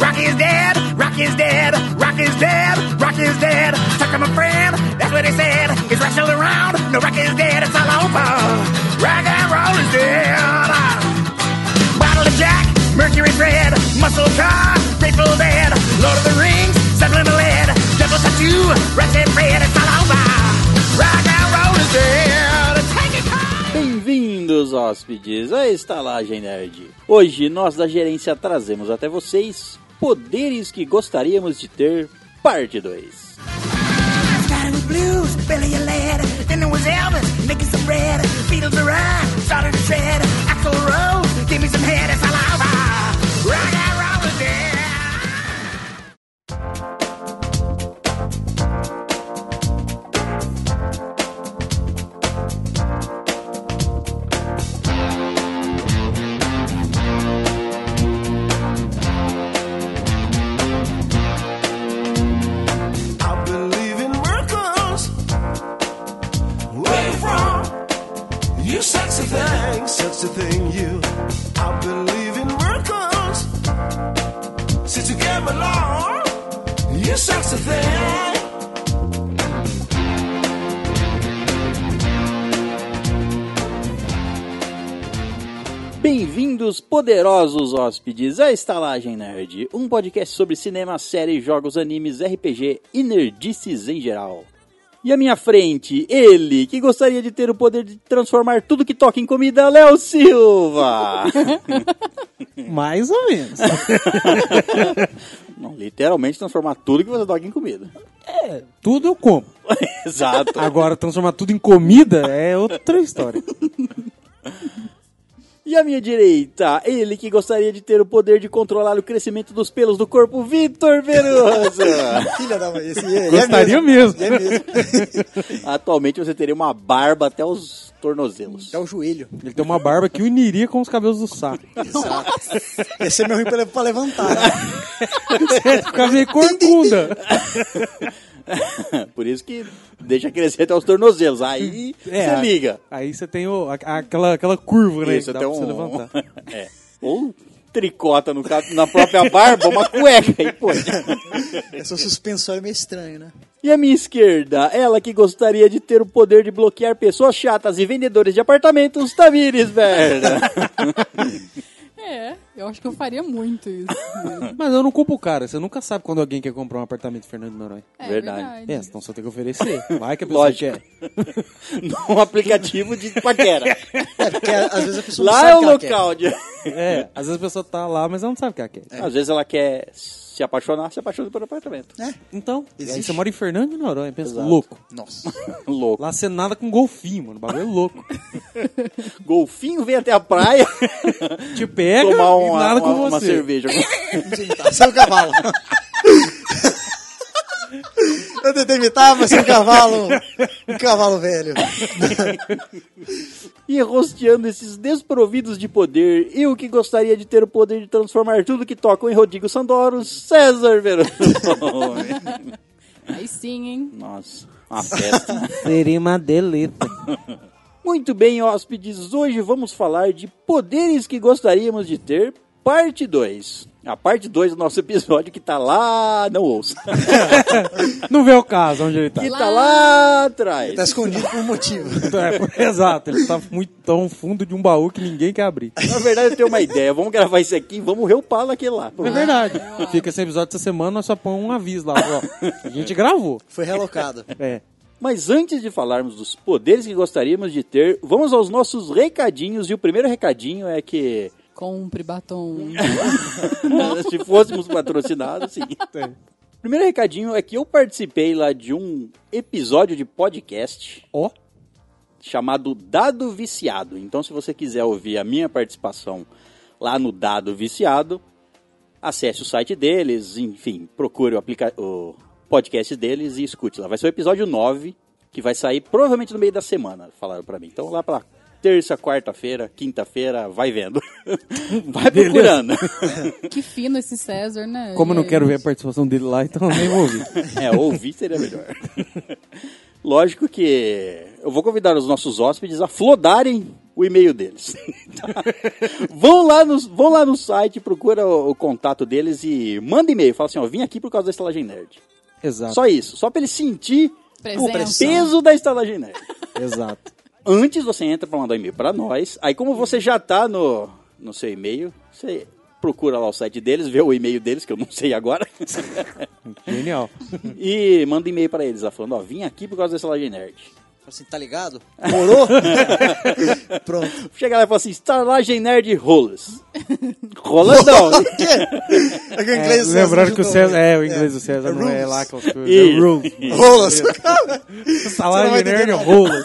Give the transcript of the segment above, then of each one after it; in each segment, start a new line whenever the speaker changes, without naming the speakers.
Rocky's dead, Rocky's dead, Rocky's dead, Rocky's dead. Talk to my friend, that's what they said. He's wrestled around, no Rocky's dead, it's all over. Rock and roll is dead. Bottle of Jack, Mercury Red, Muscle Car, Grateful Dead, Lord of the Rings, Subliminal Lead, Devil Tattoo, Ratchet Red, it's all over. Rock and roll is dead. Take it home.
Bem-vindos, hóspedes, à Estalagem Nerd. Hoje nós da gerência trazemos até vocês poderes que gostaríamos de ter, parte 2.
Started with blues, belly of lead. Then there was Elvis, making some red. Beatles are right, started to tread. Axl Rose, give me some head, it's all over. Rock and roll is dead.
I believe in miracles. Where you from? You sexy thing, sexy thing, you. I believe in miracles. Since you came along, you sexy thing.
Bem-vindos, poderosos hóspedes, à Estalagem Nerd, um podcast sobre cinema, séries, jogos, animes, RPG e nerdices em geral. E à minha frente, ele, que gostaria de ter o poder de transformar tudo que toca em comida, Léo Silva!
Mais ou menos.
Não, literalmente transformar tudo que você toca em comida.
tudo eu como.
Exato.
Agora, transformar tudo em comida é outra história.
E à minha direita, ele que gostaria de ter o poder de controlar o crescimento dos pelos do corpo, Vitor Veroso.
Filha da mãe, esse é,
Gostaria
é
mesmo.
É mesmo.
Atualmente você teria uma barba até os tornozelos.
Dá é o joelho.
Ele tem uma barba que uniria com os cabelos do saco.
Exato. Esse é meu ruim pra, pra levantar. né?
Ficar meio corcunda.
Por isso que deixa crescer até os tornozelos. Aí
É,
você liga.
Aí você tem o- a- aquela, aquela curva, né?
Isso,
que dá
até
pra você
um...
levantar.
é. Ou tricota no ca- na própria barba, uma cueca. Aí, pô.
Essa suspensória é meio estranha, né?
E a minha esquerda, ela que gostaria de ter o poder de bloquear pessoas chatas e vendedores de apartamentos, Tamires Verda.
É, eu acho que eu faria muito isso.
Mas eu não culpo o cara. Você nunca sabe quando alguém quer comprar um apartamento, Fernando Noronha.
É
Verdade.
verdade.
É, então só tem que oferecer. Vai que a pessoa
Lógico.
quer.
Num aplicativo de paquera.
É, porque às vezes a pessoa não
Lá
sabe
é
o
o
que ela quer.
local de.
É, às vezes a pessoa tá lá, mas ela não sabe o que ela quer.
Às vezes ela quer se apaixonar, se apaixona pelo apartamento.
Então,
Existe.
aí você mora em Fernando de Noronha, pensa,
Exato.
louco.
Nossa.
Louco.
Lá você nada com golfinho, mano. O bagulho é louco.
Golfinho vem até a praia
Te pega
tomar
e
uma, uma,
nada com você.
uma cerveja.
Não sei imitar. Você é um cavalo. Eu tentei imitar, mas você é um cavalo. Um cavalo velho. tá
E rosteando esses desprovidos de poder, eu que gostaria de ter o poder de transformar tudo que tocam em Rodrigo Sandoro, César Verão.
Aí sim, hein?
Nossa, uma festa.
Seria uma delícia.
Muito bem, hóspedes, hoje vamos falar de poderes que gostaríamos de ter, parte 2. A parte 2 do nosso episódio que tá lá, não ouça,
Tá Não vê o caso onde ele tá.
que tá lá atrás.
Tá escondido por um motivo.
É, exato, ele tá muito tão fundo de um baú que ninguém quer abrir.
Na verdade eu tenho uma ideia, vamos gravar isso aqui e vamos reupar aquele lá.
É verdade. Fica esse episódio essa semana, nós só põe um aviso lá, ó. A gente gravou.
Foi relocado.
É.
Mas antes de falarmos dos poderes que gostaríamos de ter, vamos aos nossos recadinhos. E o primeiro recadinho é que,
Compre batom.
se fôssemos patrocinados, sim. Primeiro recadinho é que eu participei lá de um episódio de podcast
Ó,
chamado Dado Viciado. Então, se você quiser ouvir a minha participação lá no Dado Viciado, acesse o site deles, enfim, procure o, aplica- o podcast deles e escute lá. Vai ser o episódio 9, que vai sair provavelmente no meio da semana, falaram pra mim. Então, lá pra terça, quarta-feira, quinta-feira, vai vendo. Vai procurando.
Que fino esse César, né?
como eu não
Ele-
quero ver a participação dele lá, então eu nem vou ouvir.
É, ouvir seria melhor. Lógico que eu vou convidar os nossos hóspedes a flodarem o o e-mail deles. Tá? vão, lá no, vão lá no site, procura o, o contato deles e manda e-mail. Fala assim, ó, vim aqui por causa da estalagem nerd.
Exato.
Só isso, só pra ele sentir o
Presença.
peso da estalagem nerd.
Exato.
Antes você entra pra mandar um e-mail pra nós. Aí como você já tá no, no seu e-mail, você procura lá o site deles, vê o e-mail deles, que eu não sei agora.
Genial.
e manda um e-mail pra eles lá falando, ó, vim aqui por causa da estalagem nerd.
Fala assim, tá ligado? Morou? Pronto.
Chega lá e fala assim, estalagem nerd rolas. Rolas não.
É que o inglês do César
lembrando
não
que o
ajudou né? muito.
César. É, o inglês do César não é
rules.
lá que os coisas.
Isso.
É rules.
Rolas, cara.
Salário
vai
de
entender é
nerd
nada.
rolas.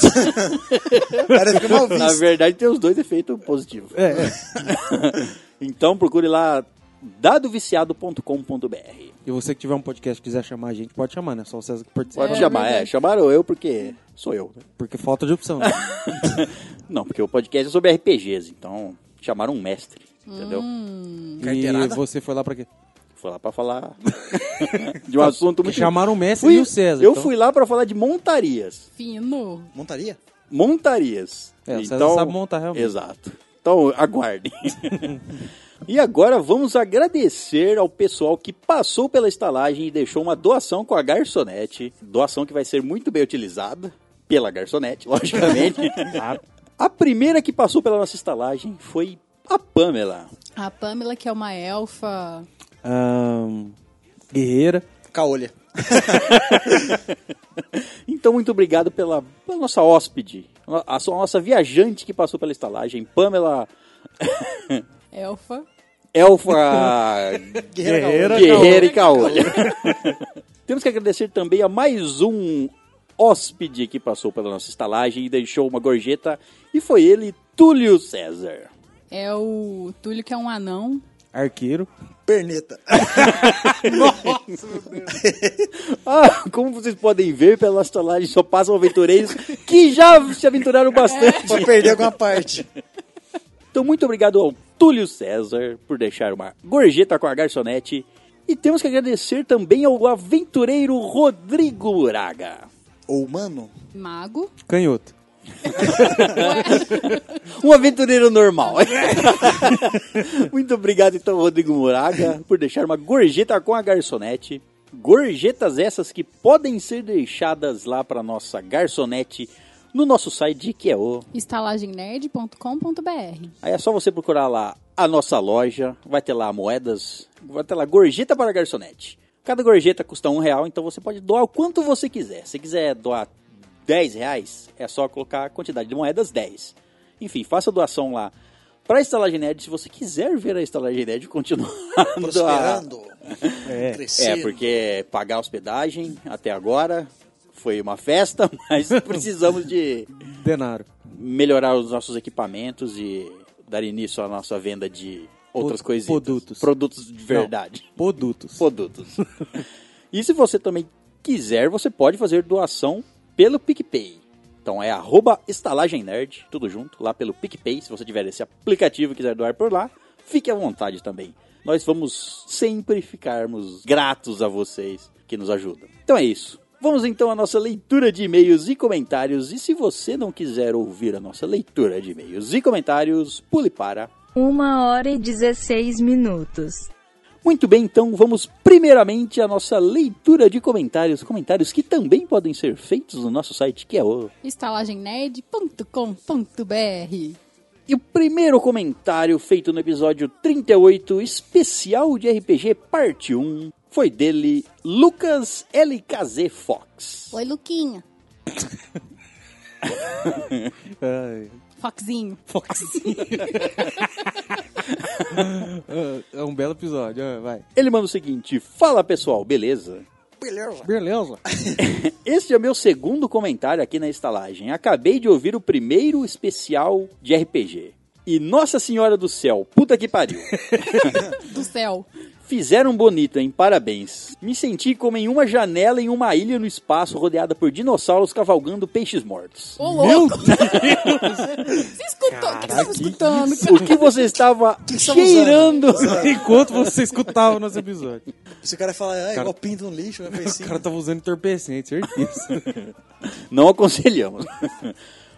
Cara, fica mal
Na
visto.
verdade tem os dois efeitos positivos.
É, é.
então procure lá dadoviciado.com.br.
E você que tiver um podcast e quiser chamar a gente, pode chamar, né? Só o César que participa.
Pode
É,
chamar,
verdade.
é, chamaram eu porque sou eu. né?
Porque falta de opção. né?
Não, porque o podcast é sobre RPGs, então chamaram um mestre, entendeu?
Hum.
e você foi lá pra quê?
Foi lá pra falar de um assunto muito...
Chamaram o Messi
Fui-
e o César.
Eu
então.
fui lá pra falar de montarias.
Fino.
Montaria?
montarias. Então,
É, o César sabe montar realmente.
Exato. Então, aguardem. e agora vamos agradecer ao pessoal que passou pela estalagem e deixou uma doação com a garçonete. Doação que vai ser muito bem utilizada pela garçonete, logicamente. a primeira que passou pela nossa estalagem foi a Pamela.
A Pamela, que é uma elfa.
Ahn, guerreira.
Caolha.
Então, muito obrigado pela, pela nossa hóspede, a, a nossa viajante que passou pela estalagem, Pamela
Elfa.
Elfa
Guerreira
Guerreira.
Caolha.
Guerreiro e Caolho. Temos que agradecer também a mais um hóspede que passou pela nossa estalagem e deixou uma gorjeta, e foi ele, Túlio César.
É o Túlio, que é um anão.
Arqueiro.
Perneta.
Ah, como vocês podem ver, pela estalagem só passam aventureiros que já se aventuraram bastante.
Pra perder alguma parte.
Então, muito obrigado ao Túlio César por deixar uma gorjeta com a garçonete. E temos que agradecer também ao aventureiro Rodrigo Uraga.
Ou mano.
Mago.
Canhoto.
Um aventureiro normal. Muito obrigado, então, Rodrigo Moraga, por deixar uma gorjeta com a garçonete. Gorjetas essas que podem ser deixadas lá para nossa garçonete no nosso site que é o.
estalagemnerd.com.br.
Aí é só você procurar lá a nossa loja, vai ter lá moedas, vai ter lá gorjeta para garçonete. Cada gorjeta custa um real, então você pode doar o quanto você quiser. Se quiser doar 10 reais, é só colocar a quantidade de moedas 10. Enfim, faça a doação lá para a Estalagem Nerd, se você quiser ver a Estalagem Nerd continuar
Ah.
Prosperando. Crescendo.
é, porque pagar hospedagem até agora foi uma festa, mas precisamos de
Denário.
melhorar os nossos equipamentos e dar início à nossa venda de outras
Po-
coisinhas.
produtos.
Produtos de verdade.
Não, Produtos.
Produtos. e se você também quiser, você pode fazer doação pelo PicPay. Então é arroba estalagem nerd, tudo junto, lá pelo PicPay. Se você tiver esse aplicativo e quiser doar por lá, fique à vontade também. Nós vamos sempre ficarmos gratos a vocês que nos ajudam. Então é isso. Vamos então à nossa leitura de e-mails e comentários. E se você não quiser ouvir a nossa leitura de e-mails e comentários, pule para
Uma hora e 16 minutos.
Muito bem, então vamos primeiramente à nossa leitura de comentários. Comentários que também podem ser feitos no nosso site, que é o.
estalagemnerd.com.br.
E o primeiro comentário feito no episódio 38, especial de RPG Parte 1, foi dele, Lucas LKZ Fox.
Oi, Luquinha.
Ai.
Foxinho.
É um belo episódio. ah, Vai.
Ele manda o seguinte: Fala pessoal, beleza?
Beleza.
Beleza.
Este é o meu segundo comentário aqui na estalagem. Acabei de ouvir o primeiro especial de RPG. E Nossa Senhora do Céu, puta que pariu.
Do céu.
Fizeram bonito, hein? Parabéns. Me senti como em uma janela em uma ilha no espaço rodeada por dinossauros cavalgando peixes mortos.
Ô, louco. Você escutou? O que você tava escutando?
O que você estava
que estamos
cheirando?
Enquanto você escutava o nosso episódio.
Se o cara fala, ah, igual pinto no lixo, vai assim." pra
O
cima.
cara tava usando entorpecente, certeza.
Não aconselhamos.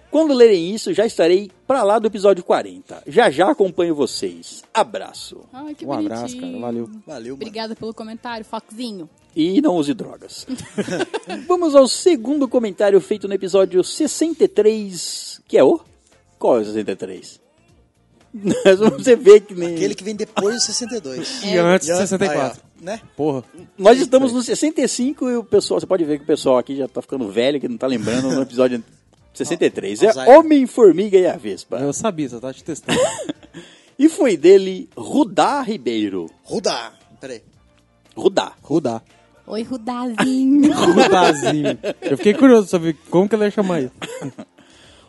Quando lerem isso, já estarei pra lá do episódio 40. Já já acompanho vocês. Abraço.
Ai, que
Um abraço, cara.
bonitinho.
Valeu.
Valeu, mano.
Obrigada pelo comentário, Foxinho.
E não use drogas. Vamos ao segundo comentário feito no episódio 63, que é o? Qual é o 63? Mas Você vê que nem...
Aquele que vem depois do 62.
E antes de
Já-
64.
É. aí, ó, né?
Porra.
Nós estamos no 65 e o pessoal, você pode ver que o pessoal aqui já tá ficando velho, que não tá lembrando no episódio 63. É
Alzheimer. Hum.
Homem, Formiga e a Vespa.
Eu sabia, só tava te testando.
E foi dele Rudá Ribeiro.
Rudá. Peraí.
É Rudá.
Rudá.
Oi, Rudazinho.
Rudazinho. Eu fiquei curioso sobre como que ele ia chamar isso.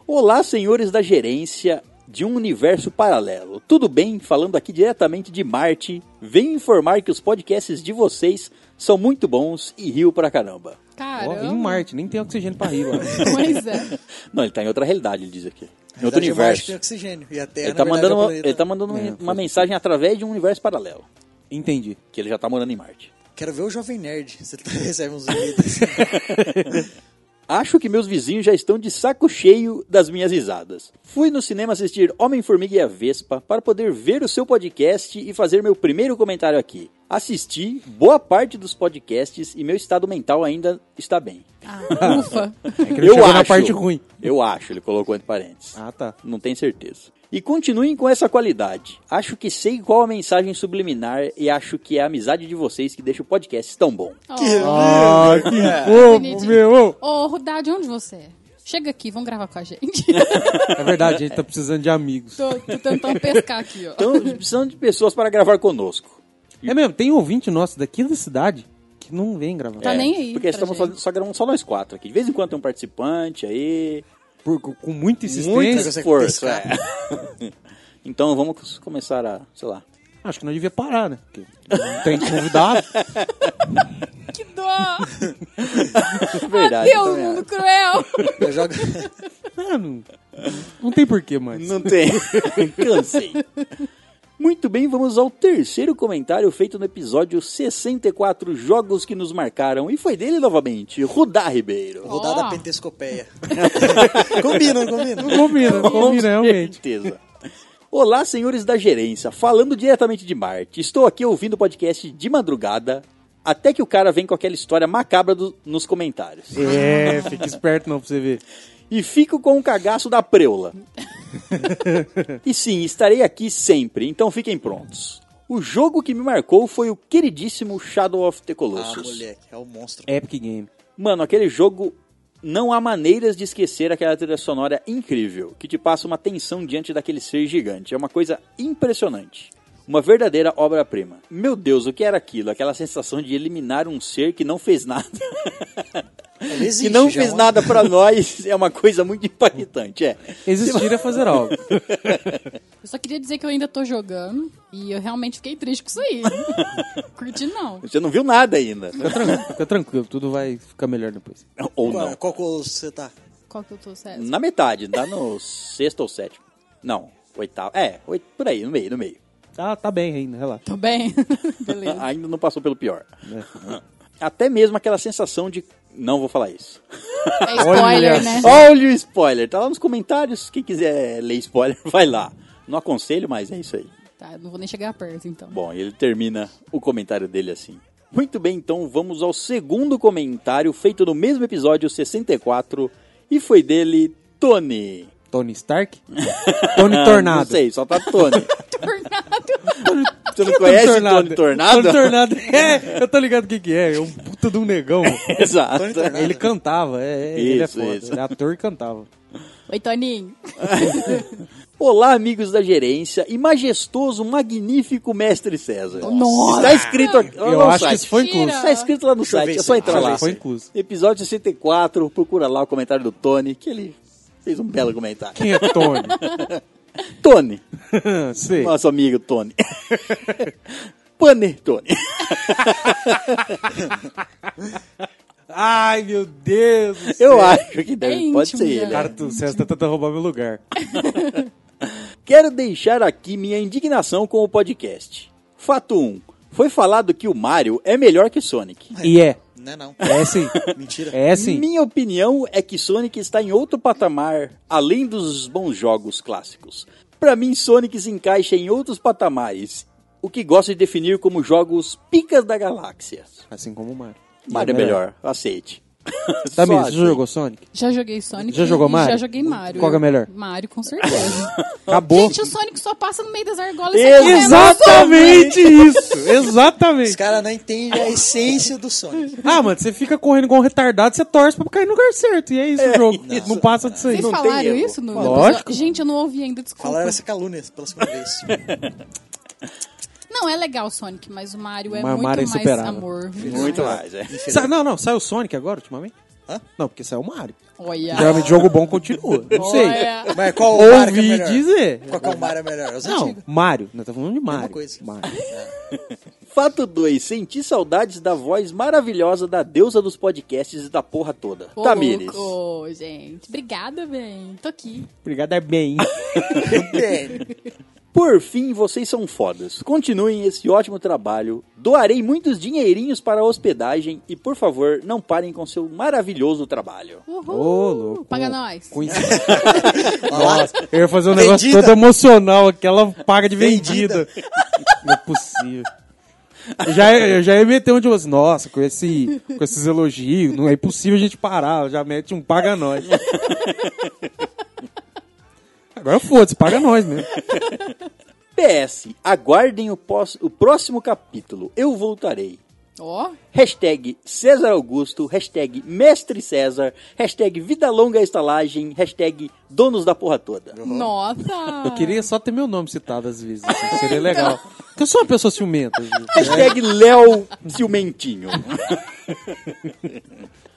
Olá, senhores da gerência de um universo paralelo. Tudo bem? Falando aqui diretamente de Marte, venho informar que os podcasts de vocês são muito bons e rio pra caramba.
Ó,
Caramba.
em Marte, nem tem oxigênio pra rir lá.
Pois é.
Não, ele tá em outra realidade, ele diz aqui. Em
Na
outro
verdade, é Marte
universo.
tem oxigênio. E a Terra,
Ele tá,
na verdade,
mandando
é o
uma,
planeta.
ele tá mandando uma-
É,
uma
foi-
mensagem através de um universo paralelo,
Entendi.
que ele já tá morando em Marte.
Quero ver o Jovem Nerd. Você tá- recebe uns e-mails desse.
Acho que meus vizinhos já estão de saco cheio das minhas risadas. Fui no cinema assistir Homem-Formiga e a Vespa para poder ver o seu podcast e fazer meu primeiro comentário aqui. Assisti boa parte dos podcasts e meu estado mental ainda está bem.
Ah, ufa.
É que ele chegou na parte ruim.
Eu acho, ele colocou entre parênteses.
Ah, tá.
Não tenho certeza. E continuem com essa qualidade. Acho que sei qual a mensagem subliminar e acho que é a amizade de vocês que deixa o podcast tão bom.
Ó,
Ah, que fofo, meu!
Ô, Rudá, de onde você é? Chega aqui, vamos gravar com a gente.
É verdade, a gente tá precisando de amigos.
tô, tô tentando pescar aqui, ó.
Então, precisamos de pessoas para gravar conosco.
É mesmo, tem ouvinte nosso daqui da cidade que não vem gravar.
Tá nem aí
é, Porque
pra
estamos
gente.
fazendo- só gravando só nós quatro aqui. De vez em quando tem um participante aí.
Por- com muita
Muito
insistência.
consegue
Força.
pescar.
é. então vamos começar a, sei lá.
Acho que não devia parar, né? Porque não tem convidado.
Que dó!
Verdade. tá então é. eu
Adeus,
também
mundo cruel!
Eu jogo...
Ah, não, não tem porquê mais.
acho. Não tem. Cansei. Muito bem, vamos ao terceiro comentário feito no episódio 64 Jogos que nos marcaram. E foi dele novamente, Rudá Ribeiro.
Rodada
Ó.
pentescopeia. combina, não combina.
Não combina, não combina, realmente.
certeza. um Olá, senhores da gerência. Falando diretamente de Marte. Estou aqui ouvindo o podcast de madrugada, até que o cara vem com aquela história macabra do- nos comentários.
É, fica esperto não pra você ver.
E fico com o cagaço da preula. e sim, estarei aqui sempre, então fiquem prontos. O jogo que me marcou foi o queridíssimo Shadow of the
Ah,
Colossus.
moleque, é o monstro.
Epic Game.
Mano, aquele jogo não há maneiras de esquecer aquela trilha sonora incrível, que te passa uma tensão diante daquele ser gigante. É uma coisa impressionante. Uma verdadeira obra-prima. Meu Deus, o que era aquilo? Aquela sensação de eliminar um ser que não fez nada.
Ele existe,
que não
já,
fez
né?
nada pra nós é uma coisa muito impactante, é.
Existir é fazer algo.
Eu só queria dizer que eu ainda tô jogando e eu realmente fiquei triste com isso aí. Curti não.
Você não viu nada ainda.
Fica tranquilo, fica tranquilo, tudo vai ficar melhor depois.
Ou
Qual,
não.
qual Colosso você tá?
Qual que é eu tô certo?
Na metade, tá no sexto ou sétimo. Não, oitavo. É, oit- por aí, no meio, no meio.
Tá, tá bem ainda, relaxa.
Tô bem? Beleza.
Ah, Ainda não passou pelo pior. Até mesmo aquela sensação de. Não vou falar isso.
É spoiler,
Olha
né?
Olha o spoiler. Tá lá nos comentários. Quem quiser ler spoiler, vai lá. Não aconselho, mas é isso aí.
Tá, eu não vou nem chegar perto, então.
Bom, ele termina o comentário dele assim. Muito bem, então vamos ao segundo comentário feito no mesmo episódio 64 e foi dele Tony.
Tony Stark? Tony
Não
Tornado.
sei, só tá Tony.
Tornado!
Você não
Tony
conhece Tony Tornado?
tá Tony Tornado, é, eu tô ligado o que que é, é um puta de um negão.
Exato.
Tony Tornado.
Ele cantava, é, é, ele é
Isso,
foda,
isso.
ele é ator e cantava.
Oi, Toninho.
Olá, amigos da gerência e majestoso, magnífico mestre César.
Nossa.
Está escrito aqui. lá
Eu
no
acho que
site.
isso foi
Mentira.
incluso.
Está escrito lá no
eu
site,
ver
é
isso
só
aí.
entrar
Deixa
Acho
eu
lá.
que foi incluso.
Episódio 64, procura lá o comentário do Tony, que ele fez um belo comentário.
Quem é Tony?
Tony,
sei.
nosso amigo Tony. Panner Tony.
Ai, meu Deus do
Eu
céu.
acho que deve,
Bem
pode
É
ser
íntimo né? dela.
ele. né?
Cara, tu, César tá tentando roubar meu lugar.
Quero deixar aqui minha indignação com um, o podcast. Fato 1. Foi falado que o Mario é melhor que Sonic.
E é.
Não é não.
É sim.
Mentira.
É sim.
Minha opinião é que Sonic está em outro patamar, além dos bons jogos clássicos. Pra mim, Sonic se encaixa em outros patamares, o que gosto de definir como jogos picas da galáxia.
Assim como o Mario.
Mario é melhor, aceite. Só
Tá
assim.
mesmo, você
aceite.
já jogou Sonic?
Já joguei Sonic.
Já jogou
e
Mario?
Já joguei Mario.
Qual que é melhor?
Mario, com certeza.
Acabou.
Gente, o Sonic só passa no meio das argolas e sai correndo.
Exatamente isso!
Os
Exatamente!
caras não entendem a essência do Sonic.
Ah, mano, você fica correndo igual um retardado, você torce pra cair no lugar certo. E é isso o jogo. Não, passa disso aí.
Vocês
Não tem
falaram
erro.
isso? No...
Lógico.
Gente, eu não ouvi ainda, desculpa.
Falaram essa calúnia pela segunda vez.
Não, é legal o Sonic, mas o Mario é
Mas o
muito
Mario é
mais
insuperável.
amor.
Muito mais, é.
Sa-
né?
não, não, saiu o Sonic agora, ultimamente?
Hã?
Não, porque saiu o Mario.
Olha.
Geralmente jogo bom continua. Não sei.
Olha.
Mas qual o Mario que é
Ouvi
melhor?
dizer.
Qual que é o Mario melhor? Os
Não,
antigos.
Mario. Nós estamos falando de Mario.
coisa.
Mario.
Fato 2. Senti saudades da voz maravilhosa da deusa dos podcasts e da porra toda.
Ô,
Tamires.
louco, gente. Obrigada, bem. Tô aqui.
Obrigado, é bem.
É,
Por fim, vocês são fodas. Continuem esse ótimo trabalho. Doarei muitos dinheirinhos para a hospedagem e, por favor, não parem com seu maravilhoso trabalho.
Uhul.
Ô, louco.
Paga nós.
Coincidência.
Olha lá.
Eu ia fazer um negócio
Vendida.
todo emocional, aquela paga de vendida. Não é possível. Eu já, eu já ia meter um de vocês, nossa, com, esse, com esses elogios, não é impossível a gente parar, eu já mete um paga nós. Agora foda-se, paga nós mesmo.
PS. Aguardem o, pós- o próximo capítulo. Eu voltarei.
Ó,
Hashtag César Augusto, hashtag Mestre César, hashtag Vida Longa Estalagem, hashtag Donos da Porra Toda.
nossa.
Eu queria só ter meu nome citado às vezes, assim, seria legal. Porque eu sou uma pessoa ciumenta, gente.
Hashtag Léo Ciumentinho.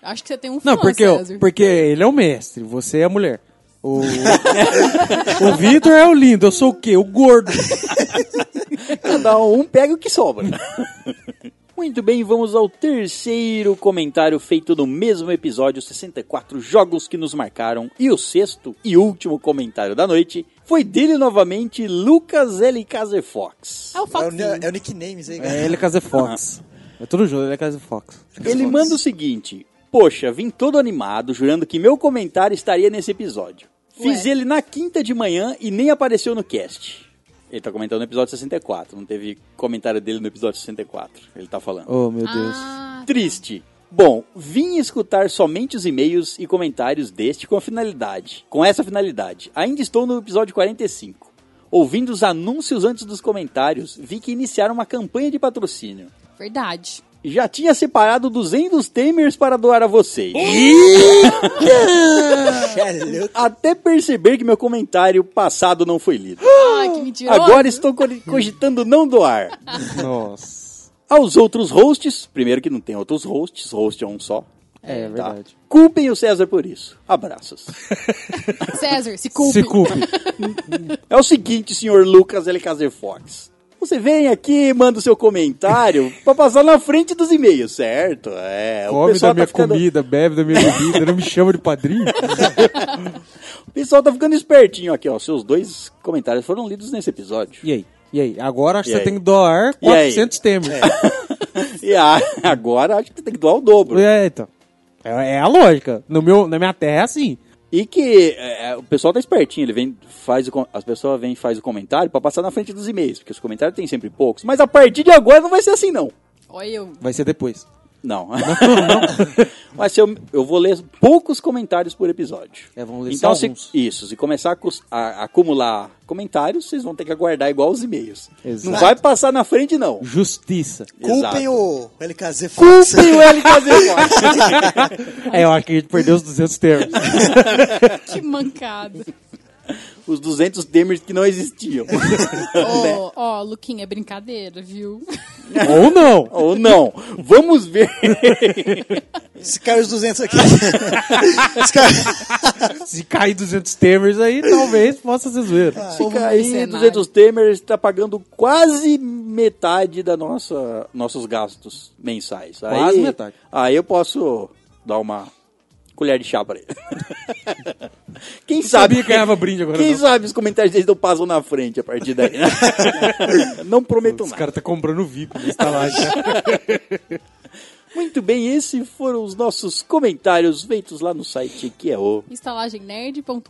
Acho que você tem um fã,
Não, porque, eu-
César.
porque ele é o mestre, você é a mulher. O, o Vitor é o lindo, eu sou o quê? O gordo.
Cada um pega o que sobra. Muito bem, vamos ao terceiro comentário feito no mesmo episódio 64 Jogos que nos marcaram. E o sexto e último comentário da noite foi dele novamente, Lucas L. Kazer Fox.
É o
o,
Foxinho.
ne- é o nicknames aí,
É
galera.
ele Casa Fox. É tudo junto, ele é Casa Fox.
Ele manda o seguinte: Poxa, vim todo animado, jurando que meu comentário estaria nesse episódio. Fiz
Ué.
ele na quinta de manhã e nem apareceu no cast. Ele tá comentando no episódio 64, não teve comentário dele no episódio 64. Ele tá falando.
Oh, meu Deus.
Ah,
Triste. Bom, vim escutar somente os e-mails e comentários deste com a finalidade. Com essa finalidade. Ainda estou no episódio 45. Ouvindo os anúncios antes dos comentários, vi que iniciaram uma campanha de patrocínio.
verdade.
Já tinha separado 200 Tamers para doar a vocês.
Caralho,
Até perceber que meu comentário passado não foi lido.
Ai, que mentiroso.
Agora estou co- cogitando não doar.
Nossa.
Aos outros hosts, primeiro que não tem outros hosts, host é um só. Tá.
É, verdade.
Culpem o César por isso. Abraços.
César, se culpe.
Se culpe.
É o seguinte, senhor Lucas LKZ Fox. Você vem aqui e manda o seu comentário pra passar na frente dos e-mails, certo? É,
Come da minha
tá ficando,
comida, bebe da minha bebida, não me chama de padrinho.
o pessoal tá ficando espertinho aqui, ó. Seus dois comentários foram lidos nesse episódio.
E aí? E aí? É. Agora acho
E
que
aí?
você tem que doar
E aí?
400 temas.
E a- agora acho que tem que doar o dobro.
É, então. É, é a lógica. No meu, na minha terra é assim.
E que é, o pessoal tá espertinho, ele vem, faz o, com- as pessoas vêm e faz o comentário pra passar na frente dos e-mails, porque os comentários tem sempre poucos. Mas a partir de agora não vai ser assim, não.
Olha eu.
Vai ser depois.
Não. Vai ser, o- eu vou ler poucos comentários por episódio.
É, vamos ler
então,
só
se,
alguns.
Isso, se começar a, cus- a- a acumular comentários, vocês vão ter que aguardar igual os e-mails.
Exato.
Não vai passar na frente, não.
Justiça.
culpem
Exato.
o LKZ Fox.
Culpem o LKZ Fox.
É, eu acho que a gente perdeu os 200 temas.
Que mancada.
Os 200 Demers que não existiam.
Ó, ó, Luquinha, é brincadeira, viu?
Ou não.
Ou não. Vamos ver.
Se cai é os 200 aqui. Se cai-
Se cair 200 temas aí, talvez possa ser zoeira.
Fica aí,
mercenário.
200 Temers está tá pagando quase metade da nossa nossos gastos mensais.
Quase
aí,
metade.
Aí eu posso dar uma colher de chá para ele. Quem sabe
sabia que ganhava brinde agora,
Quem
não.
sabe os comentários deles não passam na frente a partir daí. né? não prometo
Os
nada.
caras tá comprando VIP na estalagem.
Muito bem, esses foram os nossos comentários feitos lá no site que é o.
instalagemnerd.com.br.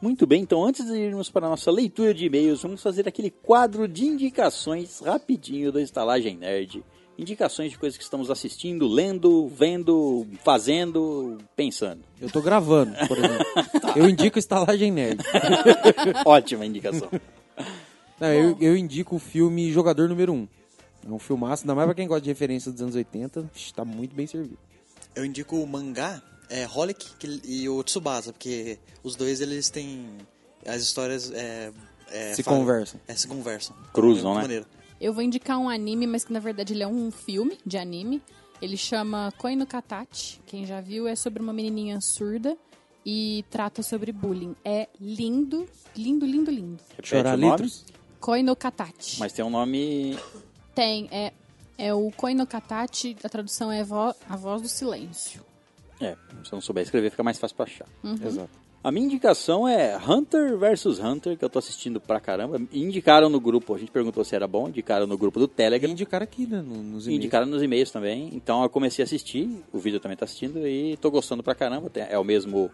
Muito bem, então antes de irmos para a nossa leitura de e-mails, vamos fazer aquele quadro de indicações rapidinho da Estalagem Nerd. Indicações de coisas que estamos assistindo, lendo, vendo, fazendo, pensando.
Eu tô gravando, por exemplo. Eu indico Estalagem Nerd.
Ótima indicação.
Não, eu, eu indico o filme Jogador Número 1. É um filmaço, ainda mais pra quem gosta de referência dos anos 80. Vixe, Tá muito bem servido.
Eu indico o mangá, é, Holic que- e o Tsubasa, porque os dois eles têm as histórias. é, é,
Se
falam-
conversam.
É, se conversam.
Cruzam,
É muito
né?
maneiro.
Eu vou indicar um anime, mas que na verdade ele é um filme de anime. Ele chama Koi no Katachi. Quem já viu é sobre uma menininha surda e trata sobre bullying. É lindo, lindo, lindo, lindo.
Repete
Chorar
o nome,
litros?
Koi no Katachi.
mas tem um nome
Tem, é, é o Koi no Katachi, a tradução é vo- A Voz do Silêncio.
É, se eu não souber escrever, fica mais fácil pra achar.
Exato.
A minha indicação é Hunter vs Hunter, que eu tô assistindo pra caramba. Indicaram no grupo, a gente perguntou se era bom, indicaram no grupo do Telegram.
Indicar aqui, né? no- Nos e-mails.
Indicaram nos e-mails também. Então eu comecei a assistir, o vídeo também tá assistindo e tô gostando pra caramba. Tem- É o mesmo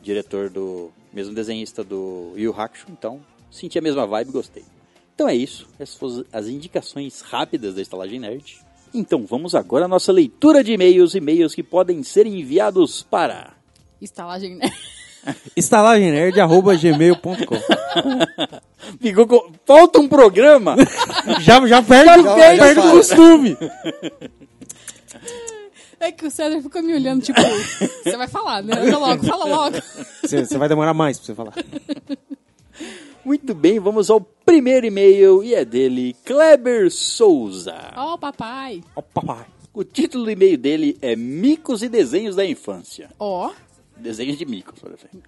diretor do. mesmo desenhista do Yu Hakusho, então senti a mesma vibe, gostei. Então é isso. Essas foram as indicações rápidas da Estalagem Nerd. Então vamos agora à nossa leitura de e-mails, e-mails que podem ser enviados para.
Estalagem, né?
Estalagemnerd.gmail.com
Ficou com... Falta um programa!
já, já perde,
Já-
perde
já
o
fala.
costume.
É que o César ficou me olhando, tipo, você vai falar, né? Anda logo, fala logo.
Você você vai demorar mais pra você falar.
Muito bem, vamos ao primeiro e-mail e é dele, Kleber Souza.
Ó, papai.
Ó, papai.
O título do e-mail dele é Micos e Desenhos da Infância.
Ó,
Desenhos de micos, por exemplo.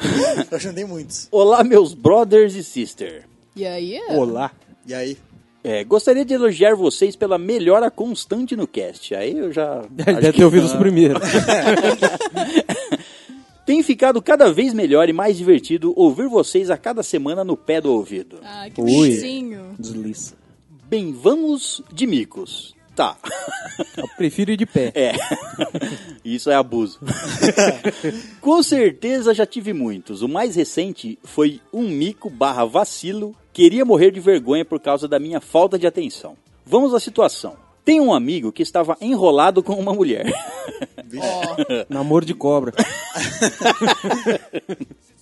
Eu ajudei muitos.
Olá, meus brothers e sister.
e aí?
Olá.
E aí?
É, gostaria de elogiar vocês pela melhora constante no cast. Aí eu já.
Ele
acho
deve
que-
ter ouvido os primeiros.
Tem ficado cada vez melhor e mais divertido ouvir vocês a cada semana no pé do ouvido.
Ah, que
Ui.
bonitinho.
Desliça.
Bem, vamos de micos. Tá.
Eu prefiro ir de pé.
É. Isso é abuso. Com certeza já tive muitos. O mais recente foi um mico barra vacilo. Queria morrer de vergonha por causa da minha falta de atenção. Vamos à situação. Tem um amigo que estava enrolado com uma mulher.
Namoro de cobra.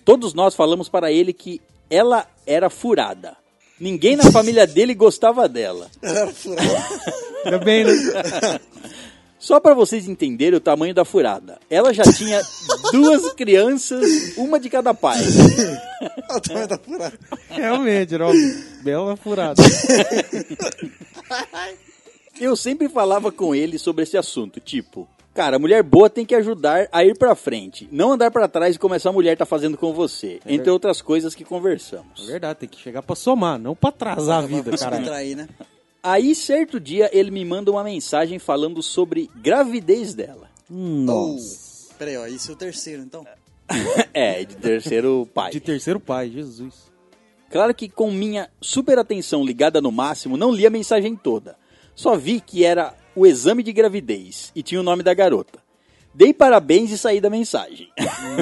Todos nós falamos para ele que ela era furada. Ninguém na família dele gostava dela.
tá
Ainda bem, né?
Só para vocês entenderem o tamanho da furada. Ela já tinha duas crianças, uma de cada pai.
Ah, também tá furado.
Realmente, era um uma bela furada.
Eu sempre falava com ele sobre esse assunto, tipo, cara, mulher boa tem que ajudar a ir pra frente, não andar pra trás como essa mulher tá fazendo com você, entre outras coisas que
É
conversamos.
verdade, tem que chegar pra somar, não pra atrasar Tá a vida, caralho.
Subtrair, né?
Aí, certo dia, ele me manda uma mensagem falando sobre gravidez dela.
Oh, peraí, ó, esse é o terceiro, então.
É, de terceiro pai.
De terceiro pai, Jesus.
Claro que com minha super atenção ligada no máximo, não li a mensagem toda. Só vi que era o exame de gravidez e tinha o nome da garota. Dei parabéns e saí da mensagem.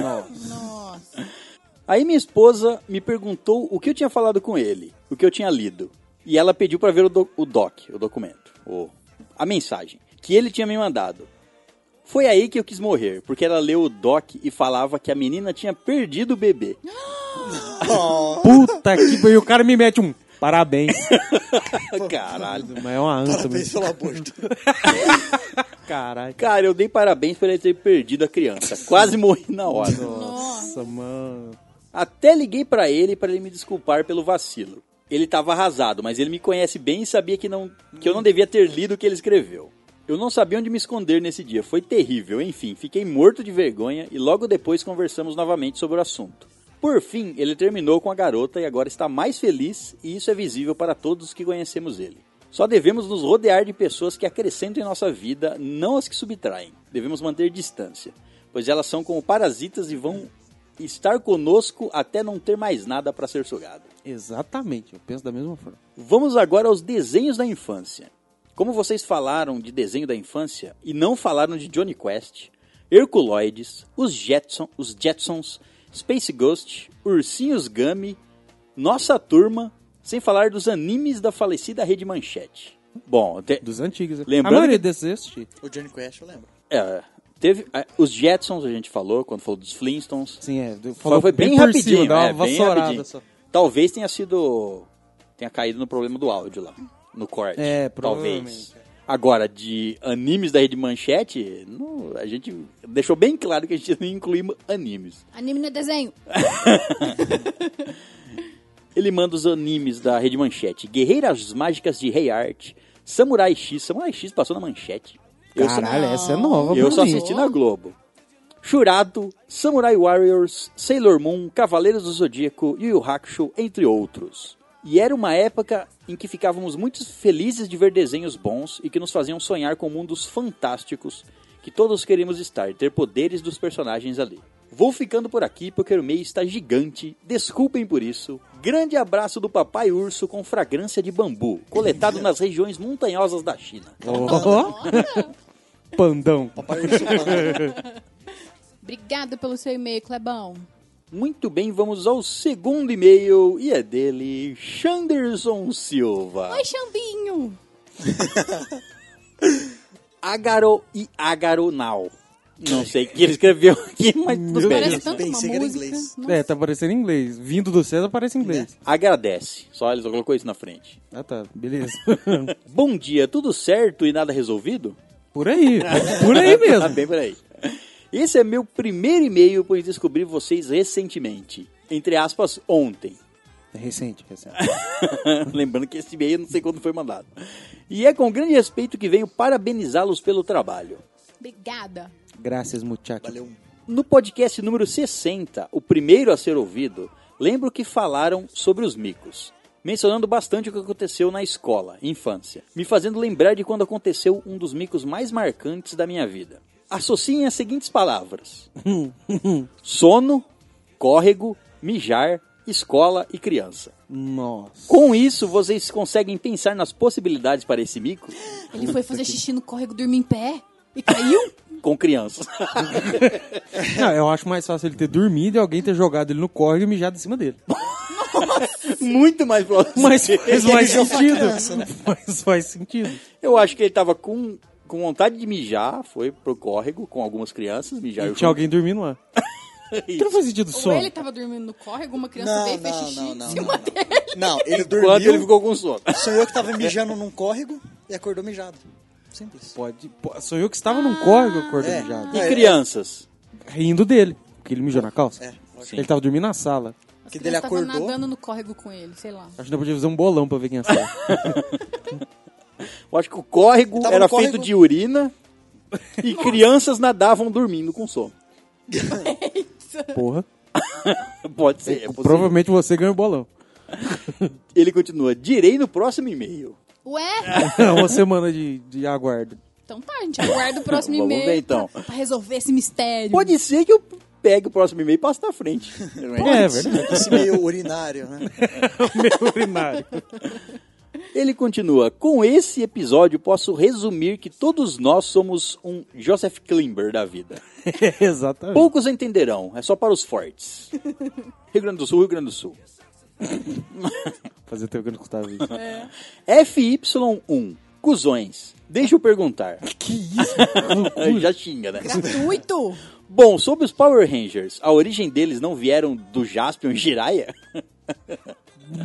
Nossa.
Aí minha esposa me perguntou o que eu tinha falado com ele, o que eu tinha lido. E ela pediu pra ver o, do- o doc, o documento, o, a mensagem, que ele tinha me mandado. Foi aí que eu quis morrer, porque ela leu o doc e falava que a menina tinha perdido o bebê.
Puta que pariu, e o cara me mete um parabéns.
Caralho.
Mas é uma anta
Parabéns
mesmo.
pelo aborto.
Caralho.
Cara, eu dei parabéns por ele ter perdido a criança. Quase morri na hora.
Nossa, mano.
Até liguei pra ele pra ele me desculpar pelo vacilo. Ele tava arrasado, mas ele me conhece bem e sabia que, não, que eu não devia ter lido o que ele escreveu. Eu não sabia onde me esconder nesse dia, foi terrível, enfim, fiquei morto de vergonha e logo depois conversamos novamente sobre o assunto. Por fim, ele terminou com a garota e agora está mais feliz, e isso é visível para todos que conhecemos ele. Só devemos nos rodear de pessoas que acrescentam em nossa vida, não as que subtraem. Devemos manter distância, pois elas são como parasitas e vão estar conosco até não ter mais nada para ser sugado.
Exatamente, eu penso da mesma forma.
Vamos agora aos desenhos da infância. Como vocês falaram de desenho da infância e não falaram de Johnny Quest, Herculoides, os, Jetson, os Jetsons, Space Ghost, Ursinhos Gummy, Nossa Turma, sem falar dos animes da falecida Rede Manchete. Bom, te-
Dos antigos. né?
Lembrando
A maioria desses eu assisti.
O Johnny Quest, eu lembro.
é, teve é, os Jetsons a gente falou quando falou dos Flintstones.
Sim, é. do-
Foi,
Falou
foi bem,
por
rapidinho,
cima, dá uma
é, bem
vassourada
rapidinho.
só.
Talvez tenha sido tenha caído no problema do áudio lá, no corte.
É,
talvez.
provavelmente.
Agora de animes da Rede Manchete, não, a gente deixou bem claro que a gente não inclui animes.
Anime no desenho.
Ele manda os animes da Rede Manchete. Guerreiras Mágicas de Rei Art, Samurai X, Samurai X passou na Manchete. Eu só-
Caralho, essa é nova,
Eu assim. só
bonito.
assisti na Globo. Churado, Samurai Warriors, Sailor Moon, Cavaleiros do Zodíaco, Yu Yu Hakusho, entre outros. E era uma época em que ficávamos muito felizes de ver desenhos bons e que nos faziam sonhar com mundos fantásticos que todos queríamos estar, ter poderes dos personagens ali. Vou ficando por aqui porque o meio está gigante, desculpem por isso. Grande abraço do Papai Urso com fragrância de bambu, coletado nas regiões montanhosas da China.
Ó, Pandão.
Papai Urso Panda.
Obrigado pelo seu e-mail, Clebão.
Muito bem, vamos ao segundo e-mail e é dele, Chanderson Silva.
Oi, Xambinho.
Ágaro e Agaronal. Não sei o que ele escreveu aqui, mas tudo bem.
Hum. Parece tanto uma
pensei que era
música.
inglês.
Nossa.
É, tá parecendo em inglês. Vindo do César, parece em inglês.
Agradece. Só ele só colocou isso na frente.
Ah, tá. Beleza.
Bom dia, tudo certo e nada resolvido?
Por aí. Por aí
Tá
mesmo.
bem por aí. Esse é meu primeiro e-mail, pois descobri vocês recentemente. Entre aspas, ontem.
É Recente, recente.
Lembrando que esse e-mail eu não sei quando foi mandado. E é com grande respeito que venho parabenizá-los pelo trabalho.
Obrigada.
Graças, muchacho.
Valeu.
No podcast número 60, o primeiro a ser ouvido, lembro que falaram sobre os micos, mencionando bastante o que aconteceu na escola, infância, me fazendo lembrar de quando aconteceu um dos micos mais marcantes da minha vida. Associem as seguintes palavras: sono, córrego, mijar, escola e criança.
Nossa.
Com isso, vocês conseguem pensar nas possibilidades para esse mico
Ele foi fazer xixi no córrego, dormir em pé e caiu.
com crianças.
Não, eu acho mais fácil ele ter dormido e alguém ter jogado ele no córrego e mijado em cima dele.
Muito mais plausível.
Mas faz mais
jogou pra
sentido.
criança, né?
Mas faz sentido.
Eu acho que ele tava com, com vontade de mijar, foi pro córrego com algumas crianças, mijar
E
eu
tinha alguém dormindo lá. Que não faz sentido
Ou
só.
ele tá- tava dormindo no córrego, uma criança
Não,
veio e fez
não,
xixi
não,
em
não,
cima
não,
dele.
Não, ele
Enquanto ele
dormiu,
ficou com sono.
sonhou que tava mijando num córrego e acordou mijado. Simples.
Pode, po- sou eu que estava num córrego acordou
É.
mijado.
E crianças?
Rindo dele. Porque ele mijou na calça.
É,
Ele tava dormindo na sala.
As
Que dele
crianças tavam
acordou.
nadando no córrego com ele, sei lá.
Acho que não podia fazer um bolão pra ver quem acerta.
Eu acho que o córrego
Tava no
era
córrego.
feito de urina e crianças nadavam dormindo com sono.
Porra.
Pode ser, é possível.
Provavelmente você ganha o bolão.
Ele continua, direi no próximo e-mail.
Ué?
É uma semana de, de aguardo.
Então tá, a gente aguarda o próximo
Vamos
e-mail
ver, então.
pra, pra resolver esse mistério.
Pode ser que eu pegue o próximo e-mail e passe na frente.
É, verdade.
Esse meio urinário, né?
Meio urinário.
Ele continua, com esse episódio posso resumir que todos nós somos um Joseph Klimber da vida.
Exatamente.
Poucos entenderão, é só para os fortes. Rio Grande do Sul, Rio Grande do Sul.
Fazer tempo que eu não escutava isso.
FY1, cuzões. Deixa eu perguntar.
Que isso?
Já xinga, né?
Gratuito.
Bom, sobre os Power Rangers, a origem deles não vieram do Jaspion e Jiraiya?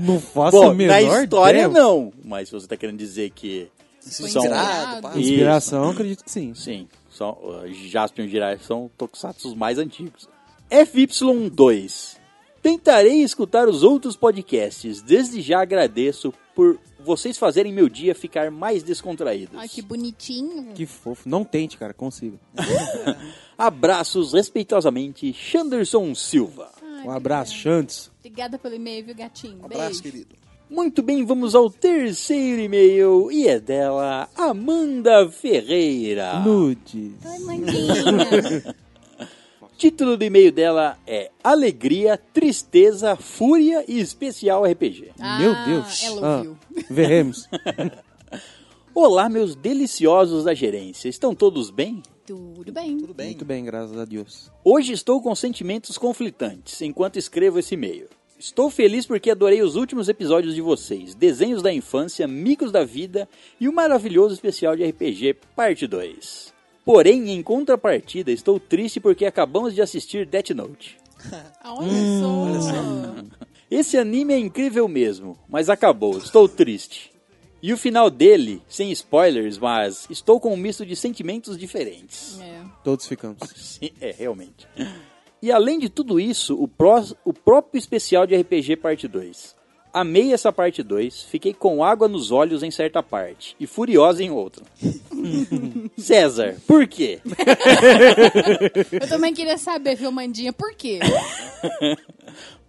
não faço
Bom,
a menor
na história
ideia.
não, mas você tá querendo dizer que
Foi
São-
inspirado, pá.
Isso.
Inspiração, acredito que sim.
Sim, são, uh, Jaspion e Jiraiya são tokusatsus mais antigos. FY2. Tentarei escutar os outros podcasts. Desde já agradeço por vocês fazerem meu dia ficar mais descontraído.
Ai, que bonitinho.
Que fofo. Não tente, cara. Consigo.
Abraços, respeitosamente, Chanderson Silva.
Um abraço, Chantes.
Obrigada pelo e-mail, viu, gatinho?
Um abraço,
Beijo.
querido.
Muito bem, vamos ao terceiro e-mail e é dela, Amanda Ferreira.
Nudes.
Ai, mandinha.
Título do e-mail dela é Alegria, Tristeza, Fúria e Especial RPG.
Ah,
Meu Deus.
ela ouviu.
veremos.
Olá, meus deliciosos da gerência. Estão todos bem?
Tudo bem.
Tudo bem.
Muito bem, graças a Deus.
Hoje estou com sentimentos conflitantes enquanto escrevo esse e-mail. Estou feliz porque adorei os últimos episódios de vocês, desenhos da infância, micos da vida e o maravilhoso especial de RPG Parte 2. Porém, em contrapartida, estou triste porque acabamos de assistir Death Note.
Ah, Olha só.
Esse anime é incrível mesmo, mas acabou, estou triste. E o final dele, sem spoilers, mas estou com um misto de sentimentos diferentes.
É.
Todos ficamos.
Sim, é, realmente. E além de tudo isso, o, pró- o próprio especial de RPG Parte 2. Amei essa parte 2, fiquei com água nos olhos em certa parte e furiosa em outra. César, por quê?
Eu também queria saber, viu, Mandinha, por quê?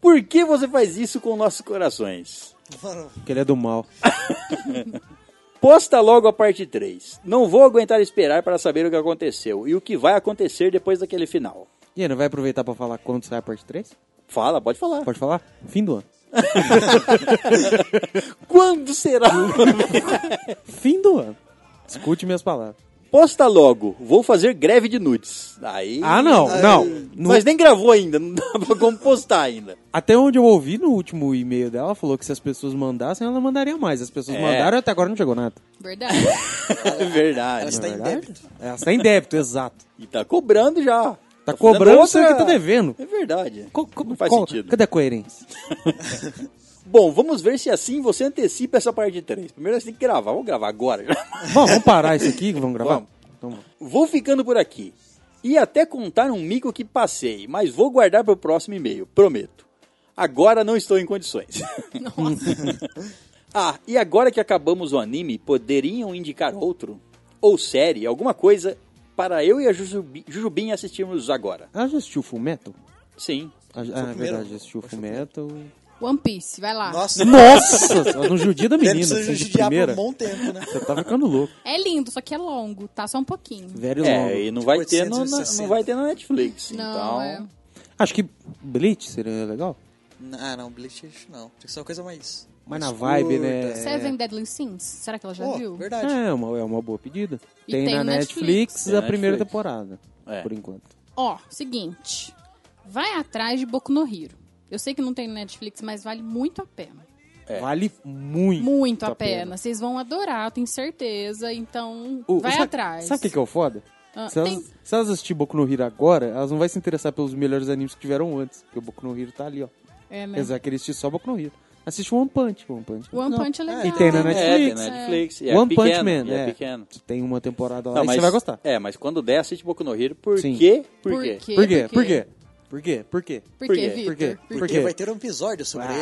Por que você faz isso com nossos corações?
Mano,
Porque ele é do mal.
Posta logo a parte 3. Não vou aguentar esperar para saber o que aconteceu e o que vai acontecer depois daquele final.
E aí, não vai aproveitar pra falar quando sai a parte 3?
Fala, pode falar.
Pode falar? Fim do ano.
Quando será?
Fim do ano. Escute minhas palavras.
Posta logo, vou fazer greve de nudes. Aí.
Ah, não, não. Não-
Nós nem gravou ainda, não dá pra como postar ainda.
Até onde eu ouvi no último e-mail dela, ela falou que se as pessoas mandassem, ela mandaria mais. As pessoas
É.
mandaram e até agora não chegou nada.
Verdade.
É
ela
verdade.
está Tá em
verdade?
débito.
Ela está em débito, exato.
E tá cobrando já.
Tá
fazendo
cobrando
outra-
você que tá devendo.
É verdade.
Co- co-
não faz
qual-
sentido.
Cadê a coerência?
Bom, vamos ver se assim você antecipa essa parte 3. Primeiro você tem que gravar. Vamos gravar agora.
Bom, vamos parar isso aqui, vamos gravar?
Vamos.
Então vamos.
Vou ficando por aqui. E até contar um mico que passei, mas vou guardar para o próximo e-mail, prometo. Agora não estou em condições. ah, e agora que acabamos o anime, poderiam indicar outro? Ou série, alguma coisa para eu e a Jujubi- Jujubinha assistirmos agora?
Ela já assistiu o Fullmetal?
Sim.
Ah, é
primeiro?
verdade, já assistiu o Fullmetal.
One Piece, vai lá.
Nossa,
Nossa! No judia da menina,
deve ser
assim, de
judiar por
primeira.
um bom tempo, né?
Você tá ficando louco.
É lindo, só que é longo, tá? Só um pouquinho.
Velho
É,
longo.
e não vai, ter no, na-
860.
não vai ter na Netflix.
Não,
então.
é.
Acho que Bleach seria legal.
Ah, não, Bleach não. Tem que ser uma coisa mais.
Mas na
mais
vibe,
curta.
né?
Seven é Deadly Sins, será que ela já
Pô,
viu?
verdade.
É uma, é uma boa pedida.
E
Tem,
tem
na
no
Netflix,
Netflix.
Tem
a
na
primeira
Netflix.
temporada.
É.
Por enquanto.
Ó, seguinte. Vai atrás de Boku no Hero. Eu sei que não tem no Netflix, mas vale muito a pena.
É.
Vale muito.
Muito a pena. Vocês vão adorar, eu tenho certeza. Então,
O-
vai
Uh, sabe-
atrás.
Sabe o que, que é o foda?
Ah,
se,
tem-
elas, se elas assistirem Boku no Hero agora, elas não vão se interessar pelos melhores animes que tiveram antes. Porque o Boku no Hero tá ali, ó.
É, né?
Eles vão querer assistir só Boku no Hero. Assiste One Punch. One Punch,
One
Não.
Punch é legal.
E tem na
né?
É, tem
Netflix.
na Netflix. E é
One
pequeno,
Punch Man.
e é,
é.
pequeno.
Tem uma temporada lá
Não,
e
mas-
você vai gostar.
É, mas quando der, assiste Boku no Hero. Por
Sim.
quê? Por,
Por
quê?
quê?
Por quê? Por quê? Por quê? Por quê?
Por
Por
quê,
quê?
Vitor?
Por quê?
Por
Por
Porque
quê?
vai ter um episódio sobre
Ah.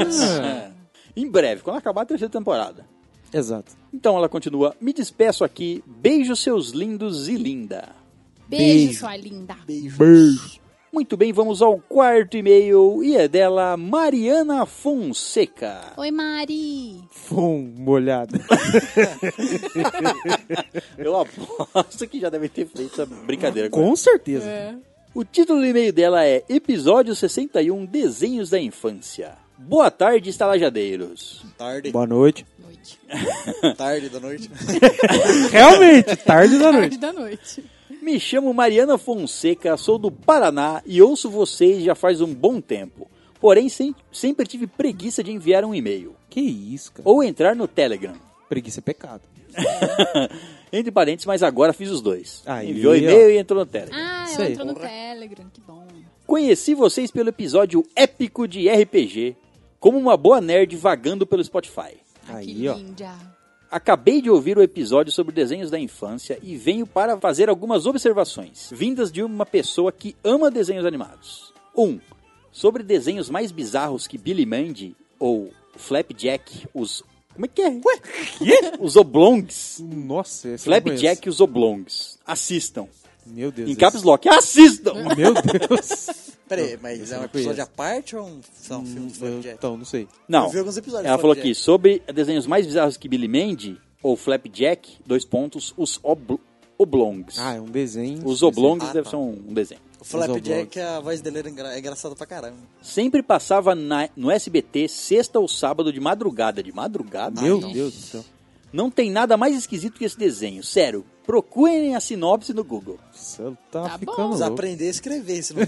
ele. agora.
É. Em breve, quando acabar a terceira temporada.
Exato.
Então ela continua: Me despeço aqui, beijo seus lindos e linda.
Beijo,
Beijo.
sua linda.
Beijo.
Muito bem, vamos ao quarto e-mail e é dela Mariana Fonseca.
Oi, Mari.
Fum, molhado.
Eu aposto que já devem ter feito essa brincadeira.
Com certeza.
É.
O título do e-mail dela é Episódio 61 Desenhos da Infância. Boa tarde, estalajadeiros.
Tarde,
Boa noite.
Noite.
tarde da noite.
Realmente, tarde da noite.
Tarde da noite.
Me chamo Mariana Fonseca, sou do Paraná e ouço vocês já faz um bom tempo. Porém, sem- sempre tive preguiça de enviar um e-mail
Que isso, cara.
ou entrar no Telegram.
Preguiça é pecado.
Entre parênteses, mas agora fiz os dois.
Aí,
Enviou
ó.
e-mail e entrou no Telegram.
Ah,
Isso
ela
aí.
entrou no Telegram, que bom.
Conheci vocês pelo episódio épico de RPG, como uma boa nerd vagando pelo Spotify.
Ah, que
Aí, ó.
linda.
Acabei de ouvir o episódio sobre desenhos da infância e venho para fazer algumas observações, vindas de uma pessoa que ama desenhos animados. 1. Um, sobre desenhos mais bizarros que Billy Mandy ou Flapjack, os. Como é que é? Ué? Os Oblongs.
Nossa, esse eu não conheço.
Flapjack e os Oblongs. Assistam.
Meu Deus.
Em caps lock.
É.
Assistam!
Meu Deus.
Peraí, mas é um
não conheço.
episódio à parte ou é um, não, um filme do
Eu-
Flapjack?
Então, não sei.
Não.
Eu vi alguns episódios
Ela
do
falou
Flapjack.
aqui, sobre desenhos mais bizarros que Billy Mandy ou Flapjack, dois pontos, os obl- Oblongs.
Ah, é um desenho.
os Oblongs
Ah,
devem
tá.
ser um um desenho.
O
Os
Flapjack, a voz dele era engra- é engraçada pra caramba.
Tá
Sempre passava na- no SBT sexta ou sábado de madrugada, de madrugada,
Meu Deus do céu.
Não tem nada mais esquisito que esse desenho, sério. Procurem a sinopse no Google.
Você tá,
Tá
ficando
bom.
Vamos
louco. Então.
aprender a escrever, senão...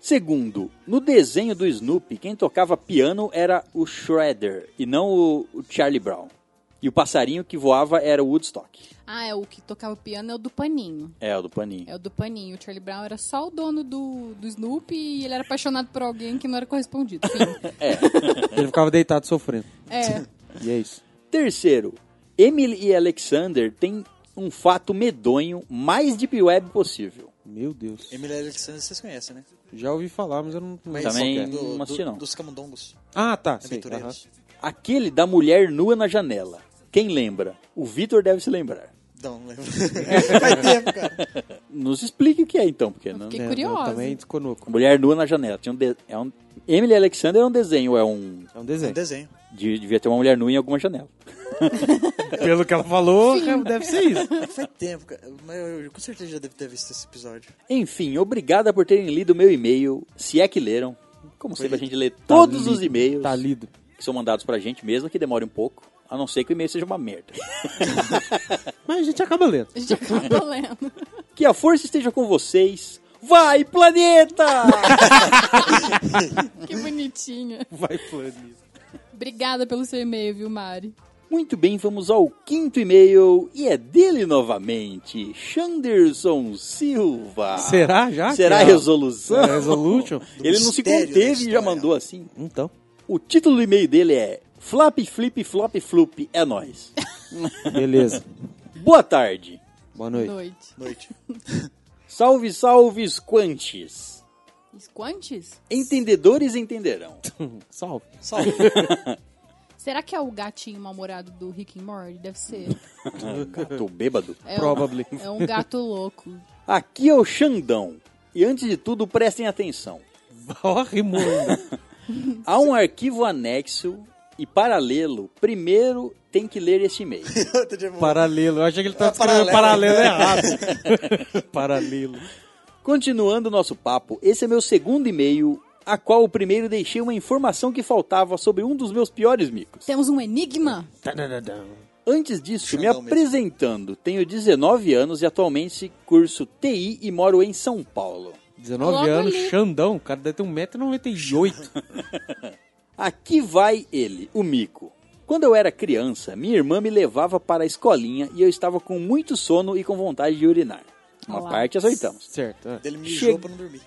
Segundo, no desenho do Snoopy, quem tocava piano era o Shredder e não o, o Charlie Brown. E o passarinho que voava era o Woodstock.
Ah, é o que tocava o piano é o do Paninho.
É, o do paninho.
É o do Paninho. O Charlie Brown era só o dono do, do Snoopy e ele era apaixonado por alguém que não era correspondido. Fim.
É.
Ele ficava deitado sofrendo.
É.
E é isso.
Terceiro, Emily e Alexander têm um fato medonho mais deep web possível.
Meu Deus.
Emily Alexander, vocês conhecem, né?
Já ouvi falar, mas eu não...
Mas
Também
do-
não assisti,
do-
não.
Dos camundongos,
é. Ah, tá. Sei. aham.
aventureiros.
Aquele da mulher nua na janela. Quem lembra? O Vitor deve se lembrar.
Não, não lembro. Faz tempo, cara.
Nos explique o que é então, porque não.
Fiquei
É, Eu
curiosa.
também desconoco.
Mulher nua na janela. Tinha um de- é um... Emily Alexander é um desenho, é um.
É
É
um
um
desenho.
desenho.
de- Devia ter uma mulher nua em alguma janela.
Pelo que ela falou, é, deve ser isso.
Faz tempo, cara. Mas eu, eu com certeza já devo ter visto esse episódio.
Enfim, obrigada por terem lido meu e-mail, se é que leram. Como sempre, a gente lê todos os e-mails
é. Tá lido.
que são mandados pra gente, mesmo que demore um pouco. A não ser que o e-mail seja uma merda.
Mas a gente acaba lendo.
A gente tá acaba lendo.
Que a força esteja com vocês. Vai, planeta!
Que bonitinha.
Vai, planilha.
Obrigada pelo seu e-mail, viu, Mari?
Muito bem, vamos ao quinto e-mail. E é dele novamente, Chanderson Silva.
Será já?
Será
que é a-
resolução?
é a Resolution?
Ele não se
mistério da
conteve e já
história.
mandou assim.
Então.
O título do e-mail dele é Flap Flip Flop Flup, é nóis.
Beleza.
Boa tarde.
Boa noite.
Noite.
Noite.
Salve, salve, quantes.
Squantes?
Entendedores entenderão.
Salve.
Salve.
Será que é o gatinho mal-humorado do Rick and Morty? Deve ser.
Tô bêbado.
É
Probably.
Um, é um gato louco.
Aqui é o Xandão. E antes de tudo, prestem atenção.
Ó, rimou ainda.
Há um arquivo anexo e paralelo. Primeiro tem que ler este e-mail.
Outro dia eu vou-
Paralelo. Eu achei que ele tava
Ah,
escrevendo paralelo
paralelo.
errado. paralelo.
Continuando o nosso papo, esse é meu segundo e-mail, a qual o primeiro deixei uma informação que faltava sobre um dos meus piores micos.
Temos um enigma?
Antes disso, me
Xandão mesmo.
apresentando, tenho 19 anos e atualmente curso TI e moro em São Paulo.
19
Logo
anos,
ali.
Xandão. O cara deve ter 1,98m.
Aqui vai ele, o mico. Quando eu era criança, minha irmã me levava para a escolinha e eu estava com muito sono e com vontade de urinar. Uma
Olá.
parte acertamos.
certo. é.
Ele mijou
Chega.
pra não dormir.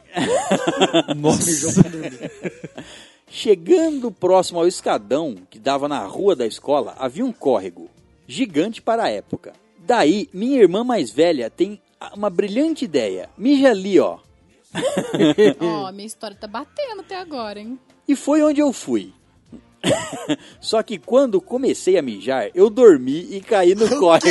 Nossa.
Chegando próximo ao escadão que dava na rua da escola, havia um córrego, gigante para a época. Daí, minha irmã mais velha tem a- uma brilhante ideia. Mija ali, ó.
Ó, minha história tá batendo até agora, hein?
E foi onde eu fui. Só que quando comecei a mijar, eu dormi e caí no córrego,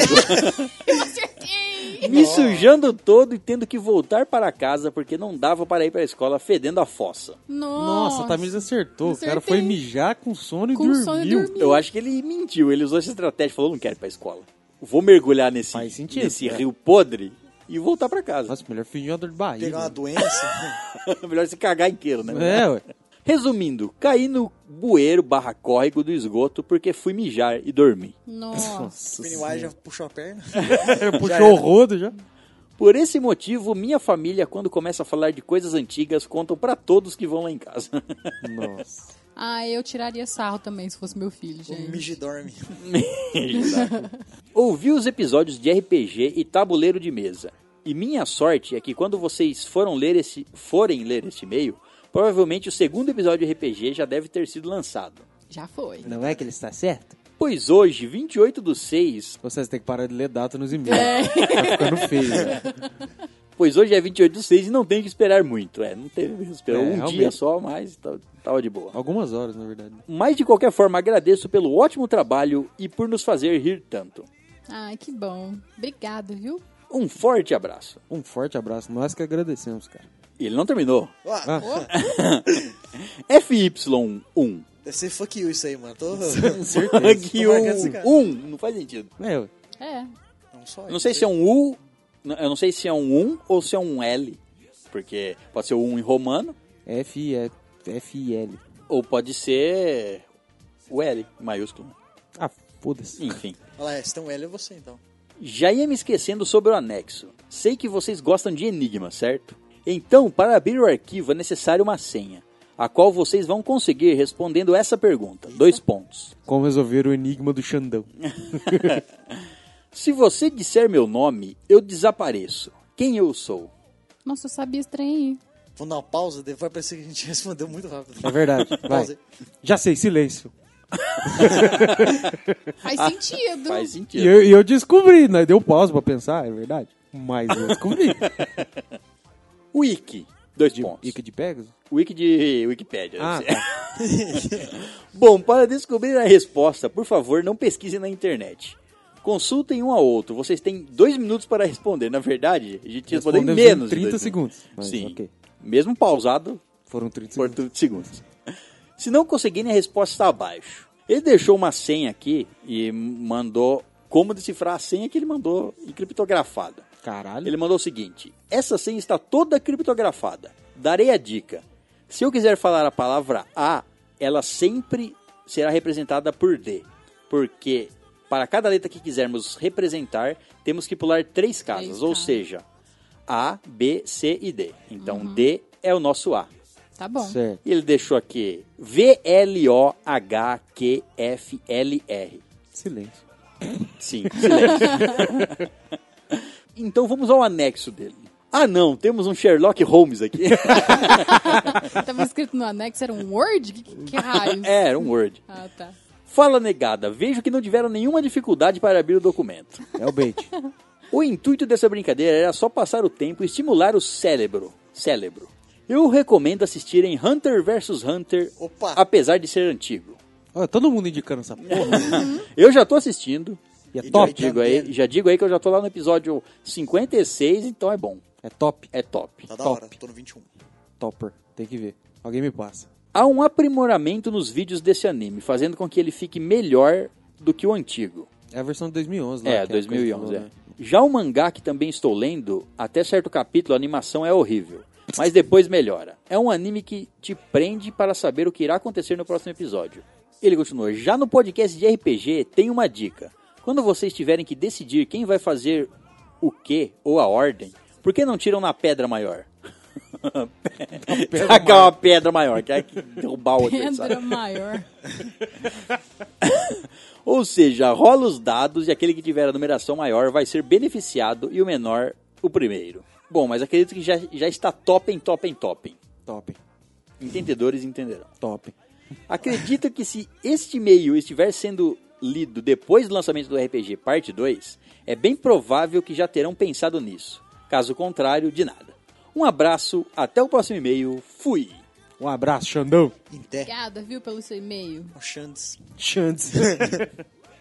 Eu acertei!
me sujando todo e tendo que voltar para casa porque não dava para ir para a escola fedendo a fossa.
Nossa,
Nossa, tá a Tamires acertou. O cara
Acertei.
foi mijar com sono e
Com
dormiu.
sono e dormiu.
Eu acho que ele mentiu, ele usou essa estratégia, falou, não quero ir pra escola. Vou mergulhar nesse,
Faz sentido,
nesse
é.
rio podre e voltar pra casa.
Nossa, melhor fingir uma dor de barriga.
Pegar uma doença.
Melhor se cagar inteiro, né?
É, ué.
Resumindo, caí no bueiro barra córrego do esgoto porque fui mijar e dormi.
Nossa.
Nossa
Pennywise já puxou a perna.
senhora,
já
puxou
era.
o rodo já.
Por esse motivo, minha família, quando começa a falar de coisas antigas, contam pra todos que vão lá em casa.
Nossa.
Ah, eu tiraria sarro também se fosse meu filho,
O
gente.
Miji dorme.
Ouvi os episódios de RPG e tabuleiro de mesa. E minha sorte é que quando vocês foram ler esse, forem ler esse e-mail, provavelmente o segundo episódio de RPG já deve ter sido lançado.
Já foi.
Não é que ele está certo?
Pois hoje, 28 do 6,
Vocês têm que parar de ler data nos e-mails.
É.
Tá ficando feio. né?
pois hoje é 28 do 6 e não tem que esperar muito. É, não teve que esperar
É,
um
realmente.
dia só, mas tá- tava de boa.
Algumas horas, na verdade.
Mas de qualquer forma, agradeço pelo ótimo trabalho e por nos fazer rir tanto.
Ai, que bom. Obrigado, viu?
Um forte abraço.
Um forte abraço. Nós que agradecemos, cara.
Ele não terminou.
Ó,
FY1.
deve ser fuck you isso aí, mano. Tô...
certeza.
Aqui
Tô marcando é esse cara.
o 1 não faz sentido.
É, ué.
É.
Não, só
Não
isso.
sei se é um U, n- eu não sei se é um 1 ou se é um L, porque pode ser o 1 em romano
F e E- F e L.
ou pode ser o L maiúsculo.
Ah, Foda-se.
Enfim.
Olha lá, é, se tem um L é você então.
Já ia me esquecendo sobre o anexo. Sei que vocês gostam de enigmas, certo? Então, para abrir o arquivo é necessário uma senha, a qual vocês vão conseguir respondendo essa pergunta. Dois pontos.
Como resolver o enigma do Xandão.
Se você disser meu nome, eu desapareço. Quem eu sou?
Nossa, eu sabia esse trem aí.
Vamos dar uma pausa, daí vai parecer que a gente respondeu muito rápido. Tá
É verdade. Vai.
Pausa.
Já sei, silêncio.
Faz sentido.
Faz
E
sentido.
eu, e eu descobri, né? Deu pausa pra pensar, é verdade. Mas eu descobri.
Wiki. Dois
De,
pontos.
Ica de Pegasus?
Wiki de Wikipédia.
Ah,
deve ser. Bom, para descobrir a resposta, por favor, não pesquisem na internet. Consultem um ao outro. Vocês têm dois minutos para responder. Na verdade, a gente respondeu em
Respondemos em
menos. de
30
dois minutos.
segundos, mas
Sim.
ok.
Mesmo pausado,
Foram 30
por
segundos.
30 segundos. Se não conseguirem, a resposta está abaixo. Ele deixou uma senha aqui e mandou como decifrar a senha que ele mandou e criptografada.
Caralho.
Ele é mandou o seguinte: essa senha está toda criptografada. Darei a dica. Se eu quiser falar a palavra A, ela sempre será representada por D. Porque para cada letra que quisermos representar, temos que pular três casas, ou
casas.
seja, A, B, C e D. Então D é o nosso A.
Tá bom.
Certo.
E ele deixou aqui V-L-O-H-Q-F-L-R.
Silêncio.
Sim, silêncio. então vamos ao anexo dele. Ah não, temos um Sherlock Holmes aqui.
Tava escrito no anexo, era um Word? Que, que, que raio?
é, era um Word.
Ah, tá.
Fala negada, vejo que não tiveram nenhuma dificuldade para abrir o documento.
É o bait.
O intuito dessa brincadeira era só passar o tempo e estimular o cérebro. Cérebro. Eu recomendo assistirem Hunter vs Hunter,
Opa.
apesar de ser antigo.
Ó, todo mundo indicando essa porra.
Eu já tô assistindo,
E é
E
top.
doidão.
Digo aí, já digo aí que eu já tô lá no episódio 56, então é bom.
É top.
É top.
Tá da
Top.
hora, tô no 21.
Topper. Tem que ver. Alguém me passa.
Há um aprimoramento nos vídeos desse anime, fazendo com que ele fique melhor do que o antigo.
É a versão de 2011 lá. que
É,
a
2011,
coisa
é.
falou, né?
Já o mangá que também estou lendo, até certo capítulo a animação é horrível, mas depois melhora. É um anime que te prende para saber o que irá acontecer no próximo episódio. Ele continua: "Já no podcast de RPG tem uma dica. Quando vocês tiverem que decidir quem vai fazer o que ou a ordem, por que não tiram na pedra maior?" Tacar uma pedra maior, que é que derrubar o outro, sabe?
Pedra maior.
Ou seja, rola os dados e aquele que tiver a numeração maior vai ser beneficiado e o menor o primeiro. Bom, mas acredito que já, já está top em top em top. em.
Top.
Entendedores entenderão.
Top.
Acredito que se este e-mail estiver sendo lido depois do lançamento do RPG Parte 2, é bem provável que já terão pensado nisso. Caso contrário, de nada. Um abraço, até o próximo e-mail. Fui!
Um abraço, Xandão.
Inter.
Obrigada, viu, pelo seu e-mail.
O um Xandes.
Xandes.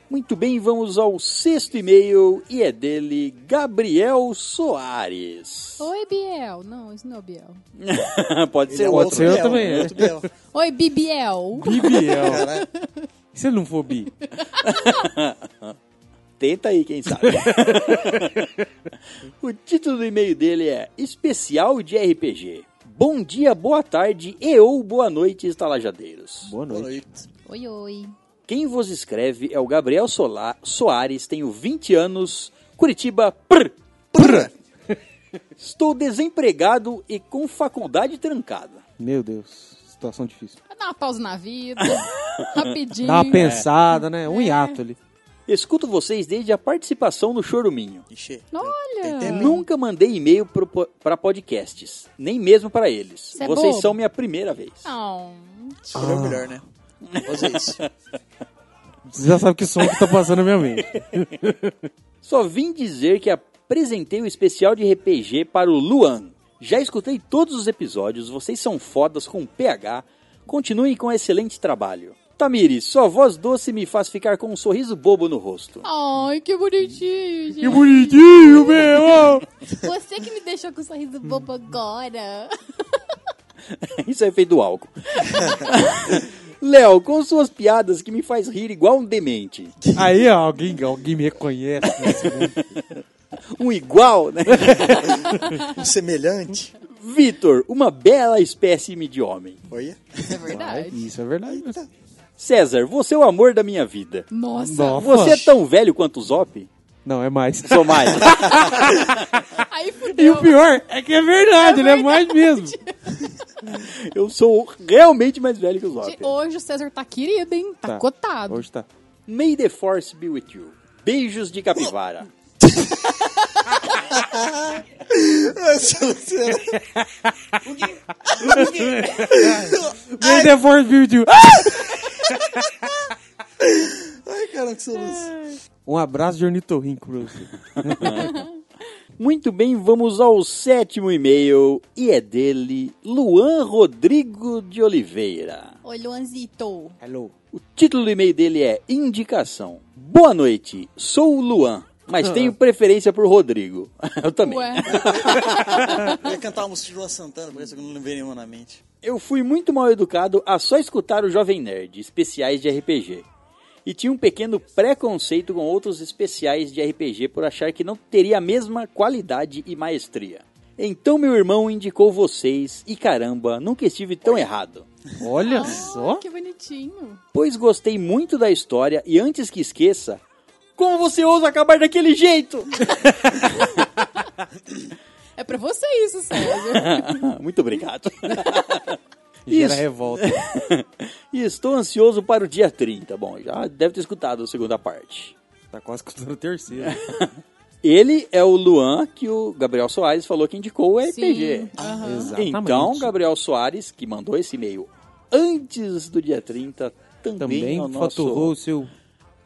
Muito bem, vamos ao sexto e-mail e é dele Gabriel Soares.
Oi, Biel. Não, esse não é o Biel.
Pode
Ele
ser
é
outro.
outro
ser eu
Biel,
também,
é
é.
outro Biel.
Oi, Bibiel.
Bibiel.
Caralho.
E se ele não for bi?
Tenta aí, quem sabe. o título do e-mail dele é Especial de RPG. Bom dia, boa tarde e ou boa noite, estalajadeiros.
Boa
Boa
noite.
noite.
Oi, oi.
Quem vos escreve é o Gabriel Sola Soares, tenho 20 anos, Curitiba. prr. Estou desempregado e com faculdade trancada.
Meu Deus. Situação difícil.
Vai dar uma pausa na vida. rapidinho.
Dá uma pensada, né? Um hiato ali.
Escuto vocês desde a participação no Choruminho.
Ixi.
Olha.
Tem tempo.
Nunca mandei e-mail pro- pra podcasts, nem mesmo pra eles.
é
Vocês
bobo.
são minha primeira vez.
Não.
Escolheu o melhor, né? Fazer isso.
Você já sabe que som que tá passando na minha mente.
Só vim dizer que apresentei o especial de RPG para o Luan. Já escutei todos os episódios, vocês são fodas com PH. Continuem com excelente trabalho. Tamiri, sua voz doce me faz ficar com um sorriso bobo no rosto.
Ai, que bonitinho, gente.
Que bonitinho, meu!
Você que me deixou com o sorriso bobo agora.
Isso é feito do álcool. Léo, com suas piadas que me faz rir igual um demente.
Aí, ó, alguém, alguém me reconhece. Né?
Um igual, né?
Um semelhante.
Vitor, uma bela espécime de homem.
Olha.
É verdade.
Isso é verdade.
César, você é o amor da minha vida.
Nossa.
Nossa.
Você é tão velho quanto o Zop?
Não, é mais.
Sou mais.
Aí fudeu.
E o pior é que é verdade,
É
ele é mais mesmo.
Eu sou realmente mais velho que o Zop.
Gente, Hoje o César tá querido, hein? Tá,
Tá.
cotado.
Hoje tá.
May the force be with you. Beijos de capivara.
Ah,
May the force be with you.
Ai, cara, que soluço.
Um abraço de ornitorrinco pra você.
Muito bem, vamos ao sétimo e-mail e é dele Luan Rodrigo de Oliveira.
Oi, Luanzito.
Hello.
O título do e-mail dele é Indicação. Boa noite, sou o Luan, mas tenho preferência por Rodrigo. Eu também.
Ué.
Eu ia cantar uma música de Lua Santana, por isso que eu não lembrei nenhuma na mente.
Eu fui muito mal educado a só escutar o Jovem Nerd, especiais de RPG. E tinha um pequeno preconceito com outros especiais de RPG por achar que não teria a mesma qualidade e maestria. Então meu irmão indicou vocês e caramba, nunca estive tão errado.
Olha
Ai,
só.
Que bonitinho.
Pois gostei muito da história e antes que esqueça, como você ousa acabar daquele jeito?
É pra você isso, César.
muito obrigado.
Gera
Isso.
revolta.
E estou ansioso para o dia 30. Bom, já deve ter escutado a segunda parte.
Tá quase escutando o terceiro.
Ele é o Luan que o Gabriel Soares falou que indicou o RPG.
Sim. Aham.
Exatamente.
Então, Gabriel Soares, que mandou esse e-mail antes do dia 30, também,
também
é o nosso...
faturou o seu É,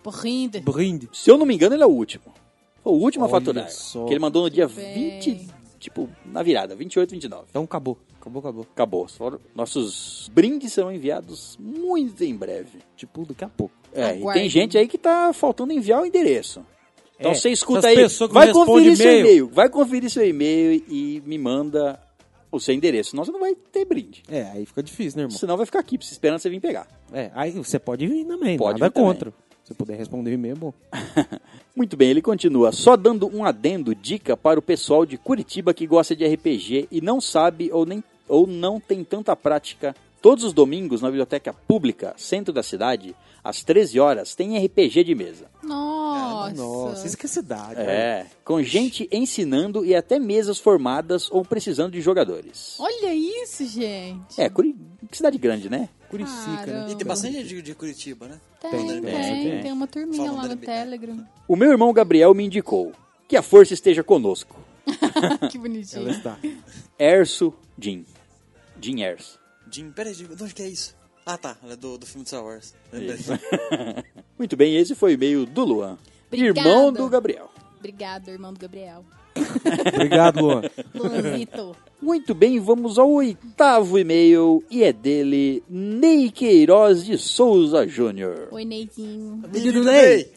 Porrindo.
brinde.
Se eu não me engano, ele é o último. Foi o último a
Olha
faturar.
só.
Que ele mandou no dia
bem.
20, tipo, na virada, 28, 29.
Então acabou. Acabou, acabou.
Acabou. Só- Nossos brindes serão enviados muito em breve.
Tipo, daqui a pouco.
É, e
Aguardem.
tem gente aí que tá faltando enviar o endereço. Então
É,
você escuta
essas
aí,
pessoas que
vai
não respondem
conferir seu
e-mail.
e-mail, vai conferir seu e-mail e me manda o seu endereço, senão você não vai ter brinde.
É, aí fica difícil, né, irmão?
Senão vai ficar aqui esperando você vir pegar.
É, aí você pode vir também,
Pode
nada
vir também.
contra. Se puder responder é mesmo.
Muito bem, ele continua. Só dando um adendo, dica para o pessoal de Curitiba que gosta de RPG e não sabe ou, nem, ou não tem tanta prática. Todos os domingos, na biblioteca pública, centro da cidade, às 13 horas, tem RPG de mesa.
Nossa.
Nossa, isso que é cidade. velho.
É, com gente ensinando e até mesas formadas ou precisando de jogadores.
Olha isso, gente.
É, Curi... que cidade grande, né?
Curicica, né?
Caramba.
E tem bastante gente de- de Curitiba, né?
Tem,
Tem,
tem,
tem,
tem,
tem.
uma turminha
Fala,
lá no
Dani.
Telegram.
O meu irmão Gabriel me indicou que a força esteja conosco.
que bonitinho.
Ela está.
Erso Jim. Jim Erso.
Jim, peraí, Jim, de onde que é isso? Ah, tá, ela é do, do filme de Star Wars. Lembrei.
Muito bem, esse foi o e-mail do Luan.
Obrigada.
Irmão do Gabriel.
Obrigado, irmão do Gabriel.
Obrigado, Luan.
Luanzito.
Muito bem, vamos ao oitavo e-mail e é dele Ney Queiroz de Souza Júnior.
Oi, Neizinho.
Menino Ney.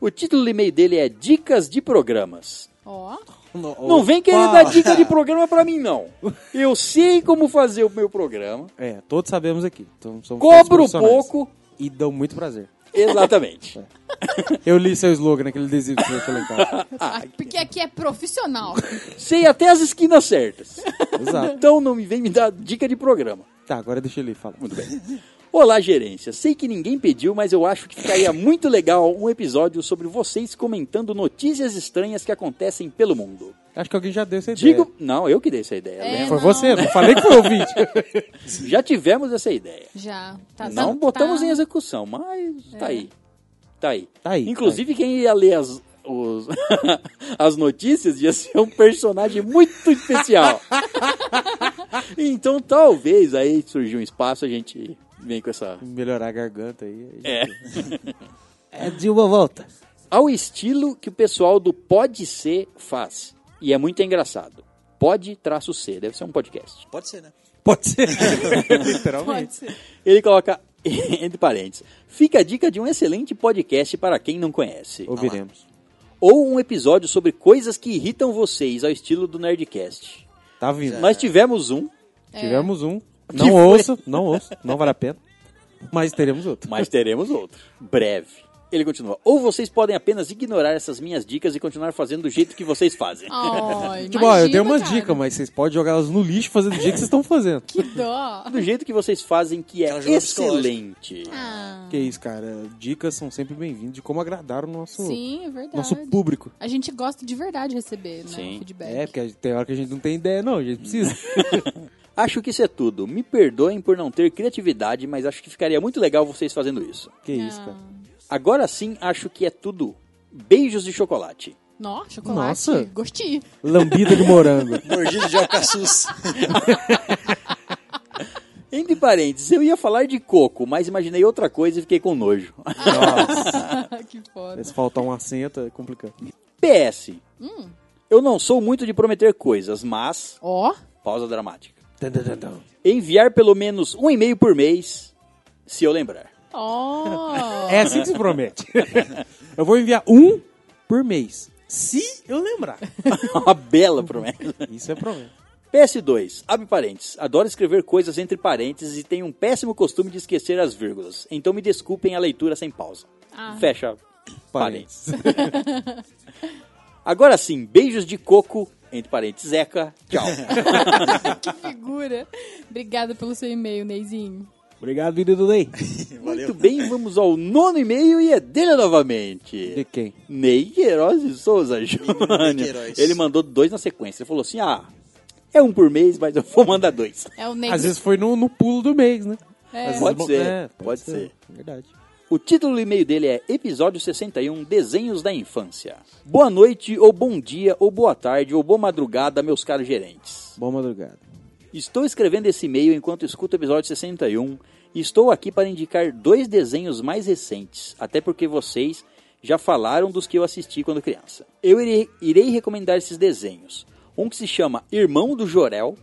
O título do e-mail dele é Dicas de Programas.
Ó.
Não vem querer dar dica de programa pra mim, não. Eu sei como fazer o meu programa.
É, todos sabemos aqui. Então, somos
Cobro
todos profissionais.
pouco.
E dão muito prazer.
Exatamente.
Eu li seu slogan naquele adesivo que você colocou.
Ah, porque aqui é profissional.
Sei até as esquinas certas.
Exato.
Então não me vem me dar dica de programa.
Tá, agora deixa ele falar. Muito bem.
Olá, gerência. Sei que ninguém pediu, mas eu acho que ficaria muito legal um episódio sobre vocês comentando notícias estranhas que acontecem pelo mundo.
Acho que alguém já deu essa ideia.
Digo. Não, eu que dei essa ideia.
É,
né?
Foi
não.
você, não falei que foi ouvinte.
Já tivemos essa ideia.
Já. Tá,
Não
tá-
botamos
tá-
em execução, mas tá aí. Tá aí.
Tá aí,
Inclusive, quem ia ler as, os- as notícias ia ser um personagem muito especial. então, talvez aí surgiu um espaço, a gente vem com essa.
Melhorar a garganta aí.
É.
É de uma volta.
Ao estilo que o pessoal do Pode Ser faz. E é muito engraçado. Pode traço C, deve ser um podcast.
Pode ser, né?
Pode ser. Literalmente.
Pode ser.
Ele coloca, entre parênteses, fica a dica de um excelente podcast para quem não conhece.
Ouviremos.
ou um episódio sobre coisas que irritam vocês ao estilo do Nerdcast.
Tá vindo.
Nós tivemos um,
Tivemos um.
Que
Não
foi?
ouço, não ouço, não vale a pena. Mas teremos outro.
mas teremos outro. Breve. Ele continua. Ou vocês podem apenas ignorar essas minhas dicas e continuar fazendo do jeito que vocês fazem.
Ah. Ai,
Tipo, ó, eu dei
imagina,
umas
cara.
dicas, mas vocês podem jogar elas no lixo fazendo do jeito que vocês estão fazendo.
Que dó.
Do jeito que vocês fazem, que é
Aquela jogada
excelente.
Ah,
Que isso, cara. Dicas são sempre bem-vindas de como agradar o nosso,
sim, é verdade.
nosso público.
A gente gosta de verdade de receber, né,
Sim.
feedback.
É, porque a gente- tem hora que a gente não tem ideia, não. A gente precisa.
Acho que isso é tudo. Me perdoem por não ter criatividade, mas acho que ficaria muito legal vocês fazendo isso.
que é isso,
Ah.
cara.
Agora sim, acho que é tudo. Beijos de chocolate.
Nossa, chocolate.
Nossa.
Gostei.
Lambida de morango.
Mordido de alcaçuz.
Entre parênteses, eu ia falar de coco, mas imaginei outra coisa e fiquei com nojo.
que foda.
Se faltar um acento, é complicado.
PS. Eu não sou muito de prometer coisas, mas.
Ó,
Pausa dramática. Enviar pelo menos um e-mail por mês, se eu lembrar.
ó.
É assim que se promete. Eu vou enviar um por mês. Se eu lembrar.
Uma bela promessa.
Isso é problema.
PS2, abre parênteses. Adoro escrever coisas entre parênteses e tenho um péssimo costume de esquecer as vírgulas. Então me desculpem a leitura sem pausa. Fecha parênteses. Agora sim, beijos de coco, entre parênteses, Zeca. Tchau.
que figura. Obrigada pelo seu e-mail, Neizinho.
Obrigado, menino Ney.
Valeu.
Muito bem, vamos ao nono e-mail e é dele novamente.
De quem?
Ney Queiroz de Souza Júnior.
Queiroz.
Ele mandou dois na sequência. Ele falou assim: ah, é um por mês, mas eu vou mandar dois.
É o Ney.
Às vezes foi no, no pulo do mês, né?
É.
Às vezes-
Pode ser,
É,
pode ser.
Verdade.
O título do e-mail dele é Episódio 61 Desenhos da Infância. Boa noite, ou bom dia, ou boa tarde, ou boa madrugada, meus caros gerentes.
Boa madrugada.
Estou escrevendo esse e-mail enquanto escuto o episódio 61 e estou aqui para indicar dois desenhos mais recentes, até porque vocês já falaram dos que eu assisti quando criança. Eu irei, irei recomendar esses desenhos. Um que se chama Irmão do Jorel.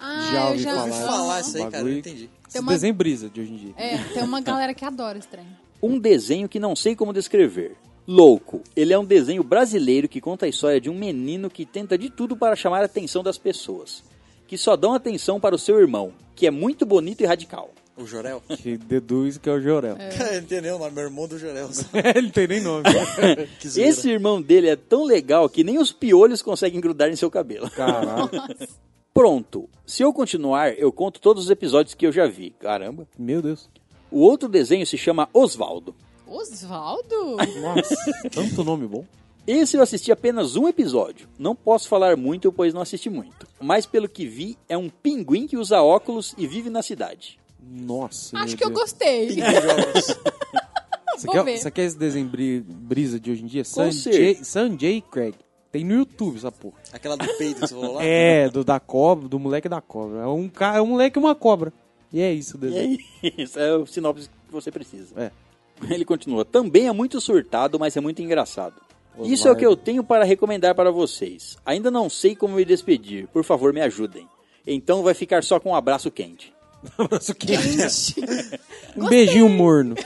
Ah,
já
eu
ouvi
já
ouvi
falar.
falar isso aí, cara,
Bagulho-
eu entendi.
Esse
Tem uma-
desenho brisa de hoje em dia.
É, tem uma galera que adora esse trem.
um desenho que não sei como descrever. Louco. Ele é um desenho brasileiro que conta a história de um menino que tenta de tudo para chamar a atenção das pessoas, que só dão atenção para o seu irmão, que é muito bonito e radical.
O Jorel?
Que deduz que é o Jorel.
Cara, entendeu o nome? Meu irmão do Jorel.
Ele tem nem nome.
Que zoeira.
Esse irmão dele é tão legal que nem os piolhos conseguem grudar em seu cabelo.
Caralho.
Pronto. Se eu continuar, eu conto todos os episódios que eu já vi. Caramba.
Meu Deus.
O outro desenho se chama Osvaldo.
Osvaldo?
Nossa, tanto nome bom.
Esse eu assisti apenas um episódio. Não posso falar muito, pois não assisti muito. Mas pelo que vi, é um pinguim que usa óculos e vive na cidade.
Nossa.
Acho
meu
que eu
Deus.
gostei.
Pinguim Jorel.
Você
Vou
quer,
ver.
você quer esse desenho bri- brisa de hoje em dia?
Com
Sanjay, Sanjay Craig. Tem no YouTube essa porra.
Aquela do peito que você falou lá?
É, do da cobra, do moleque da cobra. É um, ca- é um moleque e uma cobra. E é isso o
E
desenho.
é isso, é o sinopse que você precisa.
É.
Ele continua. Também é muito surtado, mas é muito engraçado.
Osvaldo.
Isso é o que eu tenho para recomendar para vocês. Ainda não sei como me despedir. Por favor, me ajudem. Então vai ficar só com um abraço quente.
Nossa, o que é isso? Um beijinho morno.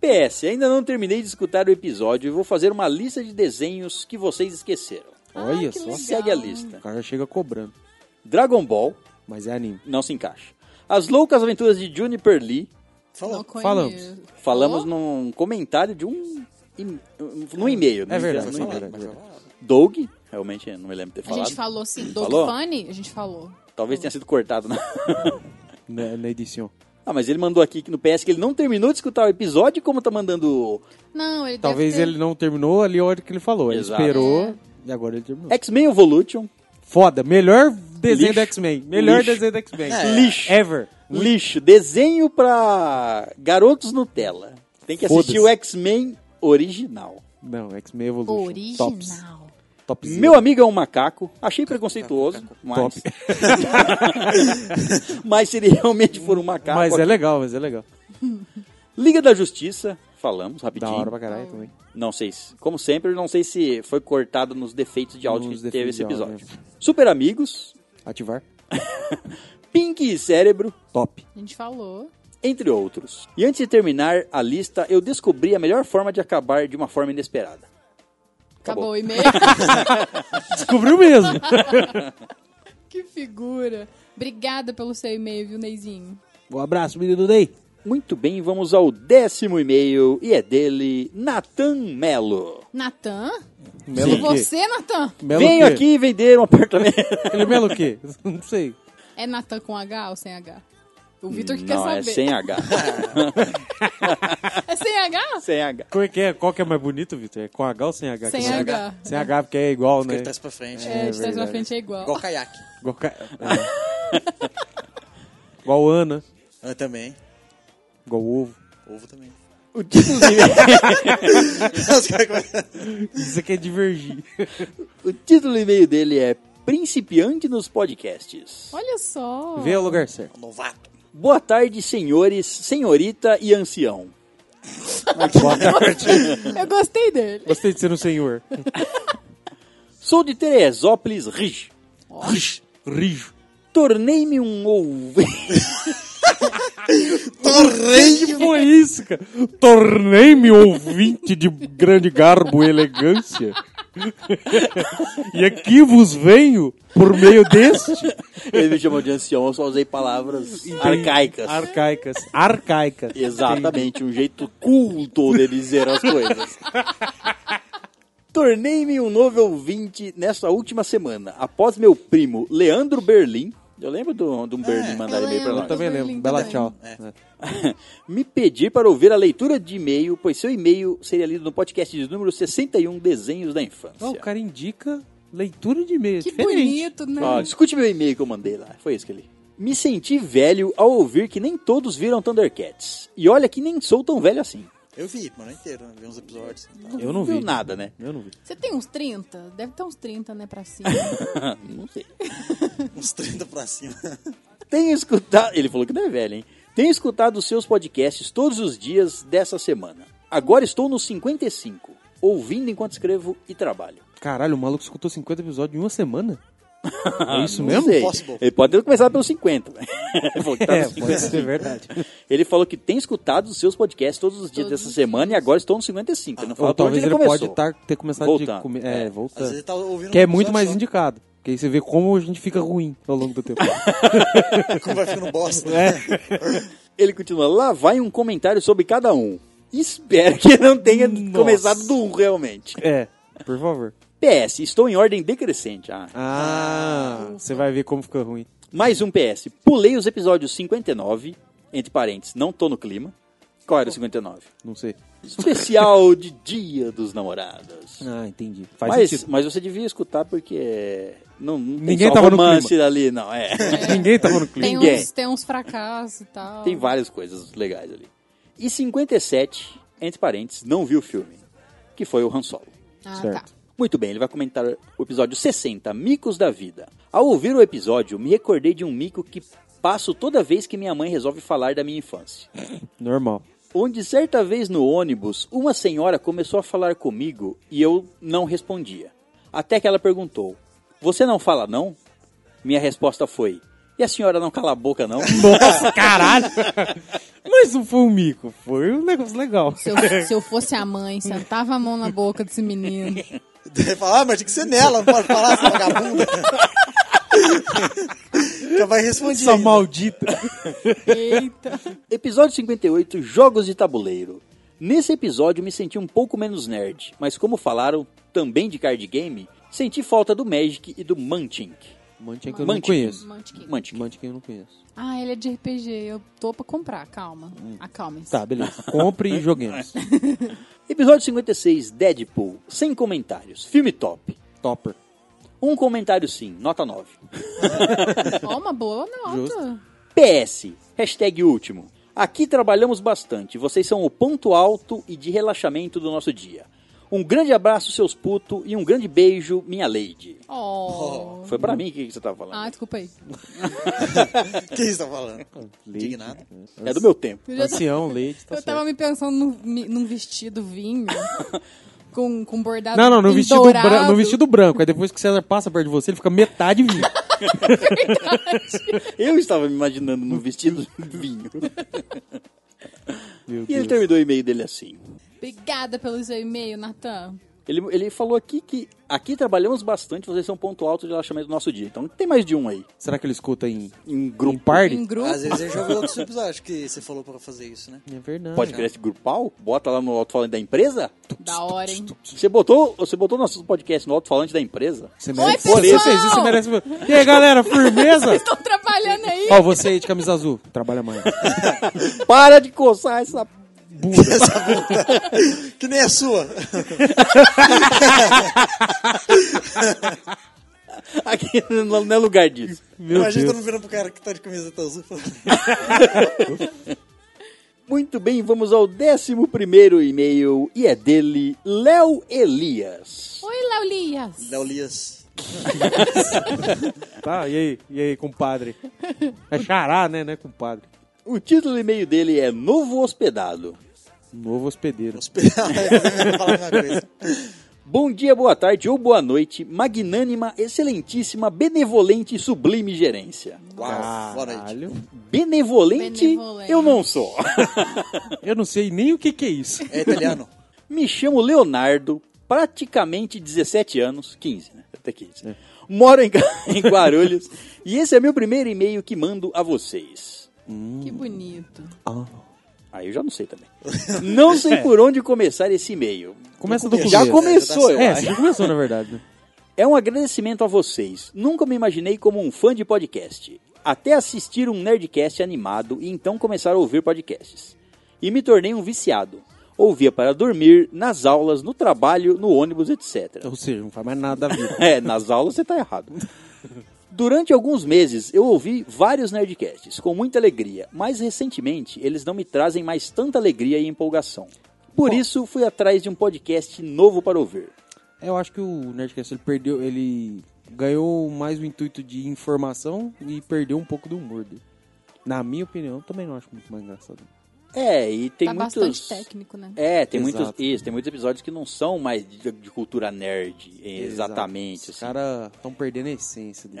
PS, ainda não terminei de escutar o episódio e vou fazer uma lista de desenhos que vocês esqueceram.
Olha
Ah, que
só.
legal.
Segue a lista.
O cara chega cobrando.
Dragon Ball,
Mas é anime.
não se encaixa. As Loucas Aventuras de Juniper Lee,
Falou.
Falamos.
falamos
Oh.
num comentário de um. e- num e-mail. não
É
esquece,
verdade,
num
foi
e-mail.
falado, mas foi
Doug, realmente não me lembro de ter
A
falado.
gente falou sim, Dog
Falou?
Funny? A gente falou.
Talvez tenha sido cortado. Né?
Na, né, na edição.
ah, mas ele mandou aqui que no PS que ele não terminou de escutar o episódio, como tá mandando.
Não, ele
Talvez
deve ter... É.
ele não terminou ali a hora que ele falou. Ele
Exato.
esperou e agora ele terminou.
X-Men Evolution,
Foda. Melhor desenho
Lixo.
do X-Men. Melhor
Lixo.
desenho do X-Men.
É.
Lixo.
Ever.
lixo, desenho pra garotos Nutella. Tem que assistir
Foda-se.
o X-Men original.
Não, X-Men Evolution.
Original.
Tops. Tops.
Meu amigo é um macaco. Achei preconceituoso, mas. mas se ele realmente for um macaco.
Mas
ok.
é legal, mas é legal.
Liga da Justiça, falamos
Da
rapidinho.
hora pra caralho também.
Não sei se, como sempre, não sei se foi cortado nos defeitos de áudio
Nos
que teve
defeitos
esse
de áudio,
episódio. Super Amigos,
Ativar.
Pink e Cérebro,
Top.
A gente falou.
entre outros. E antes de terminar a lista, eu descobri a melhor forma de acabar de uma forma inesperada. Acabou.
Acabou, o e-mail.
Descobriu mesmo.
que figura. Obrigada pelo seu e-mail, viu, Neizinho?
um abraço, menino Ney.
Muito bem, vamos ao décimo e-mail e é dele, Nathan Melo.
Natan?
Melo o quê?
Você, Natan?
Melo
Venho
o quê?
aqui vender um apartamento.
Ele melo o quê? Não sei.
É Natan com H ou sem H? O Vitor que
Não,
quer
é
saber.
sem H.
É sem H?
sem H.
Como é que é? Qual que é mais bonito, Vitor? É com H ou sem H?
Sem
Que é mais-
H.
Sem H, porque é igual,
Porque
né?
ele tá pra frente.
É, de trás pra
verdade.
frente é igual.
Igual caiaque.
Igual, ca- é. Igual Ana,
Ah, também.
igual ovo.
Ovo também.
O título, do e-mail-
Os caras começam-
Isso aqui é divergir.
o título do e-mail dele é Principiante nos Podcasts.
Olha só.
Vê ao lugar certo.
Novato.
Boa tarde, senhores, senhorita e ancião.
Boa tarde.
Eu gostei dele.
Gostei de ser um senhor.
Sou de Teresópolis, Rio.
Rijo.
Tornei-me um ouvinte.
Que foi isso, cara? Tornei-me ouvinte de grande garbo e elegância. e aqui vos venho por meio deste.
Ele me chamou de ancião, eu só usei palavras arcaicas.
Arcaicas. Arcaicas.
Exatamente, um jeito culto de dizer as coisas. Tornei-me um novo ouvinte nessa última semana, após meu primo Leandro Berlim. Eu lembro do, do Berlim mandar e-mail pra
lembro.
Eu
nós.
também lembro. Bela tchau. É.
Me pedir para ouvir a leitura de e-mail, pois seu e-mail seria lido no podcast de número 61, Desenhos da Infância.
Ó, o cara indica leitura de e-mail. é
Que
diferente.
bonito, né?
Ó, escute meu e-mail que eu mandei lá. Foi isso que ele. Me senti velho ao ouvir que nem todos viram Thundercats. E olha que nem sou tão velho assim.
Eu vi, mano, inteiro. né? Vi uns episódios. e tal.
Eu não
viu
vi.
nada, né?
Eu não vi.
Você tem uns 30? Deve ter uns 30, né, pra cima.
Não sei.
Uns 30 pra cima.
Tenho escutado. Ele falou que não é velho, hein? Tenho escutado os seus podcasts todos os dias dessa semana. Agora estou nos 55, ouvindo enquanto escrevo e trabalho.
Caralho, o maluco escutou 50 episódios em uma semana? É isso
Não
mesmo?
sei.
Impossible.
Ele pode ter começado pelos 50. né? Ele falou que tá
É,
nos
pode
55.
ser verdade.
Ele falou que tem escutado os seus podcasts todos os dias
Todos
dessa
os
semana e agora estou nos 55. Ele não falou
Ah, Ou
pra onde
talvez
ele
ele
começou.
pode tá tar- ter começado
Voltando.
de comer. É, voltando.
Às vezes ele tá ouvindo
Que é
um
muito
episódio
mais
só.
indicado. Porque aí você vê como a gente fica ruim ao longo do tempo.
Como vai ficando bosta.
É.
Ele continua, lá vai um comentário sobre cada um. Espero que não tenha
Nossa.
começado do um realmente.
é, por favor.
PS, estou em ordem decrescente. Ah,
Ah, você vai ver como fica ruim.
Mais um PS. Pulei os episódios 59, entre parênteses, não tô no clima. Qual era o 59?
Não sei.
Especial de Dia dos Namorados.
Ah, entendi. Faz
Mas,
sentido.
mas você devia escutar porque é, não, não tem
Ninguém
só
tava no
romance ali, não. É.
Ninguém tá tava no clima.
Tem
Ninguém.
uns, tem uns fracassos e tal.
tem várias coisas legais ali. E 57, entre parênteses, não vi o filme, que foi o Han Solo.
Ah,
Certo.
tá.
Muito bem, ele vai comentar o episódio 60, Micos da Vida. Ao ouvir o episódio, me recordei de um mico que passo toda vez que minha mãe resolve falar da minha infância.
um-
Normal.
Onde certa vez no ônibus, uma senhora começou a falar comigo e eu não respondia. Até que ela perguntou: Você não fala não? Minha resposta foi: E a senhora não cala a boca não?
Nossa, caralho! mas não foi um mico, foi um negócio legal.
Se eu, se eu fosse a mãe, sentava a mão na boca desse menino.
Ele fala, ah, mas tinha que ser nela, não pode falar, essa vagabunda. Já vai responder.
Essa maldita.
Eita.
Episódio 58, Jogos de Tabuleiro. Nesse episódio me senti um pouco menos nerd, mas como falaram também de card game, senti falta do Magic e do Munchink.
Mantinha que eu não
Mantinha.
conheço.
Mantiquinho.
Munchkin.
Mantinha que eu não conheço.
Ah, ele é de RPG. Eu tô pra comprar, calma. Acalme-se.
Tá, beleza. Compre e joguemos.
Episódio 56, Deadpool. Sem comentários. Filme top.
Topper.
Um comentário sim, nota 9.
Ó, uma boa nota.
Justo.
PS, hashtag último. Aqui trabalhamos bastante, vocês são o ponto alto e de relaxamento do nosso dia. Um grande abraço, seus puto, e um grande beijo, minha lady.
Oh.
Ó.
Foi
Uhum.
pra mim o que que você tava falando.
Ah, desculpa
Tá
aí.
O que você tá falando? Indignado.
é do meu tempo.
Eu, já tava-
Ancião, leite, tá
eu tava
certo.
me pensando num, mi- num vestido vinho com, com bordado.
Não, não, no
em
vestido,
dourado.
bran- no vestido branco. Aí depois que o César passa perto de você, ele fica metade vinho.
Eu estava me imaginando num vestido vinho.
Meu
E ele
Deus.
terminou o e-mail dele assim.
Obrigada pelo seu e-mail, Natan.
Ele, ele falou aqui que aqui trabalhamos bastante, vocês são um ponto alto de relaxamento do nosso dia. Então tem mais de um aí.
Será que ele escuta em,
Em grupo.
em party?
Em grupo.
Às vezes eu já ouvi outros episódios que você falou pra fazer isso, né?
É verdade.
Pode criar esse grupal? Bota lá no alto-falante da empresa?
Da hora, hein?
Você botou, você botou nosso podcast no alto-falante da empresa?
Você
Oi,
Por isso,
pessoal!
fez isso, você merece. E aí, galera, firmeza?
Estão trabalhando aí.
Ó, você aí de camisa azul, trabalha amanhã.
Para de coçar essa
Que nem a sua.
Aqui não não é lugar disso.
Meu
Imagina eu
Deus.
não virando pro cara que tá de camiseta azul.
Muito bem, vamos ao 11 primeiro e-mail e é dele, Léo Elias.
Oi, Laulias.
Léo Lias.
Tá, e aí, e aí, compadre? É xará, né, né, compadre?
O título do e-mail dele é Novo Hospedado.
Novo hospedeiro.
Bom dia, boa tarde ou boa noite, magnânima, excelentíssima, benevolente e sublime gerência.
Uau, boa noite.
Caralho.
Benevolente,
Benevolente.
eu não sou.
Eu não sei nem o que que é isso.
É italiano.
Me chamo Leonardo, praticamente 17 anos, 15, né? Até 15. Moro em, Gua- em Guarulhos e esse é meu primeiro e-mail que mando a vocês.
Que bonito.
Aí eu já não sei também. Não sei por onde começar esse e-mail.
Começa do começo.
Já começou, eu
É,
acho.
você já começou, na verdade. né?
É um agradecimento a vocês. Nunca me imaginei como um fã de podcast. Até assistir um Nerdcast animado e então começar a ouvir podcasts. E me tornei um viciado. Ouvia para dormir, nas aulas, no trabalho, no ônibus, etc.
Ou seja, não faz mais nada da vida.
É, nas aulas você tá errado. Durante alguns meses eu ouvi vários Nerdcasts com muita alegria, mas recentemente eles não me trazem mais tanta alegria e empolgação. Por isso fui atrás de um podcast novo para ouvir.
Eu acho que o Nerdcast, ele perdeu, ele ganhou mais o intuito de informação e perdeu um pouco do humor dele. Na minha opinião, também não acho muito mais engraçado.
É, e tem
tá
muitos.
bastante técnico, né?
É, tem
Exato.
muitos, isso, tem muitos episódios que não são mais de, de cultura nerd, eh, exatamente.
Os
assim.
caras estão perdendo a essência dele.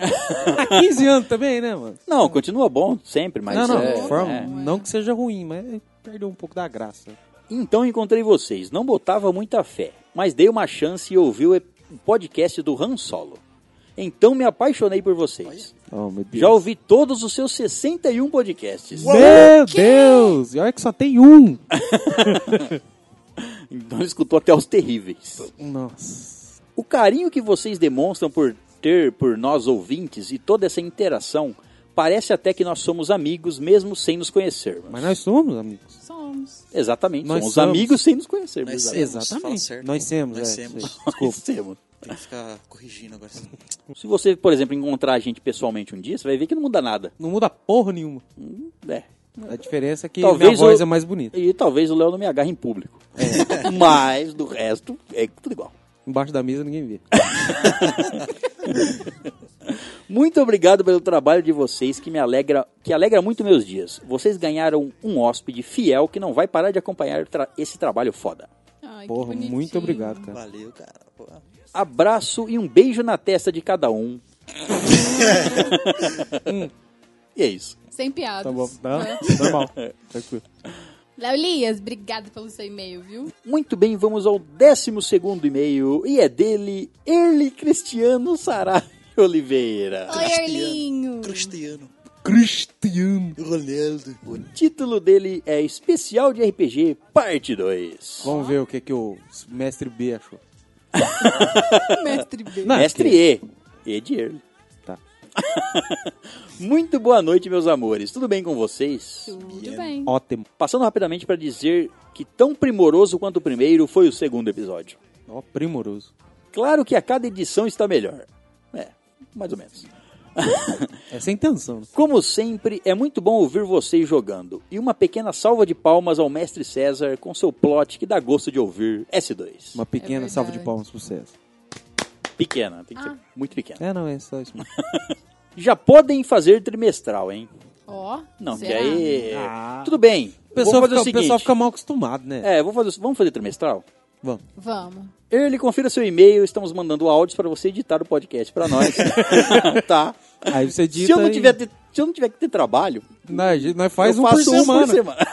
Há 15 anos também, né, mano?
Não, continua bom sempre, mas
não, não,
é,
de forma,
é.
não que seja ruim, mas perdeu um pouco da graça.
Então encontrei vocês. Não botava muita fé, mas dei uma chance e ouvi o ep- podcast do Han Solo. Então me apaixonei por vocês.
Oh, meu Deus.
Já ouvi todos os seus 61 podcasts.
Meu Deus! E olha que só tem um!
Então escutou até os terríveis.
Nossa.
O carinho que vocês demonstram por ter por nós ouvintes e toda essa interação parece até que nós somos amigos mesmo sem nos conhecermos.
Mas nós somos, amigos.
Somos.
Exatamente,
Nós
somos,
somos.
amigos sem nos conhecermos.
Nós
exatamente.
Somos, fala
Exatamente.
certo.
Nós somos,
Nós
é,
somos.
isso aí. Desculpa.
Temos.
Tem que ficar corrigindo agora.
Se você, por exemplo, encontrar a gente pessoalmente um dia, você vai ver que não muda nada.
Não muda porra nenhuma.
É.
A diferença é que
Talvez
minha voz
eu-
é mais bonita.
E talvez o Léo não me agarre em público.
É.
Mas do resto é tudo igual.
Embaixo da mesa ninguém vê.
Muito obrigado pelo trabalho de vocês que me alegra, que alegra muito meus dias. Vocês ganharam um hóspede fiel que não vai parar de acompanhar tra- esse trabalho foda.
Ai, que
Porra,
bonitinho.
muito obrigado, cara.
Valeu, cara. Pô.
Abraço e um beijo na testa de cada um. e é isso.
Sem piadas.
Tá bom. Não,
né?
normal. Tranquilo.
Laulias, obrigado pelo seu e-mail, viu?
Muito bem, vamos ao 12 segundo e-mail e é dele, Erli Cristiano Sarai Oliveira.
Oi, Erlinho.
Cristiano.
Cristiano.
Ronaldo.
O título dele é Especial de RPG Parte 2.
Vamos ver o que, que o mestre B achou.
Mestre B.
Não,
Mestre
que-
E. E de Erli.
Tá.
Muito boa noite, meus amores. Tudo bem com vocês?
Tudo bem.
Ótimo.
Passando rapidamente para dizer que tão primoroso quanto o primeiro foi o segundo episódio.
Ó, primoroso.
Claro que a cada edição está melhor. É, mais ou menos.
É sem intenção, né?
Como sempre, é muito bom ouvir vocês jogando. E uma pequena salva de palmas ao mestre César com seu plot que dá gosto de ouvir. S2.
Uma pequena
verdade.
salva de palmas pro César.
Pequena, tem que ser
Ah.
muito pequena.
É, não, é só isso. mesmo.
Já podem fazer trimestral, hein?
Ó,
Não, porque
será?
aí.
Ah.
Tudo bem.
O pessoal,
vou fazer
fica,
o
o
seguinte.
pessoal fica mal acostumado, né?
É, vou fazer, o- vamos fazer trimestral?
Vamos.
Vamos.
Ele confira seu e-mail, estamos mandando áudios para você editar o podcast para nós. tá.
Aí você edita
se, eu não
e-
tiver, te- se eu não tiver que ter trabalho,
Não, a gente- nós faz
eu
um por
faço um
semana.
por Ah, semana.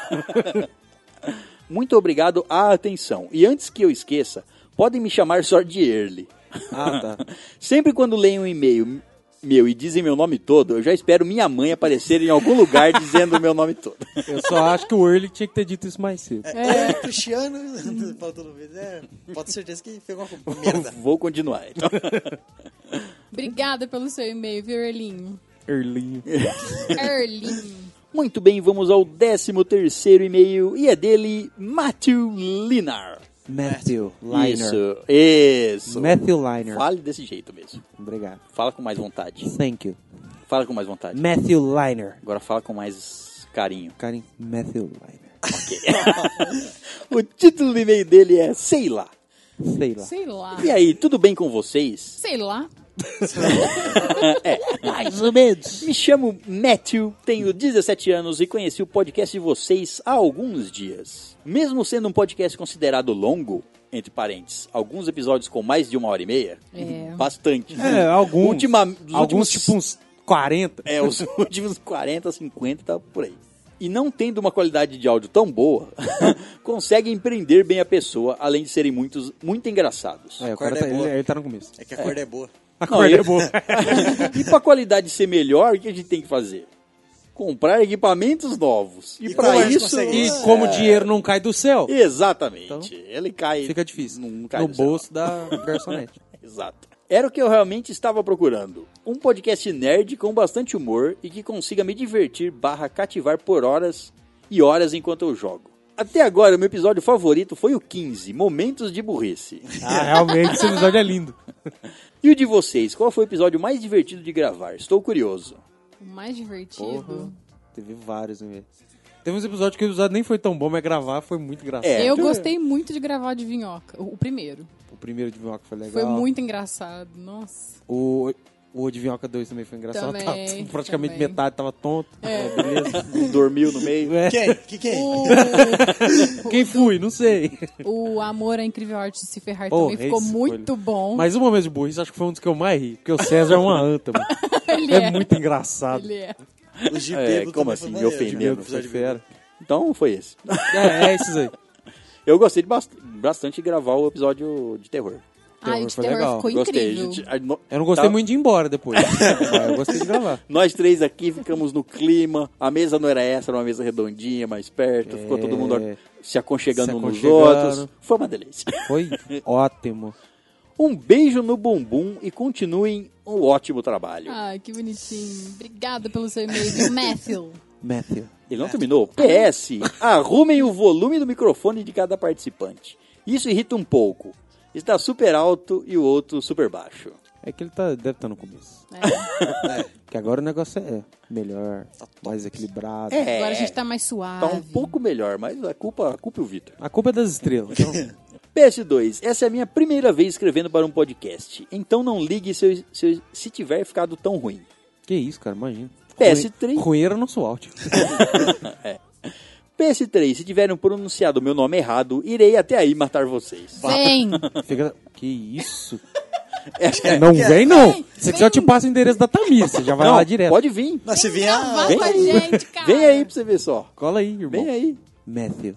Muito obrigado à atenção. E antes que eu esqueça, Podem me chamar só de Early.
Ah, tá.
Sempre quando leem um e-mail meu e dizem meu nome todo, eu já espero minha mãe aparecer em algum lugar dizendo meu nome todo.
Eu só acho que o Early tinha que ter dito isso mais cedo.
É, Cristiano, fala todo mundo. É, pode ter certeza que foi uma merda.
Vou continuar. Então.
Obrigada pelo seu e-mail, viu, Erlinho?
Early.
É.
Erlinho.
Muito bem, vamos ao 13 terceiro e-mail e é dele Matthew Linar.
Matthew Liner.
Isso, isso.
Matthew Liner.
Fale desse jeito mesmo.
Obrigado.
Fala com mais vontade.
Thank you.
Fala com mais vontade.
Matthew Liner.
Agora fala com mais carinho.
Carinho, Matthew Liner.
O título do e-mail dele é Sei lá.
Sei lá.
Sei lá.
E aí, tudo bem com vocês?
Sei lá.
Mais ou menos.
Me chamo Matthew, tenho 17 anos e conheci o podcast de vocês há alguns dias. Mesmo sendo um podcast considerado longo, entre parênteses, alguns episódios com mais de uma hora e meia,
É.
bastante.
É, alguns.
Ultima- dos
alguns,
últimos-
tipo uns 40.
É, os últimos 40, 50 tá por aí. E não tendo uma qualidade de áudio tão boa, conseguem prender bem a pessoa, além de serem muitos, muito engraçados.
É, o
corda
cara
é
tá, ele,
boa.
ele tá no começo.
É que a corda é boa.
A
Não,
corda
eu-
é boa.
e pra qualidade ser melhor, o que a gente tem que fazer? Comprar equipamentos novos. E,
E
Tá,
pra
como a gente
isso.
consegue
E
isso? É.
como o dinheiro não cai do céu,
Exatamente.
Então,
Ele cai.
fica difícil.
Não cai
no
céu.
bolso da garçonete.
Exato. Era o que eu realmente estava procurando. Um podcast nerd com bastante humor e que consiga me divertir barra cativar por horas e horas enquanto eu jogo. Até agora, o meu episódio favorito foi o 15, Momentos de Burrice.
Ah, realmente, esse episódio é lindo.
E o de vocês, qual foi o episódio mais divertido de gravar? Estou curioso.
O mais divertido.
Porra, teve vários, né? Teve uns episódios que o episódio nem foi tão bom, mas gravar foi muito engraçado.
É.
Eu gostei muito de gravar o de vinhoca, o o primeiro.
O primeiro de Vinhoca foi legal.
Foi muito engraçado, nossa.
O, o de Vinhoca 2 também foi engraçado.
Também,
Tava tudo- praticamente
também.
metade tava tonto. É. beleza.
Um Dormiu no meio.
É.
Quem? Que quem?
Quem fui? Não sei.
O Amor à Incrível Arte de Se Ferrar
Oh,
também ficou
esse
muito
foi-
bom.
Mas o momento de burrice acho que foi um dos que eu mais ri. Porque o César é uma anta, mano.
ele
É muito engraçado.
Ele é.
O G
É,
bêbado
como
também
assim?
foi
Me
maneiro.
ofendendo.
G
Meu,
bêbado,
foi
episódio bêbado.
fera.
Então foi esse.
É, é isso aí.
Eu gostei de bast- bastante de gravar o episódio de terror.
Ah, e o de
foi
terror
legal.
ficou
gostei.
incrível.
gente. A no-
Eu não gostei
tá-
muito de ir embora depois. mas eu gostei de gravar.
Nós três aqui ficamos no clima. A mesa não era essa, era uma mesa redondinha, mais perto. Ficou todo mundo se aconchegando
É. Se
uns nos
aconchegando.
outros. Foi uma delícia.
Foi ótimo.
Um beijo no bumbum e continuem o ótimo trabalho.
Ah, que bonitinho. Obrigada pelo seu e-mail, viu, Matthew.
Matthew.
Ele
tá.
não terminou. PS, arrumem o volume do microfone de cada participante. Isso irrita um pouco. Está super alto e o outro super baixo.
É que ele tá, deve estar no começo.
É,
Que agora o negócio é melhor, mais equilibrado.
Tá É,
Agora a gente tá mais suave.
tá um pouco melhor, mas a culpa, a culpa é o Vitor.
A culpa é das estrelas. Então,
PS2, essa é a minha primeira vez escrevendo para um podcast, então não ligue se, eu- se, eu- se tiver ficado tão ruim.
que isso, cara, imagina.
PS3.
Rueira no seu áudio.
É. PS3, se tiverem pronunciado meu nome errado, irei até aí matar vocês.
Vem!
Fica- Que isso?
É,
Não vem, não.
Vem,
Se quiser, eu te
vem.
passo o endereço da Tamir. Você já vai
não,
lá direto.
Pode vir.
Mas se vier,
Gravar
Vem
com a
aí.
gente, cara.
Vem aí pra você ver só.
Cola aí, irmão.
Vem aí.
Matthew.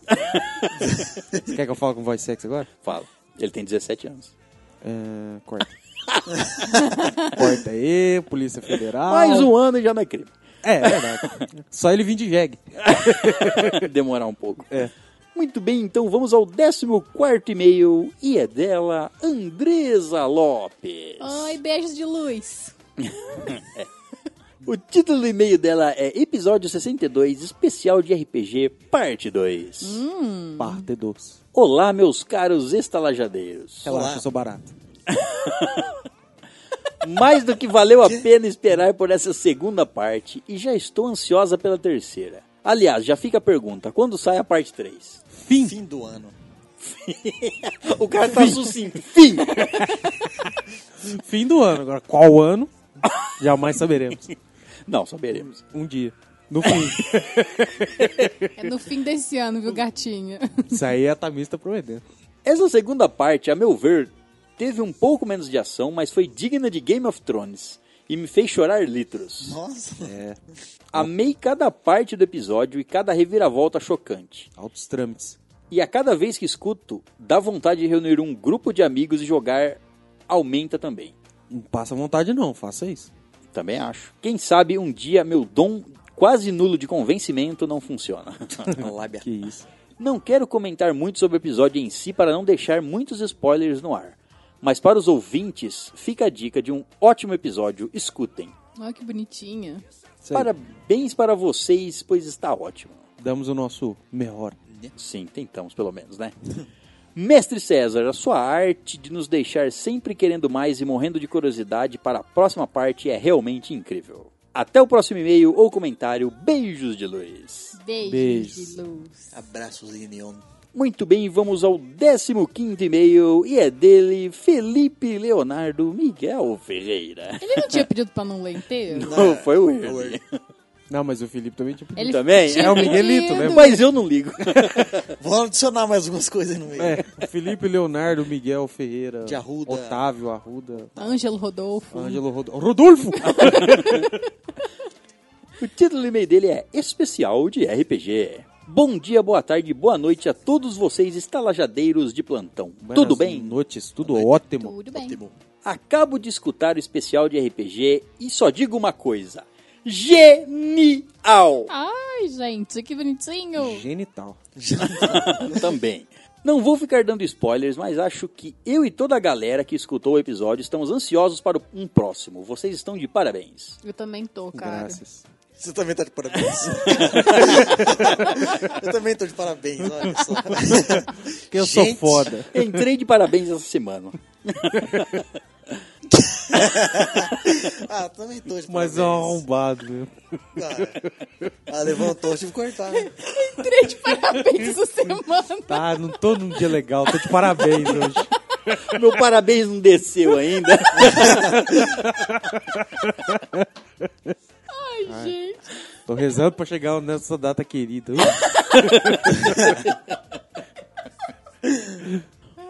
Você quer que eu fale com voz sexy agora?
Fala. Ele tem 17 anos.
É, corta. corta aí, Polícia Federal.
Mais um ano e já não é crime.
É, é verdade. Só ele vir de jegue.
Demorar um pouco.
É.
Muito bem, então vamos ao 14 e-mail e é dela Andresa Lopes.
Oi, beijos de luz.
O título do e-mail dela é Episódio 62, especial de RPG, parte 2.
Parte doce.
Olá, meus caros estalajadeiros.
Relaxa,
Olá.
eu sou barato.
Mais do que valeu a pena esperar por essa segunda parte e já estou ansiosa pela terceira. Aliás, já fica a pergunta, quando sai a parte 3?
Fim.
Fim do ano.
O cara tá sucinto. Fim!
Fim do ano. Agora, qual ano? Jamais saberemos.
Não, saberemos.
Um dia. No fim.
É no fim desse ano, viu, gatinha?
Isso aí a Tamir tá prometendo.
Essa segunda parte, a meu ver, teve um pouco menos de ação, mas foi digna de Game of Thrones e me fez chorar litros.
Nossa.
É,
Amei cada parte do episódio e cada reviravolta chocante.
Altos trâmites.
E a cada vez que escuto, dá vontade de reunir um grupo de amigos e jogar aumenta também.
Não passa vontade, não, faça isso.
Também acho. Quem sabe um dia meu dom quase nulo de convencimento não funciona.
A lábia.
Que isso.
Não quero comentar muito sobre o episódio em si para não deixar muitos spoilers no ar. Mas para os ouvintes, fica a dica de um ótimo episódio. Escutem.
Olha que bonitinha.
Isso aí.
Parabéns para vocês, pois está ótimo.
Damos o nosso melhor.
Sim, tentamos pelo menos, né? Mestre César, a sua arte de nos deixar sempre querendo mais e morrendo de curiosidade para a próxima parte é realmente incrível. Até o próximo e-mail ou comentário. Beijos de luz.
Beijos,
Beijos.
de luz.
Abraços de neon.
Muito bem, vamos ao 15º e-mail e é dele Felipe Leonardo Miguel Ferreira.
Ele não tinha pedido pra não ler inteiro?
Não, foi o Ernie.
Não, mas o Felipe também tipo.
Ele
Também.
tinha
É o
Miguelito, né?
pedido.
Mas eu não ligo.
Vou adicionar mais algumas coisas aí no meio.
É, Felipe Leonardo, Miguel Ferreira,
De Arruda.
Otávio Arruda,
Ângelo Rodolfo.
Ângelo Rod... Rodolfo!
O título do e-mail dele é Especial de RPG. Bom dia, boa tarde, boa noite a todos vocês estalajadeiros de plantão. Tudo
Buenas
bem?
Noites, tudo ótimo.
Tudo bem.
Ótimo.
Acabo de escutar o especial de RPG e só digo uma coisa. Genial!
Ai, gente, que bonitinho.
Genital.
Também. Não vou ficar dando spoilers, mas acho que eu e toda a galera que escutou o episódio estamos ansiosos para um próximo. Vocês estão de parabéns.
Eu também tô, cara.
Graças.
Você também tá de parabéns. eu também tô de parabéns, olha só.
Porque eu sou
Gente.
foda.
Entrei de parabéns essa semana.
Ah, também tô de parabéns.
Mas é um arrombado, viu?
Cara. Ah, levantou, tive que cortar. né?
Entrei de parabéns essa semana.
Tá, não tô num dia legal, tô de parabéns hoje.
Meu parabéns não desceu ainda.
Ai, gente.
Tô rezando pra chegar nessa data querida.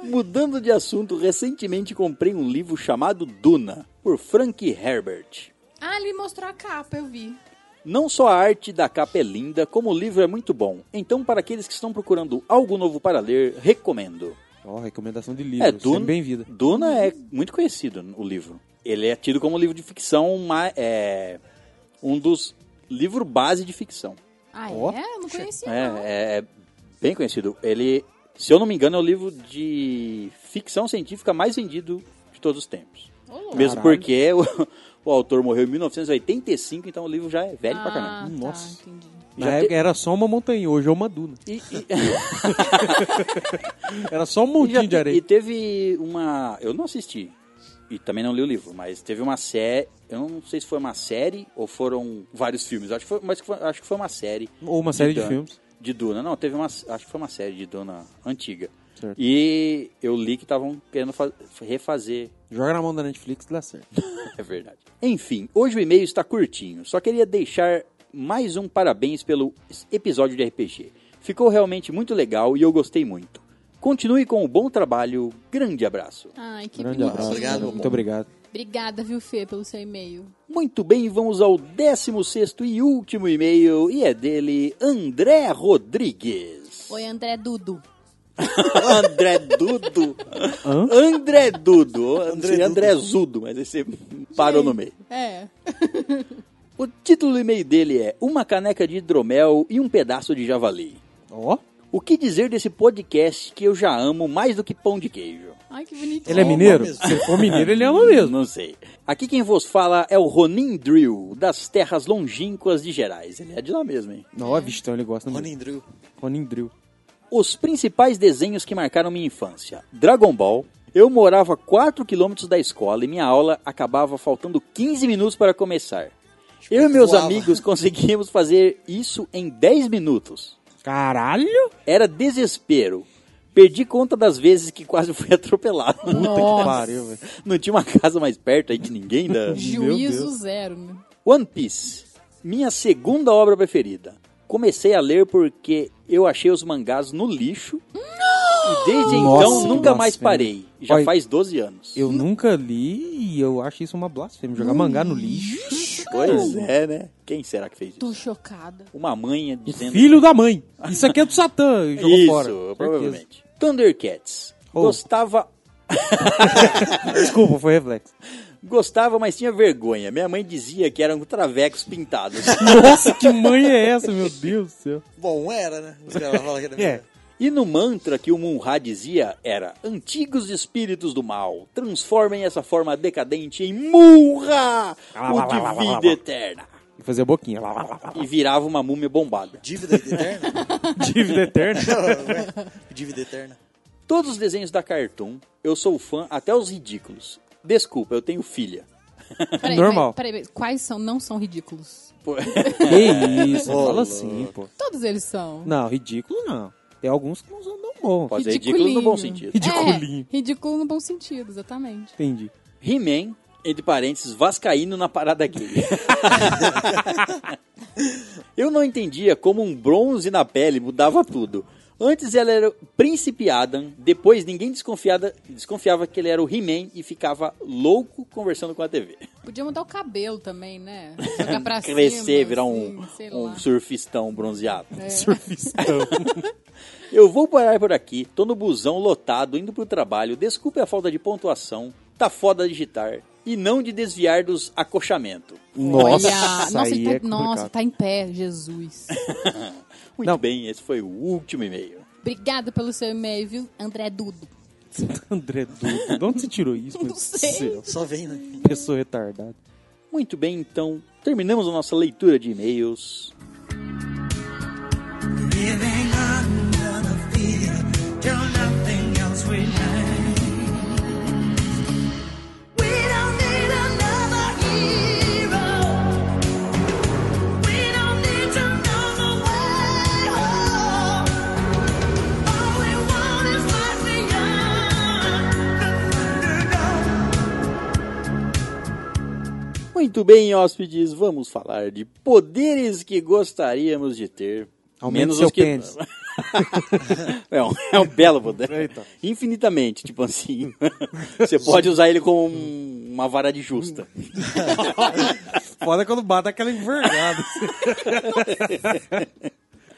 Mudando de assunto, recentemente comprei um livro chamado Duna, por Frank Herbert.
Ah, ele me mostrou a capa, eu vi.
Não só a arte da capa é linda, como o livro é muito bom. Então, para aqueles que estão procurando algo novo para ler, recomendo.
Ó, recomendação de livro.
É,
É,
Duna,
Bem-vinda.
Duna é muito conhecido, o livro. Ele é tido como livro de ficção, ma- é, um dos livros base de ficção.
Ah,
Ó.
é? Eu não conhecia,
É,
não.
é- é bem conhecido. Ele, se eu não me engano, é o livro de ficção científica mais vendido de todos os tempos.
Ô, louco.
Mesmo
Caralho.
porque o, o autor morreu em 1985, então o livro já é velho pra caramba.
Ah,
Nossa.
Tá, entendi.
Na
Já
época
te-
era só uma montanha, hoje é uma duna.
E, e-
Era só um
E já
montinho de
te- E
areia.
teve uma. Eu não assisti. E também não li o livro, mas teve uma série. Eu não sei se foi uma série ou foram vários filmes. Acho que foi, mas que foi- acho que foi uma série.
Ou uma série de
Duna-
filmes.
De Duna. Não, teve uma. Acho que foi uma série de Duna antiga.
Certo.
E eu li que estavam querendo fa- refazer
Joga na mão da Netflix dá certo.
é verdade. Enfim, hoje o e-mail está curtinho. Só queria deixar mais um parabéns pelo episódio de RPG. Ficou realmente muito legal e eu gostei muito. Continue com o bom trabalho. Grande abraço.
Ai, que
Grande
bonito.
abraço.
Obrigado,
Muito
amor.
obrigado.
Obrigada, viu, Fê, pelo seu e-mail.
Muito bem, vamos ao 16 e último e-mail e é dele André Rodrigues.
Oi, André Dudu.
André Dudo.
Hã?
André Dudo. Seria
André Dudo.
é André Zudo, mas aí você parou no meio.
É.
O título do e-mail dele é Uma caneca de hidromel e um pedaço de javali.
Ó,
O que dizer desse podcast que eu já amo mais do que pão de queijo?
Ai, que bonito.
ele é
Toma
mineiro?
mesmo.
Se ele for mineiro, ele ama mesmo.
Não sei. Aqui quem vos fala é o Ronin Drill, das terras longínquas de Gerais. Ele é de lá mesmo, hein?
Ó, bicho, então ele gosta mesmo.
Ronin Drew.
Ronindril.
Os principais desenhos que marcaram minha infância: Dragon Ball. Eu morava a 4 km da escola e minha aula acabava faltando 15 minutos para começar. Eu e meus
voava.
amigos conseguíamos fazer isso em 10 minutos.
Caralho!
Era desespero. Perdi conta das vezes que quase fui atropelado.
Puta que
Nossa.
pariu, velho.
Não tinha uma casa mais perto aí é de ninguém da
Juízo
Deus.
zero, né?
One Piece. Minha segunda obra preferida. Comecei a ler porque eu achei os mangás no lixo. E desde então
Nossa,
nunca
que
mais
blasfêmia.
parei. Já
Olha,
faz 12 anos.
Eu nunca li e eu acho isso uma blasfêmia. Jogar mangá no lixo.
Pois é, né? Quem será que fez isso?
Tô chocada.
Uma manha dizendo.
Filho da mãe. Isso aqui é do Satã. e Jogou
Isso,
fora.
provavelmente. Thundercats.
Oh.
Gostava,
Certeza. Desculpa, foi reflexo.
gostava, mas tinha vergonha. Minha mãe dizia que um eram travecos pintados.
Nossa, que mãe é essa, meu Deus do céu?
Bom, era, né? Os caras falam que era
É.
e no mantra que o Munra dizia era: Antigos espíritos do mal, transformem essa forma decadente em Munra, o de vida eterna.
E fazer a boquinha.
E virava uma múmia bombada.
Dívida eterna?
Dívida eterna.
Ué, Dívida eterna.
Todos os desenhos da Cartoon, eu sou fã até os ridículos. Desculpa, eu tenho filha.
Peraí,
Normal.
Peraí, peraí, quais são, não são ridículos?
Pô,
Que isso, não fala assim, pô.
Todos eles são.
Não, ridículo não. Tem alguns que não são tão bons.
Pode ser ridículo no bom sentido.
Ridiculinho.
É, ridículo no bom sentido, exatamente.
Entendi.
He-Man, entre parênteses, Vascaíno na parada gay. Eu não entendia como um bronze na pele mudava tudo. Antes ela era o Príncipe Adam, depois ninguém desconfiada, desconfiava que ele era o He-Man e ficava louco conversando com a TV.
Podia mudar o cabelo também, né? Jogar pra cima.
Crescer, virar um,
assim, sei
um
lá. É.
surfistão bronzeado.
Surfistão.
Eu vou parar por aqui, tô no busão lotado, indo pro trabalho, desculpe a falta de pontuação, tá foda digitar, e não de desviar dos acochamentos.
Nossa,
Olha, nossa,
aí
ele tá,
é
nossa,
complicado.
tá em pé, Jesus.
Muito
Não.
bem, esse foi o último e-mail.
Obrigada pelo seu e-mail, viu, André Dudo.
André Duda, de onde você tirou isso? meu Deus do
sei.
céu?
Só vem, né?
Pessoa retardada.
Muito bem, então, terminamos a nossa leitura de e-mails.
Living under the fear till nothing else remains. We don't need another hero. We don't need to know the way home. All we want is life beyond the thunderdome.
Muito bem, hóspedes, vamos falar de poderes que gostaríamos de ter.
Aumente seu
os que...
pênis.
é, um, é um belo poder. Infinitamente, tipo assim. Você pode usar ele como um- uma vara de justa.
Foda quando bate aquela envergada.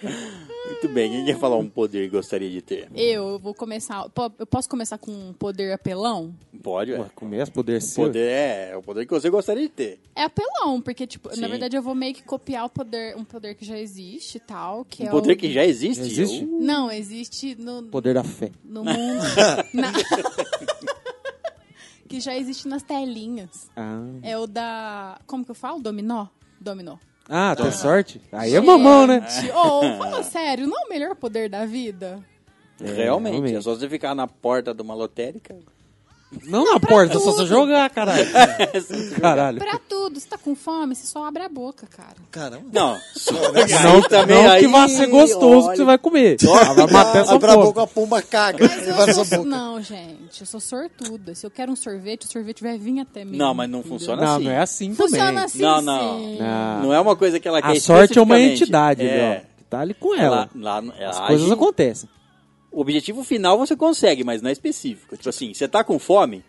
Muito bem, quem quer falar um poder que gostaria de ter?
Eu vou começar. po- Eu posso começar com um poder apelão?
Pode,
Ué,
é.
começa poder seu.
Poder é, é o poder que você gostaria de ter.
É apelão, porque, tipo,
Sim.
na verdade eu vou meio que copiar o poder, um poder que já existe e tal. Que
Um
é
poder
o...
que já existe.
Existe?
eu-
Não, existe no,
Poder da fé.
no mundo. na- que já existe nas telinhas.
Ah,
É o da. Como que eu falo? Dominó? Dominó.
ah
Então tá.
ter sorte? Aí é mamão, né?
Gente, Ô, fala sério, não é o melhor poder da vida?
realmente,
realmente.
é só você ficar na porta de uma lotérica.
Não na porta, é só você jogar, caralho. Caralho.
Pra tudo, você tá com fome, você só abre a boca, cara.
Caramba.
Não, só
Não,
também
não
aí,
que vai ser gostoso que você vai comer. Ah, vai matar essa
Abra a
porra.
boca, a pomba caga.
Mas
Vai na
eu
sua
sou...
boca.
Não, gente, eu sou sortuda. Se eu quero um sorvete, o sorvete vai vir até mim.
Não, mas não
entendeu?
funciona
Não,
assim.
não é assim
Funciona
também.
assim,
Não, não.
sim.
Ah,
Não é uma coisa que ela quer
a sorte é uma
especificamente.
entidade,
É.
ali, ó. Que tá ali com
Ela,
ela.
lá, ela
As
age-
coisas acontecem.
O objetivo final você consegue, mas não é específico. Tipo assim, você tá com fome,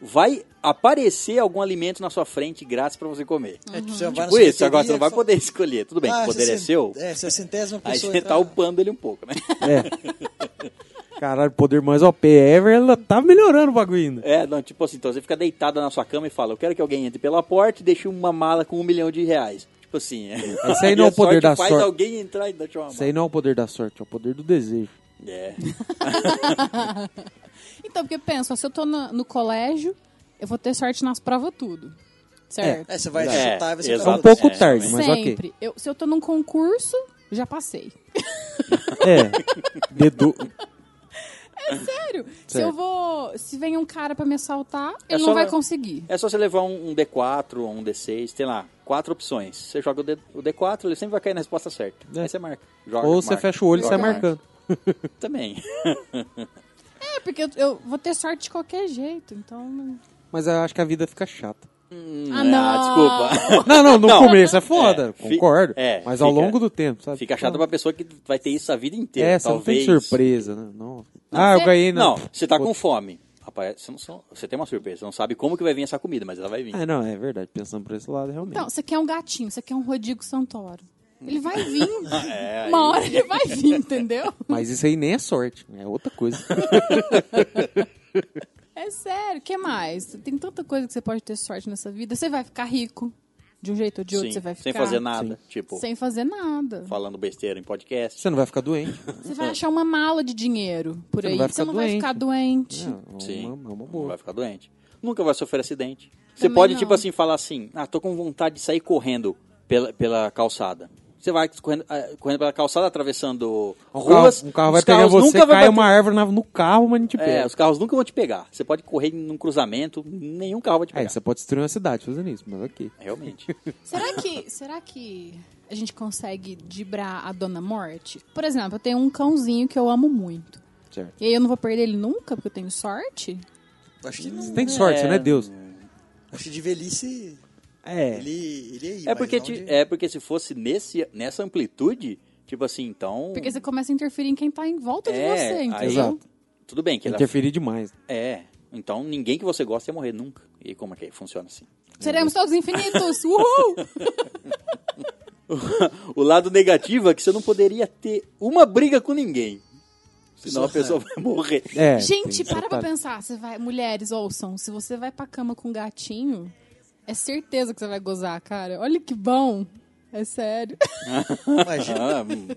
vai aparecer algum alimento na sua frente grátis pra você comer.
É, tipo, você vai na
Por isso, agora você
sorveteria,
não vai
só-
poder escolher. Tudo bem,
Ah,
que o poder
se
é
você-
seu,
É, se a centésima
aí
pessoa
você
então.
tá
entrar-
upando ele um pouco, né?
É. Caralho, poder mais OP ever, ela tá melhorando o bagulho ainda.
É, não, tipo assim, então você fica deitada na sua cama e fala, eu quero que alguém entre pela porta e deixe uma mala com um milhão de reais. Tipo assim, é.
Esse aí
E
não é
a
o poder da
faz
sorte.
alguém entrar e deixar uma
Isso
mala.
aí não é o poder da sorte, é o poder do desejo.
É.
Então, porque pensa, se eu tô na- no, colégio, eu vou ter sorte nas provas tudo. Certo?
É, você vai
É,
chutar e você
Tá
exato.
vai
um pouco
É,
tarde, mas ok.
Sempre. Eu- se eu tô num concurso, já passei.
É. Dedu...
Sério? Se
Certo.
eu vou. Se vem um cara pra me assaltar,
É
ele
só
não vai
na-
conseguir.
É só você levar um, um D4 ou um D6, tem lá, quatro opções. Você joga o, D, o D4, ele sempre vai cair na resposta certa.
É.
Aí você marca. Joga,
Ou você
marca,
fecha o olho e
joga,
sai
marca.
marcando.
Também.
É, porque eu, eu vou ter sorte de qualquer jeito, então. não-
Mas eu acho que a vida fica chata.
Ah, não.
desculpa.
Não, não, no
Não.
começo é foda,
fi-
concordo.
é,
mas ao
fica-
longo do tempo, sabe?
Fica chato pra pessoa que vai ter isso a vida inteira,
É, você não
talvez.
tem surpresa, né? Não. Ah, eu
você-
ganhei, não.
Não, você tá com fome. Rafael, você, não são- você tem uma surpresa. Você não sabe como que vai vir essa comida, mas ela vai vir.
Ah, não, é verdade. Pensando por esse lado, realmente.
Então, você quer um gatinho, você quer um Rodrigo Santoro. Ele vai vir.
É,
Uma
aí-
hora ele vai vir, entendeu?
Mas isso aí nem é sorte, é outra coisa.
É sério, o que mais? Tem tanta coisa que você pode ter sorte nessa vida. Você vai ficar rico. De um jeito ou de outro,
Sim,
você vai
sem
ficar.
fazer nada. Tipo,
Sem fazer nada.
falando besteira em podcast.
Você não vai ficar doente.
Você vai achar uma mala de dinheiro por
Você não
aí.
vai
você
ficar
não
doente.
vai ficar doente.
É, é
Sim.
Uma, é uma
Não
boa.
vai ficar doente. Nunca vai sofrer acidente. Você
Também
pode,
não.
tipo assim, falar assim: ah, tô com vontade de sair correndo pela, pela calçada. Você vai correndo, ah, correndo pela calçada, atravessando
Um
ruas.
carro, um carro
os
vai pegar
carros
você,
nunca
cai
vai bater-
uma árvore na- no carro, mas não te
É,
pega.
os carros nunca vão te pegar. Você pode correr num cruzamento, nenhum carro vai te
É,
pegar.
você pode destruir uma cidade fazendo isso, mas ok.
Realmente.
Será que, será que a gente consegue dibrar a Dona Morte? Por exemplo, eu tenho um cãozinho que eu amo muito.
Certo.
E aí eu não vou perder ele nunca, porque eu tenho sorte?
Acho que
Você
não.
tem sorte,
É.
você não é Deus.
Acho que de velhice
É.
ele, ele é aí.
É
mas
porque,
não
ti-
de-
é porque se fosse nesse, nessa amplitude, tipo assim, então.
Porque você começa a interferir em quem tá em volta de
É,
você,
aí-
entendeu?
Exato.
Tudo bem que ela.
Interferir demais.
É. Então ninguém que você gosta ia morrer nunca. E como é que funciona assim?
Seremos todos infinitos! Uhul!
o lado negativo é que você não poderia ter uma briga com ninguém. Senão a pessoa vai morrer.
É,
Gente,
tem esse
para pra
detalhe.
pensar. Você vai, mulheres, ouçam. Se você vai pra cama com um gatinho, é certeza que você vai gozar, cara. Olha que bom. É sério.
Imagina.
Ah, hum.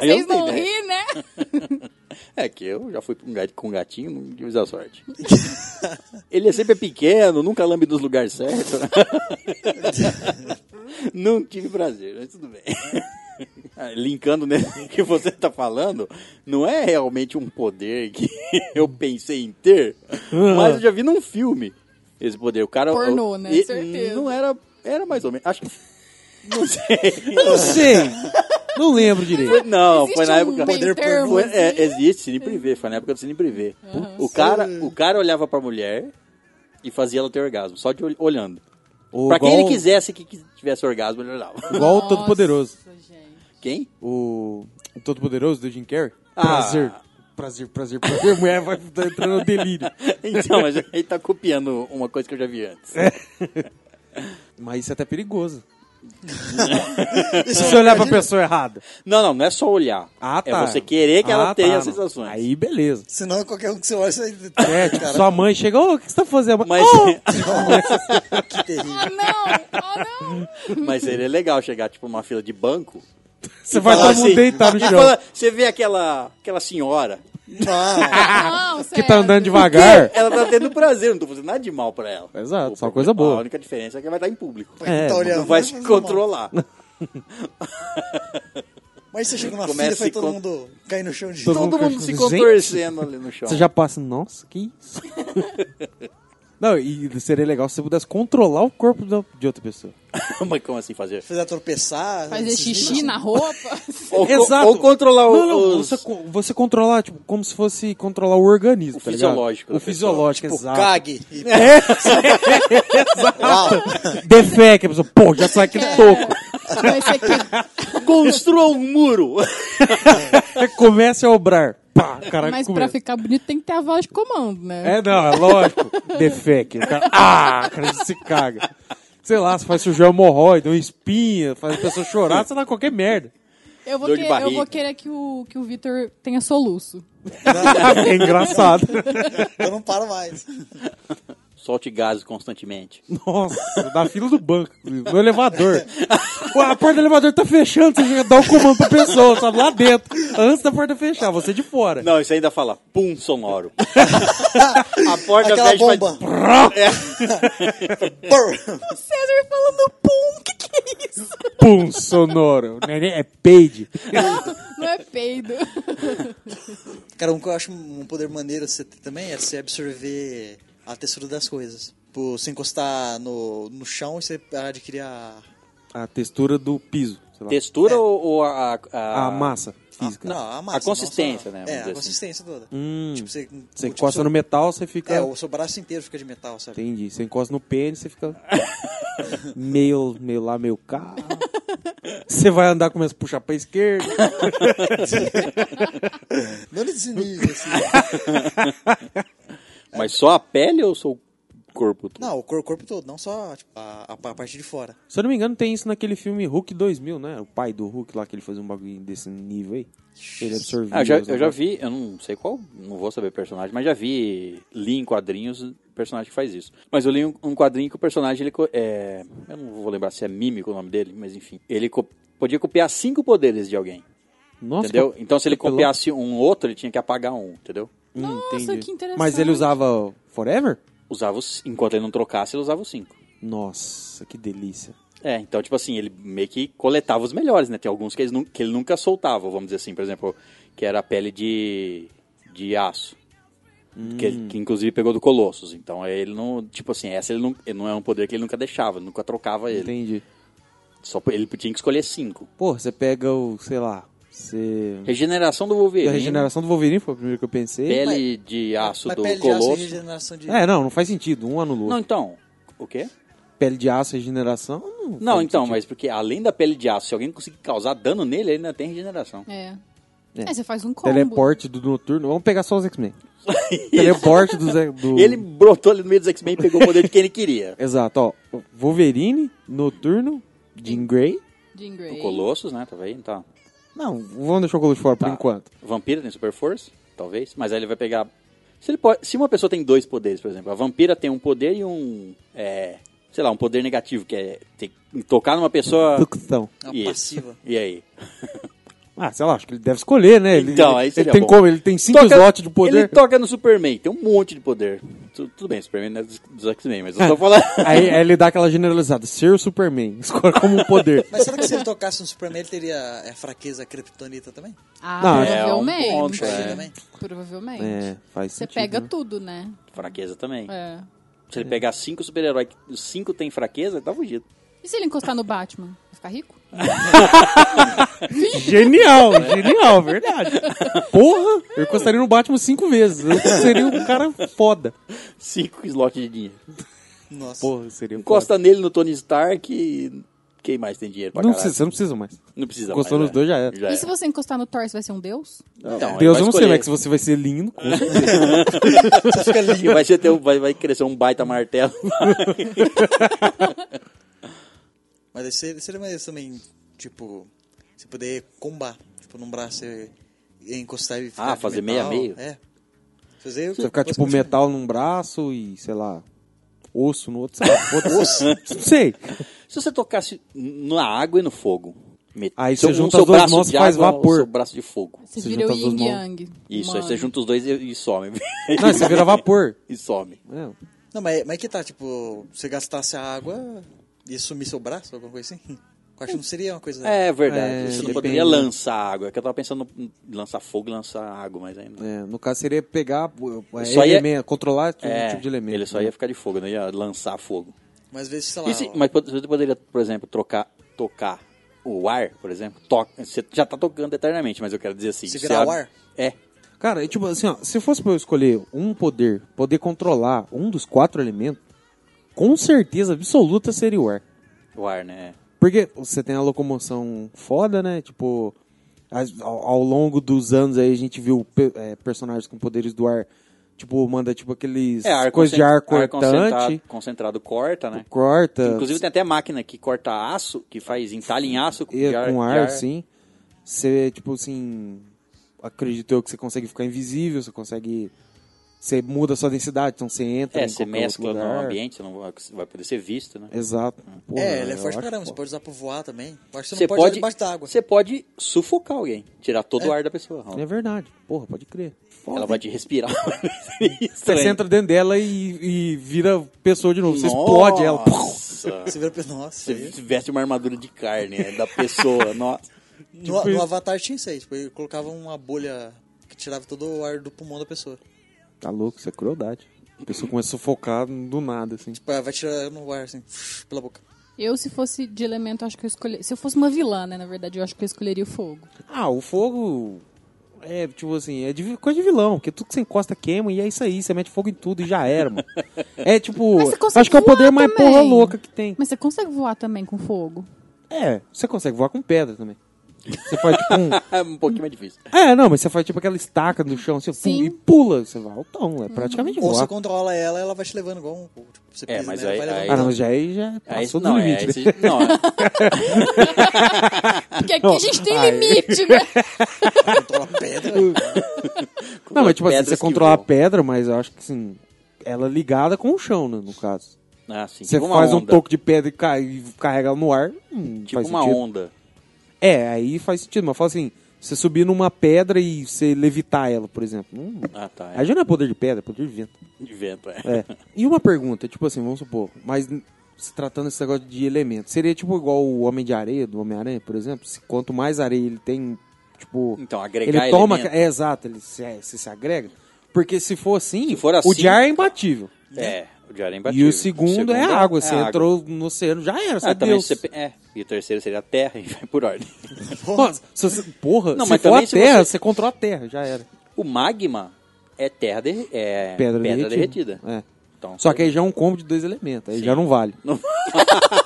Aí Ah, eu
Vocês
não
não
tenho ideia.
ri, né?
É que eu já fui com um gato- com um gatinho, não tive a sorte. Ele é sempre pequeno, nunca lambe nos lugares certos. não tive prazer, mas tudo bem. Ah, Linkando nesse que você tá falando, não é realmente um poder que eu pensei em ter, mas eu já vi num filme esse poder. O cara.
Pornô,
o-
né?
e-
Certeza.
Não era. Era mais ou menos. Acho que. Não sei.
Não sei. Não lembro direito.
Não,
Existe
foi na
um
época.
meio
Poder
termo,
foi-
assim?
é, existe cine privê, foi na época do cine privê. O, cara, o cara olhava pra mulher e fazia ela ter orgasmo, só de ol- olhando.
O
pra quem
igual-
ele quisesse que que tivesse orgasmo, ele olhava.
Igual o Todo-Poderoso.
Quem?
O o Todo-Poderoso do Jim Carrey.
Ah.
Prazer. Prazer, prazer, prazer. A mulher vai tá entrando no delírio.
Então, mas ele tá copiando uma coisa que eu já vi antes.
Mas isso é até perigoso. Se você olhar pra pessoa errada.
Não, não, não é só olhar.
Ah, tá.
É você querer que
Ah,
ela
tá,
tenha
não.
sensações.
Aí, beleza.
Senão qualquer um que você olha, você.
É, tipo,
Cara,
sua mãe chega, ô, o que você tá fazendo?
Mas,
Oh!
que terrível.
Ah, não! Oh, não!
mas seria legal chegar, tipo, numa fila de banco.
Você vai
falar
todo mundo
assim,
deitar tá no
e
chão.
falar- Você vê aquela, aquela senhora
Não,
Ah,
Não,
que
sério.
tá andando devagar.
Ela tá tendo prazer, não tô fazendo nada de mal pra ela.
Exato,
O
só
pro-
coisa boa.
A única diferença é que vai estar em público.
É,
tá
Não
olhando,
vai
mas
se
não.
controlar.
Mas você chega numa
Começa
fila e vai
a
todo
con-
mundo cair no chão de
Todo
Todo
Nunca-
mundo se
Gente.
contorcendo ali no chão.
Você já passa, nossa, que isso? Não, e seria legal se você pudesse controlar o corpo da- de outra pessoa.
Mas como assim fazer?
Fazer tropeçar.
Fazer
esses
xixi
vídeos.
na roupa.
Ou, co- ou controlar o,
não, não,
os...
você, co- você controlar, tipo, como se fosse controlar o organismo,
O
tá ligado?
fisiológico né, Tipo,
O
da pessoa.
fisiológico, exato.
Tipo, Cague. E...
Defeca, a pessoa, pô, já sai aqui do toco.
Mas é você quer-
Construa um muro.
Aí Começa a obrar. Pá, o cara
Mas pra
começa.
ficar bonito tem que ter a voz de comando, né?
É, não, é lógico. Defeca. O cara, ah, o cara se caga. Sei lá, você faz sujar hemorroide, uma espinha, faz a pessoa chorar, sei lá, qualquer merda.
Eu, vou
Dor de
que- eu
barriga.
vou querer que o, que o Vitor tenha soluço.
É engraçado.
Eu não paro mais.
Solte gases constantemente.
Nossa, na fila do banco, no elevador. Pô, A porta do elevador tá fechando, você já dá um comando pra pessoa, sabe? Lá dentro. Antes da porta fechar, você de fora.
Não, isso ainda fala pum sonoro. A porta
Aquela
fecha e faz-
bomba.
É,
Brrr.
César falando pum, que que é isso?
Pum, sonoro. Não É, nem- é peide.
Não é peido.
Cara, um que eu acho um poder maneiro você ter também é você absorver a textura das coisas. Tipo, você encostar no, no chão e você adquirir a.
A textura do piso, sei lá.
Textura ou, ou a, a, a-
É. A massa
Ah,
física.
Não, a massa.
A consistência,
não só-
né, vamos dizer
É, a
assim.
consistência toda.
Hum.
Tipo, você,
Você
tipo,
encosta
seu-
no metal, você fica...
É, o seu braço inteiro fica de metal, sabe?
Entendi. Você encosta no pênis, você fica... meio, meio lá, meio cá. Você vai andar, começa a puxar pra esquerda.
Não, eles nesse nível, assim.
Mas só a pele ou só o corpo? todo?
Não, o cor- corpo todo, não só tipo, a, a pa- a parte de fora.
Se eu não me engano, tem isso naquele filme Hulk 2000, né? O pai do Hulk lá, que ele fazia um bagulho desse nível aí. Ele absorvia.
Ah, eu já,
os
eu já
negócios.
vi, eu não sei qual, não vou saber personagem, mas já vi, li em quadrinhos personagem que faz isso. Mas eu li um, um quadrinho que o personagem, ele, co- é, eu não vou lembrar se é mímico o nome dele, mas enfim, ele co- podia copiar cinco poderes de alguém,
Nossa,
entendeu?
que-
Então se ele
pelou.
copiasse um outro, ele tinha que apagar um, entendeu?
Hum,
Nossa,
entendi.
que interessante.
Mas ele usava Forever?
Usava os, enquanto ele não trocasse, ele usava os cinco.
Nossa, que delícia.
É, então, tipo assim, ele meio que coletava os melhores, né? Tem alguns que, eles nun- que ele nunca soltava, vamos dizer assim, por exemplo, que era a pele de, de aço. Que, ele-
Hum.
que inclusive pegou do Colossus. Então aí ele não. Tipo assim, essa ele não, ele não é um poder que ele nunca deixava, ele nunca trocava ele.
Entendi.
Só p- ele tinha que escolher cinco.
Porra, você pega o, sei lá, você...
Regeneração do Wolverine.
A regeneração do Wolverine foi o primeiro que eu pensei.
Pele de aço
Mas
do
pele de aço e
Colossus.
regeneração de...
É, não, não faz sentido. Um anulou.
não, então. O quê?
Pele de aço, regeneração... Não,
Não,
faz
então,
sentido.
mas porque além da pele de aço, se alguém conseguir causar dano nele, ele ainda tem regeneração.
É.
É.
É. você faz um combo.
Teleporte do Noturno. Vamos pegar só os X-Men. Teleporte do... Zé-
Hum.
do...
Ele brotou ali no meio dos X-Men e pegou o poder de quem ele queria.
Exato, ó. Wolverine, Noturno, Jean Grey.
Jean Grey.
O Colossus, né? Talvez, então.
Não, vamos deixar o Colo de fora por
Tá.
enquanto.
Vampira tem super força, talvez. Mas aí ele vai pegar. Se, ele pode... Se uma pessoa tem dois poderes, por exemplo, a vampira tem um poder e um. É... Sei lá, um poder negativo, que é ter... tocar numa pessoa.
Sucção.
Uma
Isso.
passiva.
E aí?
Ah, sei lá, acho que ele deve escolher, né? Ele,
Então, aí
ele
seria
tem
bom.
como? Ele tem cinco
Toca-
slots de poder.
Ele toca no Superman, tem um monte de poder. Tu- Tudo bem, Superman não é dos, dos X-Men, mas eu tô falando.
Aí, aí ele dá aquela generalizada, ser o Superman, escolhe como um poder.
Mas será que se ele tocasse no Superman, ele teria a fraqueza kryptonita também?
Ah,
Não,
é um
provavelmente.
ponto,
é.
Provavelmente.
É, faz
Você
sentido.
pega
né?
tudo, né?
Fraqueza também.
É.
Se ele pegar cinco super-heróis, que os cinco tem fraqueza, ele tá fugido.
E se ele encostar no Batman? Vai ficar rico?
Genial, genial, verdade. Porra, eu encostaria no Batman cinco vezes. Eu seria um cara foda.
Cinco slots de dinheiro.
Nossa.
Porra, eu seria um
Encosta nele no Tony Stark e. Quem mais tem dinheiro pra
Não
caralho?
precisa, você não precisa mais.
Não precisa
Encostou
mais, né?
nos dois, já era.
Já
E se você encostar no Thor, você vai ser um deus?
Então,
Deus, eu não sei,
como é
Max, você vai ser lindo. com certeza.
Fica lindo.
vai, ser teu- vai, vai crescer um baita martelo.
Mas aí seria, seria maneiro também, tipo, você poder combar. Tipo, num braço você encostar e ficar.
Ah,
de
fazer
metal,
meio a meio?
É. Fazer.
Você ficar tipo metal num braço e, sei lá, osso no outro, sei lá, osso. Não sei.
se você tocasse na água e no fogo. met-
Aí
seu-
você
um
junta
seu
as duas
braço
mãos
de
e faz
água,
vapor.
o Seu braço de fogo.
Você
Você
vira
junta
o
as duas
Yin
mãos.
Yang.
Isso, aí
humano.
você junta os dois e, e some.
Não, você vira vapor.
e some.
É,
Não, mas, mas que tá, tipo, você gastasse a água e sumir seu braço, alguma coisa assim? Eu acho que não seria uma coisa.
É verdade.
É,
você não
depende.
poderia lançar água. É que eu tava pensando em lançar fogo e lançar água, mas ainda.
é, no caso seria pegar, é,
Só ia-
elemento, controlar um
É,
tipo de elemento.
ele só ia ficar de fogo, não ia lançar fogo.
Mas às vezes, sei lá.
E se-
ó,
mas pod- você poderia, por exemplo, trocar, tocar o ar, por exemplo. Toca, você já tá tocando eternamente, mas eu quero dizer assim.
Se
você
virar o
abre-
ar?
É.
Cara, é tipo assim, ó, se fosse pra eu escolher um poder, poder controlar um dos quatro elementos, com certeza absoluta seria o ar.
O ar, né?
Porque você tem a locomoção foda, né? Tipo, as- ao, ao longo dos anos aí a gente viu pe- é, personagens com poderes do ar, tipo, manda tipo aqueles
É, ar
coisas de ar
concent-
cortante,
concentrado, concentrado corta, né?
corta,
Inclusive tem até máquina que corta aço, que faz entalha em aço com
e, é
de ar.
com
de
ar, sim. Você, tipo assim, acredito eu que você consegue ficar invisível, você consegue... Você muda a sua densidade, então você entra
É,
em
você
qualquer outro
mescla no
lugar.
ambiente, você não vai- você vai poder ser visto, né?
Exato. Porra,
é, ele é
eu
forte
acho
pra caramba. Você
foda.
pode usar pra voar também. Eu acho que você não pode, usar debaixo d'água.
você pode sufocar alguém, tirar todo o ar da pessoa.
É verdade. Porra, pode crer. Foda.
Ela vai te respirar.
Você entra dentro dela e, e vira pessoa de novo. Você explode ela.
Nossa.
Você vira pra. Nossa.
Você
aí-
veste uma armadura de carne né, da pessoa. Nossa.
No, no Avatar tinha isso aí. Tipo, ele colocava uma bolha que tirava todo o ar do pulmão da pessoa.
Tá louco, isso é crueldade. A pessoa começa a sufocar do nada, assim.
Tipo, ela vai tirar no ar, assim, pela boca.
Eu, se fosse de elemento, acho que eu escolheria... Se eu fosse uma vilã, né, na verdade, eu acho que eu escolheria o fogo.
Ah, o fogo é, tipo assim, é de vi- coisa de vilão, porque tudo que você encosta queima e é isso aí, você mete fogo em tudo e já era, mano. É tipo,
Mas você consegue
acho que é o poder
voar
mais
também.
porra louca que tem.
Mas você consegue voar também com fogo?
É, você consegue voar com pedra também. Você faz tipo um.
É um pouquinho mais difícil.
É, não, mas você faz tipo aquela estaca no chão, você pula, e
Sim.
pula. Você vai altão, é praticamente
Ou você
voar.
controla ela, ela vai te levando igual um. Tipo, você
É, mas
nela,
aí-
vai
aí-
Ah,
levando.
não, mas já aí já
Aí,
passou
não,
do
é,
limite. né?
aí você- não, é-
Porque aqui a gente tem limite, né?
controla a pedra.
Não, mas tipo assim,
pedras
você
que
controla a
voam.
pedra, mas eu acho que assim, ela ligada com o chão, né, no caso.
Ah, sim.
Você
Tipo uma
faz um
onda.
toque de pedra e, cai, e carrega ela no ar, hum,
Tipo
faz
uma
sentido.
onda.
É, aí faz sentido, mas fala assim, você subir numa pedra e você levitar ela, por exemplo. Hum,
Ah, tá. É
Aí já não é poder de pedra, é poder de vento.
de vento, é.
É. E uma pergunta, tipo assim, vamos supor, mas se tratando desse negócio de elemento, seria tipo igual o Homem de Areia, do Homem-Aranha, por exemplo? Se quanto mais areia ele tem, tipo.
Então,
ele
agregar
toma.
elemento.
É, exato, ele se, é, se, se agrega. Porque se for assim,
Se for
o
assim-
de ar é imbatível.
É, o de areia
E
imbatível.
o segundo, é a água. Você
água.
entrou no oceano, já era, você
Ah,
é
também
Deus.
você... pe- É, e o terceiro seria a terra e vai por ordem.
Porra, se você- porra,
Não,
se
mas
for
também
a
se
terra,
você-
você controla a terra, já era.
O magma é terra de... é
Pedra,
derretida.
derretida. É.
Então,
Só que aí já é um combo de dois elementos, aí já não vale.
Não-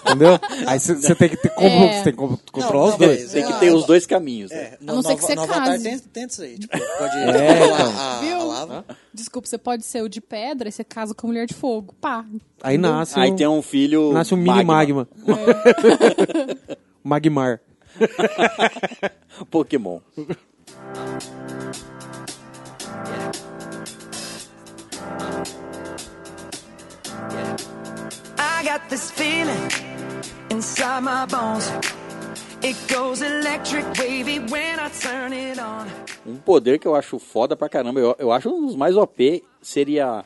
Entendeu? Aí você tem que ter como,
É.
você tem que com- controlar
não,
os dois.
mas-
tem
é,
que ter
a-
os dois caminhos, né?
É,
A não ser que você
no
case.
Avatar tem, tem isso aí. Tipo, pode controlar a,
Viu?
a lava.
Desculpa, você pode ser o de pedra e você casa com a mulher de fogo. Pá.
Aí nasce
Aí
um,
tem um filho
nasce um mini magma.
É.
Magmar.
Pokémon.
I got this feeling inside my bones. It goes electric wavy when I turn it on.
Um poder que eu acho foda pra caramba, eu, eu acho um dos mais OP seria.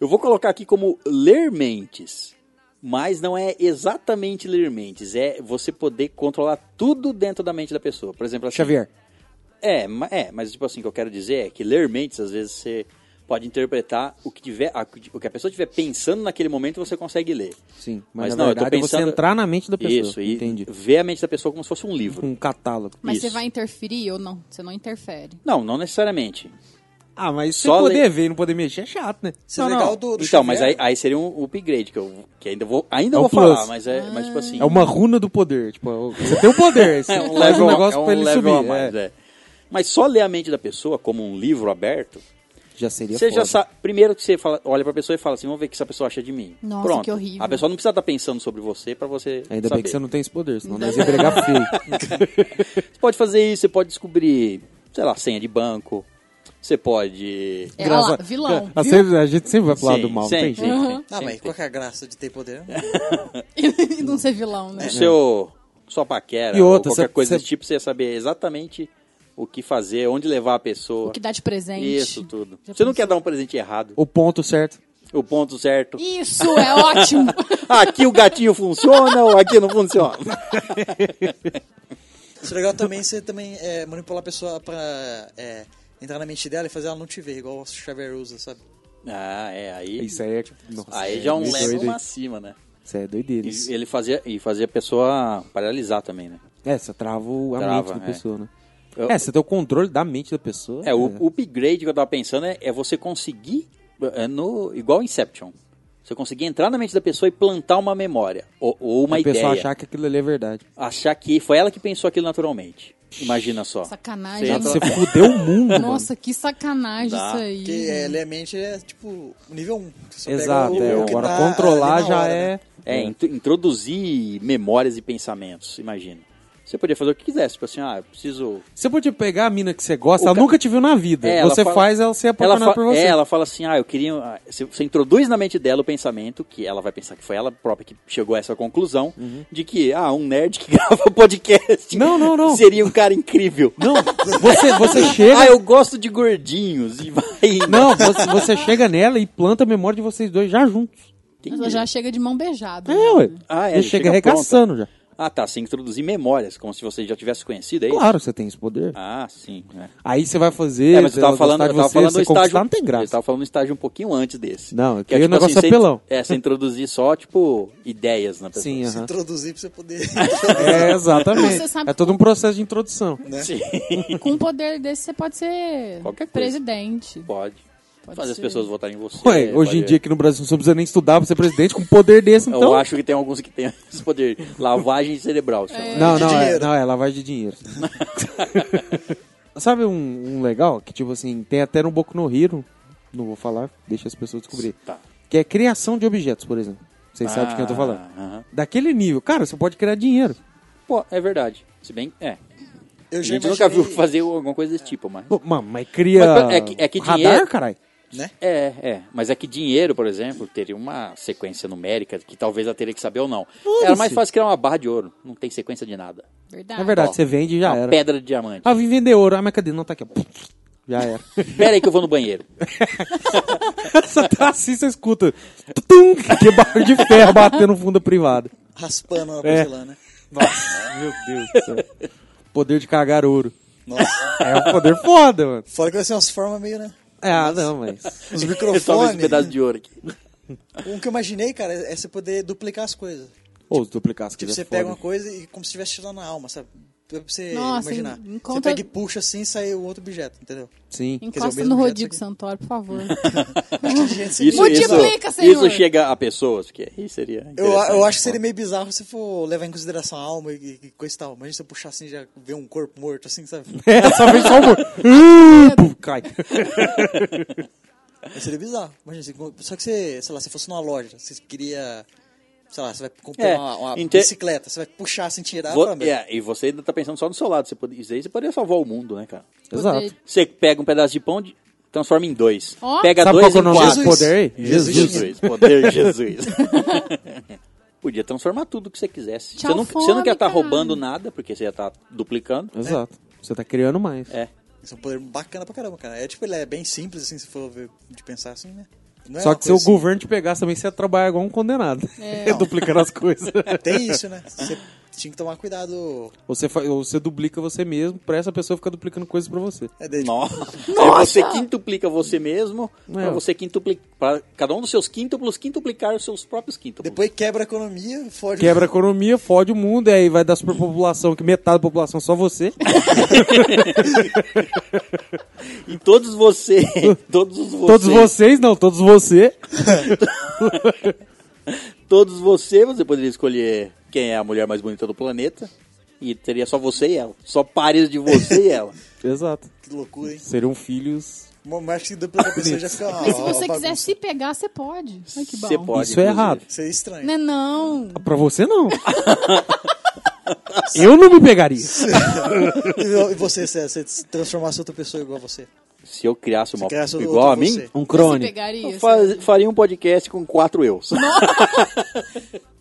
Eu vou colocar aqui como ler mentes. Mas não é exatamente ler mentes, é você poder controlar tudo dentro da mente da pessoa. Por exemplo, assim,
Xavier.
É, ma- é, mas tipo assim, o que eu quero dizer é que ler mentes, às vezes você pode interpretar o que tiver, a- o que a pessoa estiver pensando naquele momento, você consegue ler.
Sim, mas, na verdade é você entrar na mente da pessoa.
Isso, e
Entendi.
ver a mente da pessoa como se fosse um livro.
Um catálogo.
Mas
Isso.
você vai interferir ou não? Você não interfere.
Não, não necessariamente.
Ah, mas
Só
só poder
ler-
ver e não poder mexer é chato, né?
Isso é
Não,
legal
não.
do, do
Então,
Xavier.
mas aí, aí seria um upgrade que eu que ainda vou, ainda
É um
vou falar,
plus.
mas é, mas tipo assim,
É uma runa do poder. Tipo, é o- você tem o poder. Você
é um
faz
level,
um negócio
é um
pra ele
level
subir.
a mais,
é.
é. Mas só ler a mente da pessoa como um livro aberto,
Já seria
você já
é foda.
sabe, primeiro que você fala, olha pra pessoa e fala assim, vamos ver o que essa pessoa acha de mim.
Nossa,
Pronto.
que horrível.
A pessoa não precisa estar pensando sobre você pra você
Ainda
saber.
bem que você não tem esse poder, senão nós ia brigar
É,
feio.
Você pode fazer isso, você pode descobrir, sei lá, senha de banco, você pode...
É,
Graça-
olha lá, vilão.
A,
viu?
sempre- a gente sempre vai pro lado
Sim,
do mal,
sim,
não tem
sim,
jeito.
sim,
Ah,
sim,
mas
sim.
qual que é a graça de ter poder?
e não ser vilão, né?
o seu sua paquera
E outra,
ou qualquer
cê-
coisa
cê-
desse tipo, você ia saber exatamente o que fazer, onde levar a pessoa.
O que dá de presente.
Isso tudo.
Já
você não
pensou?
quer dar um presente errado,
O ponto certo.
o ponto certo.
Isso, é ótimo.
Aqui o gatinho funciona ou aqui não funciona.
Isso é legal também você também é, manipular a pessoa pra é, entrar na mente dela e fazer ela não te ver, igual o Xavier usa, sabe?
Ah, é, aí.
Isso aí é tipo. Nossa,
Aí já é um
meio
level
doido, hein?
uma acima, né?
Isso aí é doideira.
E ele fazia e fazia a pessoa paralisar também, né?
É, você trava o- a
Trava,
mente da
é.
pessoa, né?
Eu-
É, você tem o controle da mente da pessoa. né?
É, o, o upgrade que eu tava pensando é, é você conseguir, é no, igual Inception, você conseguir entrar na mente da pessoa e plantar uma memória, ou, ou uma
a
ideia.
pessoa achar que aquilo ali é verdade.
achar que foi ela que pensou aquilo naturalmente. Imagina só.
Sacanagem.
Você
hein?
entra-
Você fudeu o mundo. mano.
Nossa, que sacanagem
Dá.
isso aí.
Porque é, ler a mente é tipo nível 1. Você pega
Exato,
o-
é.
o que
Agora
tá
controlar
ali na
já
hora,
é.
né?
É, int- introduzir memórias e pensamentos, imagina. Você podia fazer o que quisesse, tipo assim, ah, eu preciso...
Você podia pegar a mina que você gosta,
O
ela
ca-
nunca te viu na vida.
É,
você
fala-
faz ela ser apaixonada
fa-
por você.
É, ela fala assim, ah, eu queria... ah, Você você introduz na mente dela o pensamento, que ela vai pensar que foi ela própria que chegou a essa conclusão, de que, ah, um nerd que grava podcast
Uhum. Não, não, não.
seria um cara incrível.
Não, você, você chega.
Ah, eu gosto de gordinhos e vai...
Não, você, você chega nela e planta a memória de vocês dois já juntos.
Entendi.
Ela já chega de mão beijada.
É,
né?
ué.
Ah, é,
você
ele
chega
chega
arregaçando já.
Ah, tá, você introduzir memórias, como se você já tivesse conhecido, é isso?
Claro, você tem esse poder.
Ah, sim. é.
Aí você vai fazer.
É, mas eu tava
ela gostar
falando, eu
de
tava
você,
falando do
você
estágio.
conquistar, não tem
Eu
graça.
tava falando do estágio um pouquinho antes desse.
Não, eu queria um negócio
você-
apelão.
É, você introduzir só, tipo, ideias na pessoa.
Sim,
Se
aham.
introduzir pra você poder.
É,
Não,
exatamente.
você sabe
É todo um processo de introdução.
Sim,
Com um poder desse, você pode ser
Qualquer coisa.
presidente.
pode.
Pode
Fazer as
ser.
pessoas votarem em você.
Ué, hoje em
pode-
dia aqui no Brasil você não precisa nem estudar pra ser presidente com um poder desse,
Eu
então.
acho que tem alguns que têm esse poder. Lavagem cerebral. chama.
Não,
de
não, é,
dinheiro.
não, é lavagem de dinheiro. Sabe um, um legal? Que, tipo assim, tem até no Boku no Hero, não vou falar, deixa as pessoas descobrir.
Tá.
Que é criação de objetos, por exemplo. Vocês sabem de quem eu tô falando.
Ah, aham.
Daquele nível. Cara, você pode criar dinheiro.
Pô, é verdade. Se bem, é.
Eu
A
já
gente nunca viu
imaginei-
fazer alguma coisa desse tipo, mas...
Pô, mano, mas cria
Mas, é que- é que
radar,
dinheiro-
caralho.
Né?
É, é. Mas é que dinheiro, por exemplo, teria uma sequência numérica que talvez ela teria que saber ou não. Era mais fácil criar uma barra de ouro. Não tem sequência de nada.
Verdade.
É verdade,
Ó,
você vende e já
uma
era.
pedra de diamante.
Ah, vim vender ouro. Ah, mas cadê? Não, tá aqui. ó. Já era.
Pera aí que eu vou no banheiro.
Só tá assim, você escuta. Tum, que barulho de ferro batendo no fundo da privada.
Raspando na
É.
porcelana.
Nossa, meu Deus do céu. Poder de cagar ouro.
Nossa.
É um poder foda, mano.
Fora que vai ser umas formas meio, né?
Ah, não, mas.
Os
Só esse
microfones.
pedaço de ouro aqui.
Um que eu imaginei, cara, é você poder duplicar as coisas.
Ou os duplicados que é
Tipo, você pega uma coisa e como se estivesse tirando a alma, sabe? Pra você
Nossa,
imaginar.
encontra-
Você pega e puxa assim e sai o outro objeto, entendeu?
Sim.
dizer,
Encosta
o mesmo
no
objeto
Rodrigo
aqui.
Santoro, por favor.
Acho que gente seria-
Isso, isso,
Multiplica, senhor.
isso chega a pessoas, porque aí seria.
eu, eu
interessante.
acho que seria meio bizarro se for levar em consideração a alma e, e coisa e tal. Imagina se eu puxar assim e já ver um corpo morto, assim, sabe?
É, só vem só um. Uh, pum, cai.
Mas seria bizarro. Imagina, você com- só que você, sei lá, se fosse numa loja, você queria. Sei lá, você vai comprar
É,
uma, uma
inte-
bicicleta, você vai puxar assim, tirar
Vo-
pra
é, e você ainda tá pensando só no seu lado. Você pode, isso aí você poderia salvar o mundo, né, cara?
Exato.
Poder-
Você pega um pedaço de pão, de- transforma em dois.
Ó.
Pega
Sabe
dois
qual que é o
em
nome
quatro.
desse poder aí?
Jesus.
Jesus.
Jesus, poder Jesus. Podia transformar tudo que você quisesse.
Tchau,
você, não, você não
fome,
quer estar
cara.
roubando nada, porque você ia estar duplicando.
Exato. Você tá criando mais.
É.
Isso é um poder bacana pra caramba, cara. É tipo, ele é bem simples, assim, se for ver, de pensar assim, né? Não é
Só
uma
que se o
coisa assim-
governo te pegasse também, você ia trabalhar igual um condenado. É. Duplicando as coisas.
Tem isso, né? Você tinha que tomar cuidado.
Ou você, fa- ou você duplica você mesmo pra essa pessoa ficar duplicando coisas pra você.
É daí,
Nossa. Aí você quintuplica você mesmo, pra
É.
você quintuplicar. Pra cada um dos seus quíntuplos quintuplicar os seus próprios quíntuplos.
Depois quebra a economia, foge.
Quebra a economia, fode o mundo, e aí vai dar superpopulação, que metade da população é só você.
E todos vocês. Todos os vocês.
Todos vocês, não, todos você.
Todos vocês, você poderia escolher quem é a mulher mais bonita do planeta. E teria só você e ela. Só pares de você e ela.
Exato.
Que loucura, hein?
Seriam filhos.
Mas que duplica a pessoa já fica. ó,
Mas se
ó,
você
bagunça.
quiser se pegar, você pode. Ai, que bom.
Você pode.
Isso é
inclusive.
errado.
Isso é estranho.
Não é não.
Pra você, não. Eu não me pegaria.
E você, César, você se transformasse em outra pessoa igual a você.
Se eu criasse uma
Se criasse outro
igual a mim,
você.
Um
Você
crone.
pegaria
eu
isso. né?
faz- faria um podcast com quatro eus.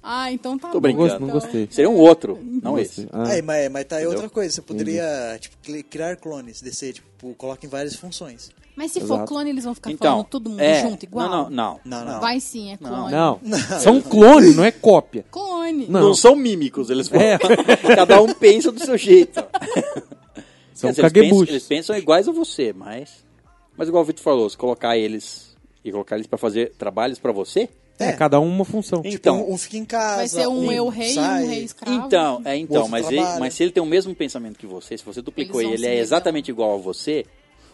Ah, então tá
Tô
bom.
Não, gosto-
brincando.
não gostei.
Seria um outro, não esse.
Ah,
Aí, mas, mas tá aí outra coisa. Você poderia, tipo, cli- criar clones, descer, tipo, coloca em várias funções.
Mas se for
Exato.
clone, eles vão ficar
Então,
falando todo mundo
é,
junto igual?
Não, não, não.
Não, não.
Vai sim, é clone.
não. São clones, não é cópia.
Clone.
Não.
Não, são mímicos, eles falam.
É.
Cada um pensa do seu jeito. Quer
São
dizer, eles, pensam, eles
caguebuchos.
pensam iguais a você, mas. Mas igual o Vitor falou, se colocar eles e colocar eles pra fazer trabalhos pra você.
É, cada um uma função.
Então,
um, um fica em casa.
Vai ser um
um
eu rei e
sai.
um rei escravo.
Então, é então,
Outro
mas, ele-
trabalho.
mas se ele tem o mesmo pensamento que você, se você duplicou
Eles
e
vão
ele
se
é
ligar.
exatamente igual a você,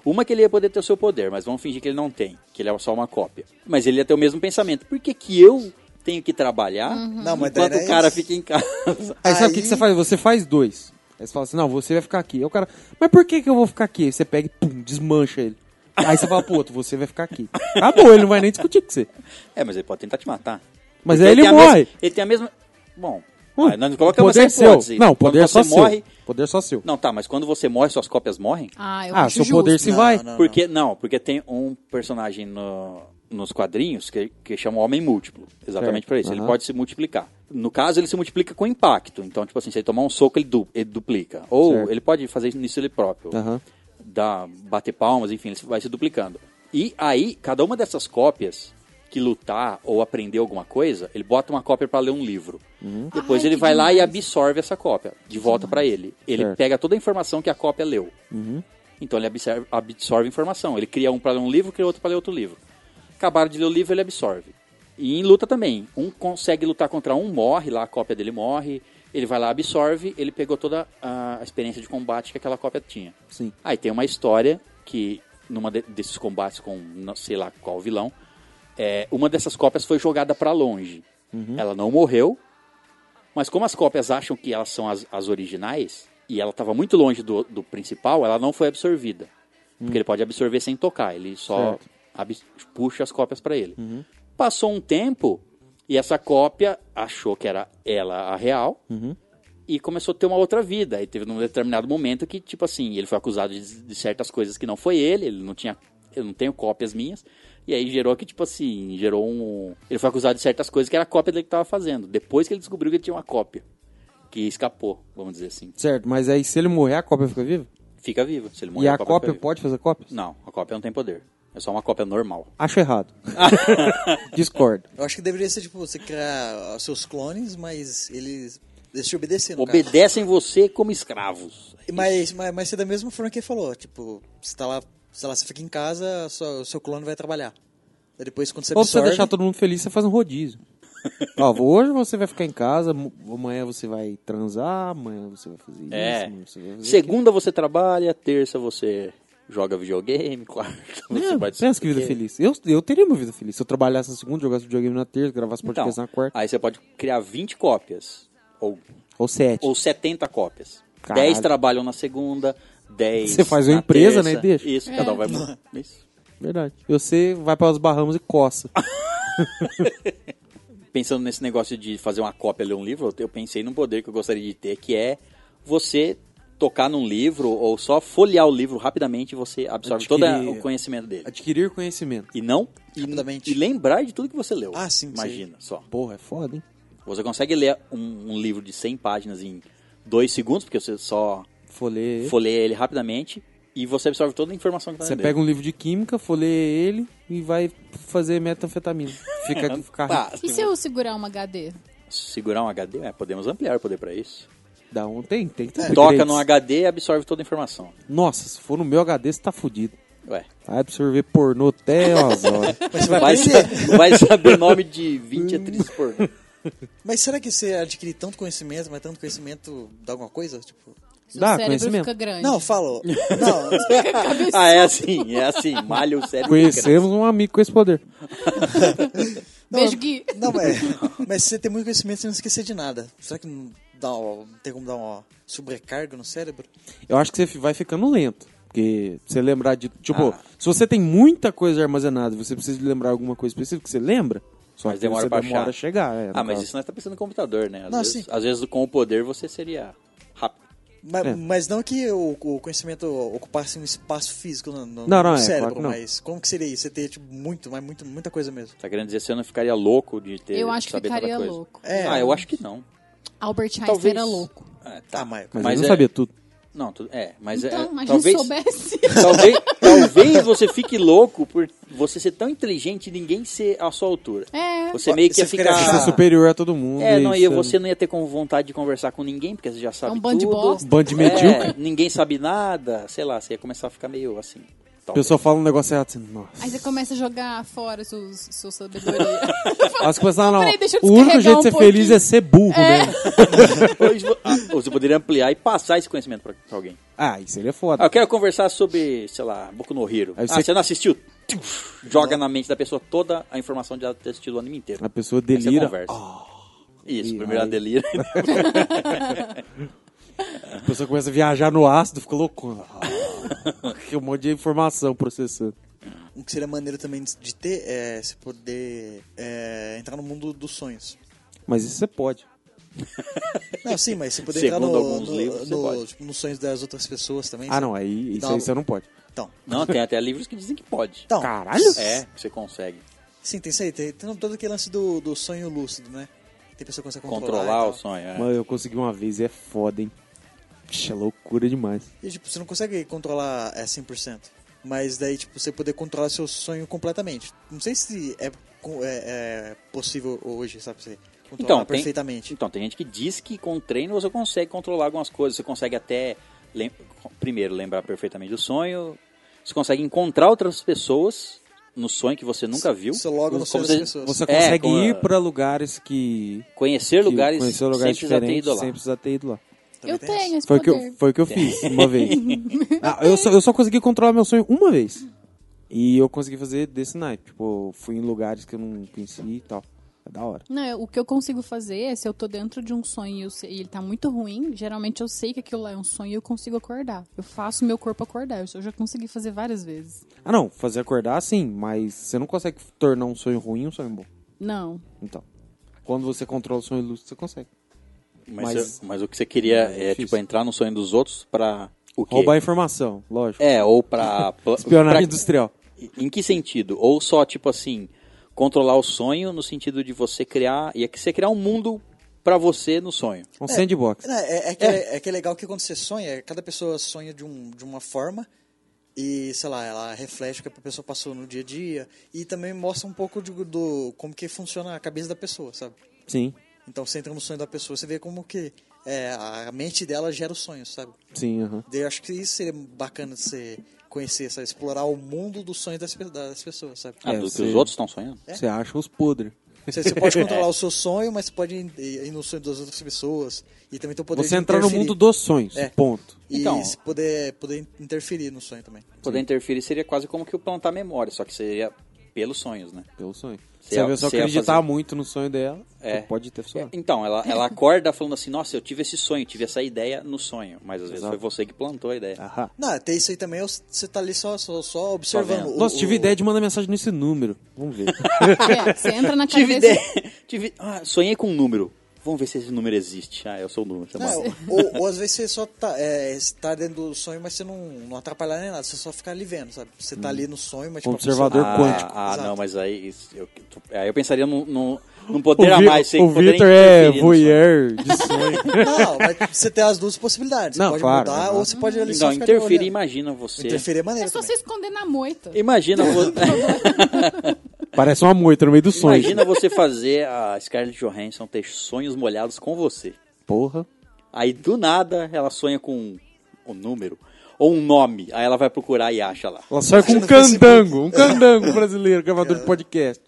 uma é que ele ia poder ter o seu poder, mas vamos fingir que ele não tem, que ele é só uma cópia. Mas ele ia ter o mesmo pensamento. Por que, que eu tenho que trabalhar
Uhum.
Não, mas daí
enquanto
não é
o cara
isso.
fica em casa?
Aí sabe o que, que você faz? Você faz dois. Aí você fala assim, não, você vai ficar aqui. Aí o cara, mas por que, que eu vou ficar aqui? Aí você pega e pum, desmancha ele. Aí você fala pro outro, você vai ficar aqui. Acabou, ele não vai nem discutir com você.
É, mas ele pode tentar te matar.
Mas
Porque
aí ele
tem a mes-
morre.
ele tem a mesma. Bom,
Hum,
aí nós colocamos
poder é
essa
seu.
hipótese.
Não,
Quando
poder
você
só
morre.
seu. Poder é só seu.
Não, tá, mas quando você morre, suas cópias morrem?
Ah, eu
Ah,
acho
seu
justo.
poder se vai.
não.
Porque, não, porque tem um personagem no- nos quadrinhos que, que chama Homem Múltiplo. Exatamente
Certo.
pra isso. Ele
Aham.
pode se multiplicar. No caso, ele se multiplica com impacto. Então, tipo assim, se ele tomar um soco, ele, du- ele duplica. Ou
Certo.
ele pode fazer isso ele próprio.
Aham.
Dá, bater palmas, enfim, ele vai se duplicando. E aí, cada uma dessas cópias que lutar ou aprender alguma coisa, ele bota uma cópia pra ler um livro.
Uhum.
Depois
Ai,
ele
que
vai lá e
demais.
absorve essa cópia de volta pra ele. Ele
Certo. Uhum.
pega toda a informação que a cópia leu. Então ele absorve, absorve informação. Ele cria um para ler um livro, cria outro para ler outro livro. Acabaram de ler o livro, ele absorve. E em luta também. Um consegue lutar contra um, morre, lá a cópia dele morre. Ele vai lá, absorve, ele pegou toda a a experiência de combate que aquela cópia tinha.
Sim.
Aí tem uma história que numa de- desses combates com não sei lá qual vilão, é, uma dessas cópias foi jogada pra longe. Ela não morreu, mas como as cópias acham que elas são as, as originais, e ela estava muito longe do, do principal, ela não foi absorvida. Porque ele pode absorver sem tocar, ele só
Certo.
abs- puxa as cópias pra ele. Passou um tempo e essa cópia achou que era ela a real e começou a ter uma outra vida. E teve num determinado momento que, tipo assim, ele foi acusado de, de certas coisas que não foi ele, ele não tinha. Eu não tenho cópias minhas. E aí gerou que, tipo assim, gerou um. Ele foi acusado de certas coisas que era a cópia dele que tava fazendo. Depois que ele descobriu que ele tinha uma cópia. Que escapou, vamos dizer assim.
Certo, mas aí se ele morrer, a cópia fica viva?
Fica vivo. Se ele morrer,
E a
fica
cópia
viva.
pode fazer cópias?
Não, a cópia não tem poder. É só uma cópia normal.
Acho errado. Discordo.
Eu acho que deveria ser, tipo, você criar os seus clones, mas eles... Eles te obedecem, no caso.
Obedecem você como escravos.
Mas, mas, mas você é da mesma forma que ele falou, tipo, você tá lá, sei lá, você fica em casa, só- o seu clone vai trabalhar. Aí depois quando você
Ou pra você
absorve,
deixar todo mundo feliz, você faz um rodízio. Ó, hoje você vai ficar em casa, mo- amanhã você vai transar, amanhã você vai fazer isso.
É.
amanhã Você vai fazer
Segunda você trabalha, terça você joga videogame, quarta
aquilo.
você
É,
vai
pensa que vida feliz. Eu, eu teria uma vida feliz. Se eu trabalhasse na segunda, jogasse videogame na terça, gravasse
Então,
podcast na quarta.
aí você pode criar 20 cópias. Ou,
Ou sete.
ou 70 cópias.
Caralho.
10 trabalham na segunda, 10.
Você faz uma
na
empresa,
terça.
né, e deixa.
Isso, cada um vai. Isso.
Verdade. E você vai para os Bahamas e coça.
Pensando nesse negócio de fazer uma cópia ler um livro, eu pensei num poder que eu gostaria de ter, que é você tocar num livro ou só folhear o livro rapidamente e você absorve todo
Adquirir-
o conhecimento dele.
Adquirir conhecimento.
E não. E,
Rapidamente.
e lembrar de tudo que você leu.
Ah, sim, sim.
Imagina só.
Porra, é foda, hein?
Você consegue ler um, um livro de 100 páginas em 2 segundos, porque você só
Folheia. ele.
folheia ele rapidamente e você absorve toda a informação que tá
Você
dentro dele.
pega um livro de química, folheia ele e vai fazer metanfetamina. Fica, fica
um
Pá,
E
né?
se eu segurar uma HD?
segurar um HD, é, podemos ampliar o poder pra isso.
Dá um, tem, tem que ter
É
Toca
upgrades.
no HD e absorve toda a informação.
Nossa, se for no meu HD, você tá fudido.
Ué,
Vai absorver pornô até as horas.
mas você vai
vai,
aprender.
sa- vai saber nome de 20 atrizes por
Mas será que você adquirir tanto conhecimento, mas tanto conhecimento dá alguma coisa? Tipo...
Seu
Dá
cérebro
conhecimento.
fica grande.
Não, falo. Não,
Ah, é assim, é assim, malha o cérebro.
Conhecemos um amigo com esse poder.
Beijo, Gui.
não, mas, mas se você tem muito conhecimento, você não esquecer de nada. Será que não, dá, uma- não tem como dar uma sobrecarga no cérebro?
Eu acho que você fi- vai ficando lento. Porque você lembrar de. Tipo,
Ah.
se você tem muita coisa armazenada e você precisa de lembrar alguma coisa específica, você lembra? Só
Mas
que
demora
você
pra
demora
achar.
a chegar. é, no
Ah, mas
caso.
isso nós tá pensando no computador, né? Às,
Não,
vezes,
sim.
às vezes com o poder você seria rápido.
Mas,
É.
mas não que o, o conhecimento ocupasse um espaço físico no, no-
Não, não,
no
é, claro
cérebro,
que não.
mas como que seria isso? Você ter tipo, muito, mas muito, muita coisa mesmo.
Tá querendo dizer que você não ficaria louco de ter
Eu acho que
saber tanta
ficaria
coisa?
louco.
É.
Ah, eu acho que não.
Albert Einstein
Talvez.
era louco.
Ah,
Tá, mas,
Mas,
mas
eu não
é-
sabia tudo.
Não, tudo, é, mas é,
Então, mas
talvez,
não soubesse.
talvez, talvez você fique louco por você ser tão inteligente e ninguém ser à sua altura.
É.
Você meio que ia
Você ficaria
ficar
Você é
achando-
superior a todo mundo.
Ah. É, não,
e
e
você-
você não ia ter com vontade de conversar com ninguém, porque você já sabe
É um bando de
tudo.
bosta.
Band medíocre.
É, ninguém sabe nada, sei lá, você ia começar a ficar meio assim.
A
talvez.
pessoa fala um negócio errado assim, nossa.
Aí você começa a jogar fora sua sua sabedoria.
Aí você começa, ah, não,
Peraí, deixa eu
o único
descarregar
jeito de
um
ser feliz
pouquinho.
é ser burro mesmo.
Ou isso- ah, ou você poderia ampliar e passar esse conhecimento pra pra alguém.
Ah, isso ele é
Ah,
foda.
eu quero conversar sobre, sei lá, Boku no Hero.
Aí
Ah,
você-
você não assistiu? Tuf, Joga na mente da pessoa toda a informação de ela ter assistido o anime inteiro.
A pessoa
Aí você
delira.
é conversa. Isso,
e
primeiro
aí?
ela delira.
A pessoa começa a viajar no ácido, fica loucona. Ah, que um monte de informação processando.
um que seria maneiro também de- de ter é você poder é, entrar no mundo dos sonhos.
Mas isso você pode.
Não, sim, mas você poder entrar
Segundo
no,
alguns
no-
livros, você
no-
pode.
tipo, nos sonhos das outras pessoas também.
Ah,
sabe?
não,
é
aí isso
Dá
aí
um-
você não pode.
Então,
Não, tem até livros que dizem que pode.
então
Caralho?
É, que você consegue
Sim, tem isso aí. Tem, tem todo aquele lance do, do sonho lúcido, né? Tem pessoa que consegue controlar. então.
controlar o
então.
e, tal.
sonho. é.
Mano, eu consegui uma vez e é foda, hein? Puxa, loucura demais.
E, tipo, você não consegue controlar é, 100%. Mas daí, tipo, você poder controlar seu sonho completamente. Não sei se é, co- é- é possível hoje, sabe? Você controlar
Então, tem-
perfeitamente.
Então, tem gente que diz que com treino você consegue controlar algumas coisas. Você consegue até, lem- primeiro, lembrar perfeitamente do sonho. Você consegue encontrar outras pessoas no sonho que você nunca viu.
Você logo no sonho
Então, Como
das
se-
pessoas.
Você
É,
consegue
com a-
ir pra lugares que.
Conhecer
que-
lugares,
conhecer
sem
lugares
precisar ter
diferentes
ido lá.
sem precisar ter ido lá.
Também
Eu
tem essa.
tenho esse
Foi o que
poder.
eu, foi o que eu fiz uma vez. Ah, eu, só, eu só consegui controlar meu sonho uma vez. E eu consegui fazer desse naipe. Tipo, fui em lugares que eu não conhecia e tal. É da hora.
Não, eu- o que eu consigo fazer é se eu tô dentro de um sonho e, eu sei- e ele tá muito ruim, geralmente eu sei que aquilo lá é um sonho e eu consigo acordar. Eu faço meu corpo acordar. Isso eu já consegui fazer várias vezes.
Ah, não. Fazer acordar, sim. Mas você não consegue tornar um sonho ruim um sonho bom.
Não.
Então. Quando você controla o sonho lúcido, você consegue.
Mas,
Mas-
eu- mas o que você queria
É
é, tipo,
difícil.
entrar no sonho dos outros pra o quê?
Roubar informação, lógico.
É, ou pra... pla-
Espionagem
pra-
industrial.
Em que sentido? Ou só, tipo assim, controlar o sonho no sentido de você criar... E é que você criar um mundo pra você no sonho.
Um sandbox.
Não, é, é que, é. que é legal que quando você sonha, cada pessoa sonha de, um, de uma forma e, sei lá, ela reflete o que a pessoa passou no dia a dia e também mostra um pouco de- do como que funciona a cabeça da pessoa, sabe?
Sim.
Então você entra no sonho da pessoa, você vê como que é, a mente dela gera os sonhos, sabe?
Sim, aham.
Daí Eu acho que isso seria bacana de você conhecer, sabe? explorar o mundo dos sonhos das, pe- das pessoas, sabe?
Ah,
É,
do que
você-
os outros estão sonhando?
Você acha os podres.
Você, você pode controlar o seu sonho, mas você pode ir, ir no sonho das outras pessoas e também tem o poder
Você
de
entrar no
interferir.
mundo dos sonhos.
É.
Ponto.
E
Então-
se poder, poder interferir no sonho também.
Poder interferir seria quase como que o plantar memória, só que seria pelos sonhos, né?
Pelo sonho.
Você
Se
ia-
a pessoa
você ia
acreditar
fazer-
muito no sonho dela,
É.
você pode ter sonho.
Então, ela, ela acorda falando assim, nossa, eu tive esse sonho, tive essa ideia no sonho. Mas às vezes
Exato. Ah.
foi você que plantou a ideia.
Aham.
Não, até isso aí também é o- você tá ali só, só, só observando.
vendo.
o-
Nossa, tive
o-
ideia de mandar mensagem nesse número. Vamos ver.
É, você entra na
Tive
cabeça.
ideia. Tive... Ah, sonhei com um número. Vamos ver se esse número existe. Ah, eu sou o número. tá
Não,
bom.
ou, ou às vezes você só tá, é, você tá dentro do sonho, mas você não, não atrapalhar nem nada, você só fica ali vendo, sabe? Você tá ali no sonho, mas tipo,
Hum.
a
Observador
ah,
pessoa-
quântico.
ah,
Exato.
não, mas aí isso- eu, aí eu pensaria num, num, num poder a
Vi-
mais. sei
o
que poder
Victor é
interferir no sonho.
voyeur de sonho.
Não, mas você tem as duas possibilidades. Você
Não,
pode
claro, né?
mudar
claro.
ou você pode ali só
Não,
ficar
interferir,
olhando.
imagina você.
Interferir é maneiro
É só
também.
se esconder na moita.
Imagina, vo-
Parece uma moita no meio do sonho.
imagina você fazer a Scarlett Johansson ter sonhos molhados com você.
Porra.
Aí do nada ela sonha com um, um número ou um nome. Aí ela vai procurar e acha lá.
Ela sai com um
no Facebook.
candango. Um candango brasileiro, gravador de podcast.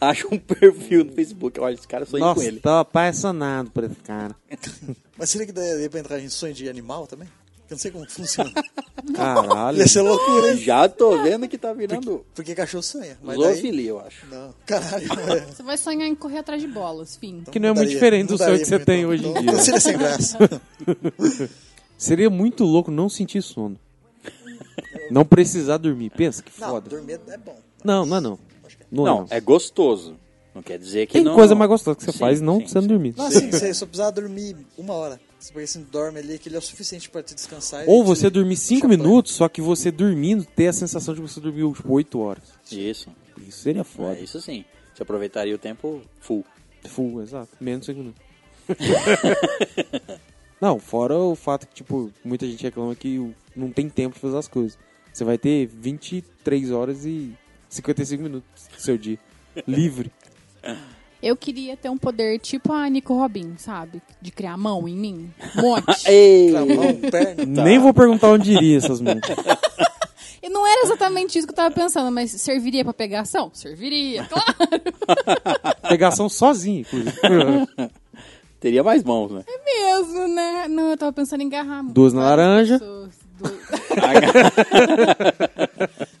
Acha um perfil no Facebook. Olha, esse cara sonha com
Nossa,
ele.
tô apaixonado por esse cara.
Mas seria que daria pra entrar em sonho de animal também? Eu não sei como que funciona.
Caralho.
Ia ser loucura, hein?
Já tô vendo que tá virando
Porque cachorro sonha. Mas daí...
zoofilia, eu acho.
Não, caralho. é.
Você vai sonhar em correr atrás de bolas, fim.
Que não é muito
Mudaria-
diferente do sonho
mudaria
que você
muito,
tem
não.
hoje em
Então,
dia.
Não seria sem graça.
Seria muito louco não sentir sono. Não precisar dormir. Pensa que
Não,
foda.
dormir é bom.
Não, não é não. Não, é
Não,
não.
é gostoso. Não quer dizer que
Tem
não...
coisa mais gostosa que você
Sim,
faz não
sim,
precisando
sim.
dormir.
Não, assim, você só precisava dormir uma hora. Você Porque você dorme ali, que ele é o suficiente pra te descansar. e
Ou
te-
você dormir cinco
champanhe.
minutos, só que você dormindo ter a sensação de que você dormiu tipo 8 horas.
Isso,
Isso seria foda.
é isso sim. Você aproveitaria o tempo full.
Full, exato. Menos cinco minutos. não, fora o fato que, tipo, muita gente reclama que o- não tem tempo de fazer as coisas. Você vai ter 23 horas e 55 minutos do seu dia. Livre.
Eu queria ter um poder tipo a Nico Robin, sabe? De criar mão em mim. Um monte.
Ei!
Pra mão, perna.
Nem vou perguntar onde iria essas mãos.
e não era exatamente isso que eu tava pensando, mas serviria pra pegação? Serviria, claro.
Pegação sozinho, inclusive.
Teria mais mãos, né?
Mesmo, né? Não, eu tava pensando em agarrar.
Duas na
várias
laranja.
pessoas, du-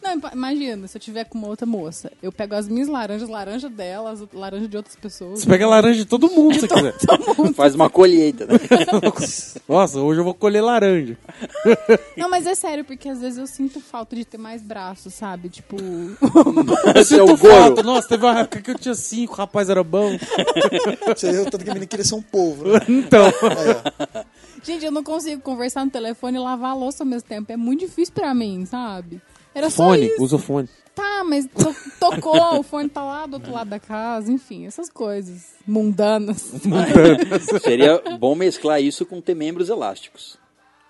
Não, impa- imagina, se eu tiver com uma outra moça, eu pego as minhas laranjas, laranja delas, laranja de outras pessoas.
Você pega a laranja de todo mundo se você quiser.
Faz uma colheita, né?
Nossa, hoje eu vou colher laranja.
Não, mas é sério, porque às vezes eu sinto falta de ter mais braços, sabe? Tipo.
Esse é o
Falta.
goro.
Nossa, teve uma época que eu tinha cinco, rapaz, era bom.
Você viu tanto que a menina queria ser um povo, né?
Então.
Gente, eu não consigo conversar no telefone e lavar a louça ao mesmo tempo. É muito difícil pra mim, sabe? Era
Fone,
só isso.
usa o fone.
Tá, mas to- tocou, o fone tá lá do outro lado da casa, enfim, essas coisas mundanas.
né?
Seria bom mesclar isso com ter membros elásticos.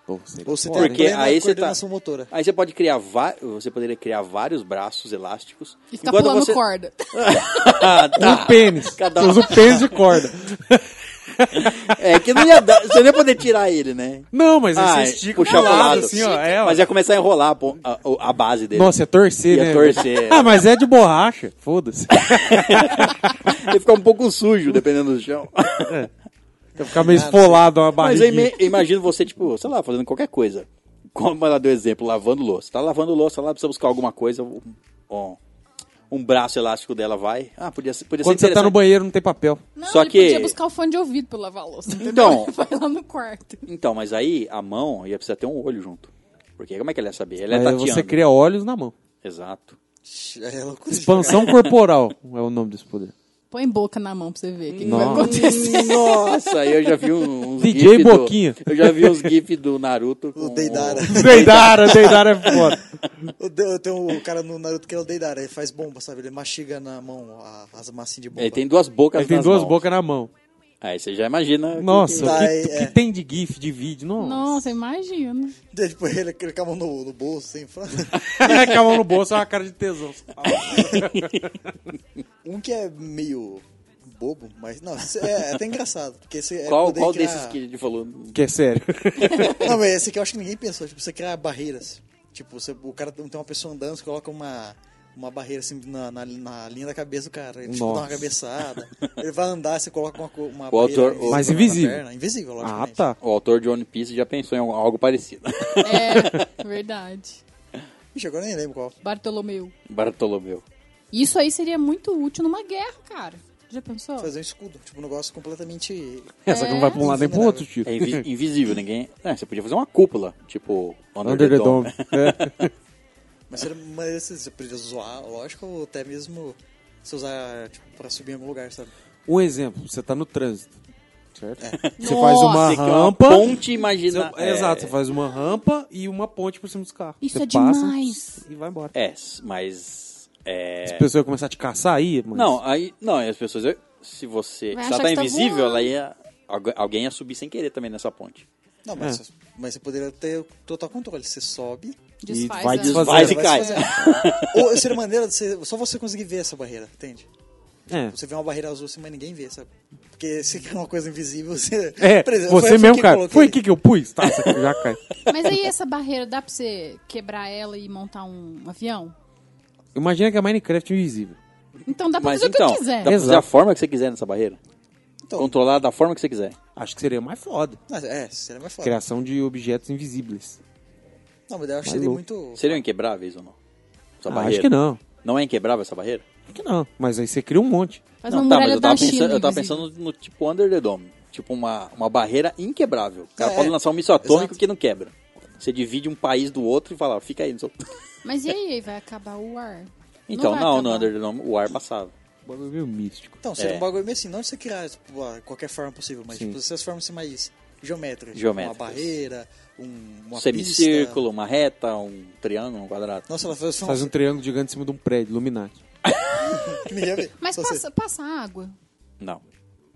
Ou você tem
Porque
a plena
aí você tá-
coordenação motora.
Aí você pode criar va- você poderia criar vários braços elásticos.
E ficar
enquanto
pulando
você-
corda.
Ah, tá.
Um pênis.
Cada
Você
um-
usa o pênis de corda.
É que não ia dar. Você não ia poder tirar ele, né?
Não, mas aí
Ah,
você estica
puxar
pro
pro lado.
assim, ó. É, ó.
Mas ia começar a enrolar a, pon- a- a base dele.
Nossa, é torcer,
Ia
né?
torcer.
Ah, mas é de borracha. Foda-se.
Ele ficar um pouco sujo, dependendo do chão.
Ficar meio esfolado uma
Mas
barriga.
eu ime- eu imagino você, tipo, sei lá, fazendo qualquer coisa. como ela deu exemplo, lavando louça. Tá lavando louça lá, precisa buscar alguma coisa, um, um- um braço elástico dela vai. Ah, podia ser, podia
Quando
ser
você tá no
interessante.
banheiro, não tem papel.
Não,
Só
ele
que-
podia buscar o fone de ouvido pra lavar a louça. entendeu?
Então.
Ele Vai lá no quarto.
Então, mas aí a mão ia precisar ter um olho junto. Porque como é que ela ia saber? Ela
Aí
é tateando.
você cria olhos na mão.
Exato.
É loucura de
Expansão corporal é o nome desse poder.
Põe boca na mão pra você ver o que, que vai
Nossa.
acontecer.
Nossa, eu já vi um- uns
DJ
gif do-
Boquinha.
eu já vi uns gifs do Naruto com
O Deidara.
Deidara, Deidara é foda.
O de- Tem um cara no Naruto que é o Deidara, ele faz bomba, sabe? Ele mastiga na mão a- as massinhas de bomba.
Ele tem duas bocas
Ele tem
nas
duas
mãos.
bocas na mão.
Aí você já imagina. que-
Nossa, o
Vai,
que, o que
é.
tem de gif, de vídeo? Nossa.
Nossa, imagina.
Daí, Tipo, ele ele com a mão no, no bolso, assim. fala-
Com a mão no bolso é uma cara de tesão.
Um que é meio bobo, mas não, isso é é até engraçado. Porque esse é
Qual,
poder
qual
criar-
desses que ele falou?
Que é sério.
Não, mas esse aqui eu acho que ninguém pensou. Tipo, você criar barreiras. Tipo, você, o cara tem uma pessoa andando, você coloca uma, uma barreira assim na, na, na linha da cabeça do cara. Ele tipo, dá uma
Nossa.
cabeçada. Ele vai andar, você coloca uma, co- uma
O autor-
barreira
Mas
na
invisível.
perna. Invisível,
Ah,
logicamente.
tá.
O autor de One Piece já pensou em algo parecido.
É, verdade.
Ixi, agora eu nem lembro qual.
Bartolomeu.
Bartolomeu.
Isso aí seria muito útil numa guerra, cara. Já pensou?
Fazer um escudo. Tipo, um negócio completamente.
Essa que não vai pra um lado nem pro outro, tio.
É invi- invisível, ninguém. É, você podia fazer uma cúpula, tipo Under,
Under the Dome. É.
Mas seria uma maneira assim, você podia zoar, lógico, ou até mesmo se usar, tipo, pra subir em algum lugar, sabe?
Um exemplo, você tá no trânsito. Certo? Você
Nossa.
faz uma
Você quer uma
rampa.
ponte, imagina.
Você- Exato, você faz uma rampa e uma ponte por cima dos carros.
Isso
Você
é
passa
demais.
E vai embora.
É, mas. É...
As pessoas começam a te caçar aí, mas...
Não, aí. Não, aí as pessoas. Se você.
Vai
se ela
achar
tá
que você tá
invisível,
voando.
ela ia. algu- Alguém ia subir sem querer também nessa ponte.
Não,
É.
mas, mas você poderia ter total controle. Você sobe,
Desfaz. é.
vai
a-
desfazer.
Vai e
vai
cai.
se fazer. ou seria maneira de você, só você conseguir ver essa barreira, entende?
É.
Você vê uma barreira azul assim, mas ninguém vê, sabe? Porque se é uma coisa invisível, você.
É,
Por exemplo,
você
foi eu
mesmo,
que
cara.
coloquei.
Foi aqui que eu pus? Tá, essa aqui já cai.
Mas aí essa barreira, dá pra você quebrar ela e montar um avião?
Imagina que é Minecraft invisível.
Então dá pra
Mas
fazer
então,
o que
dá
eu quiser.
pra fazer
Exato.
a forma que você quiser nessa barreira.
Então.
Controlar da forma que você quiser.
Acho que seria mais foda.
Mas, é, seria mais foda.
Criação de objetos invisíveis.
Não, mas eu acho que
Mais
seria
louco.
muito.
Seriam inquebráveis ou não? Essa
Ah,
barreira?
acho que não.
Não é inquebrável essa barreira?
Acho que não. Mas aí você cria um monte.
Faz
não,
uma
tá, mas
muralha
eu tava,
da China.
pensando, eu tava
invisível.
pensando no tipo Under the Dome. Tipo uma, uma barreira inquebrável. O cara
É,
pode
é.
lançar um míssil atômico
Exato.
que não quebra. Você divide um país do outro e fala, fica aí. no seu-"
Mas e aí, vai acabar o ar?
Então,
vai
não,
acabar.
no Under the Dome o ar passava.
Bagulho meio místico.
Então, seria
É.
um bagulho meio assim, não de você criar tipo, a qualquer forma possível, mas tipo, se as formas assim, mais geométricas. tipo,
Geométricas.
Uma barreira, um, uma
Um semicírculo, uma reta, um triângulo, um quadrado.
Pista. Nossa, ela faz,
Faz um triângulo gigante em cima de um prédio, Illuminati.
que ninguém ia ver.
Mas
Só
passa, passa água.
Não.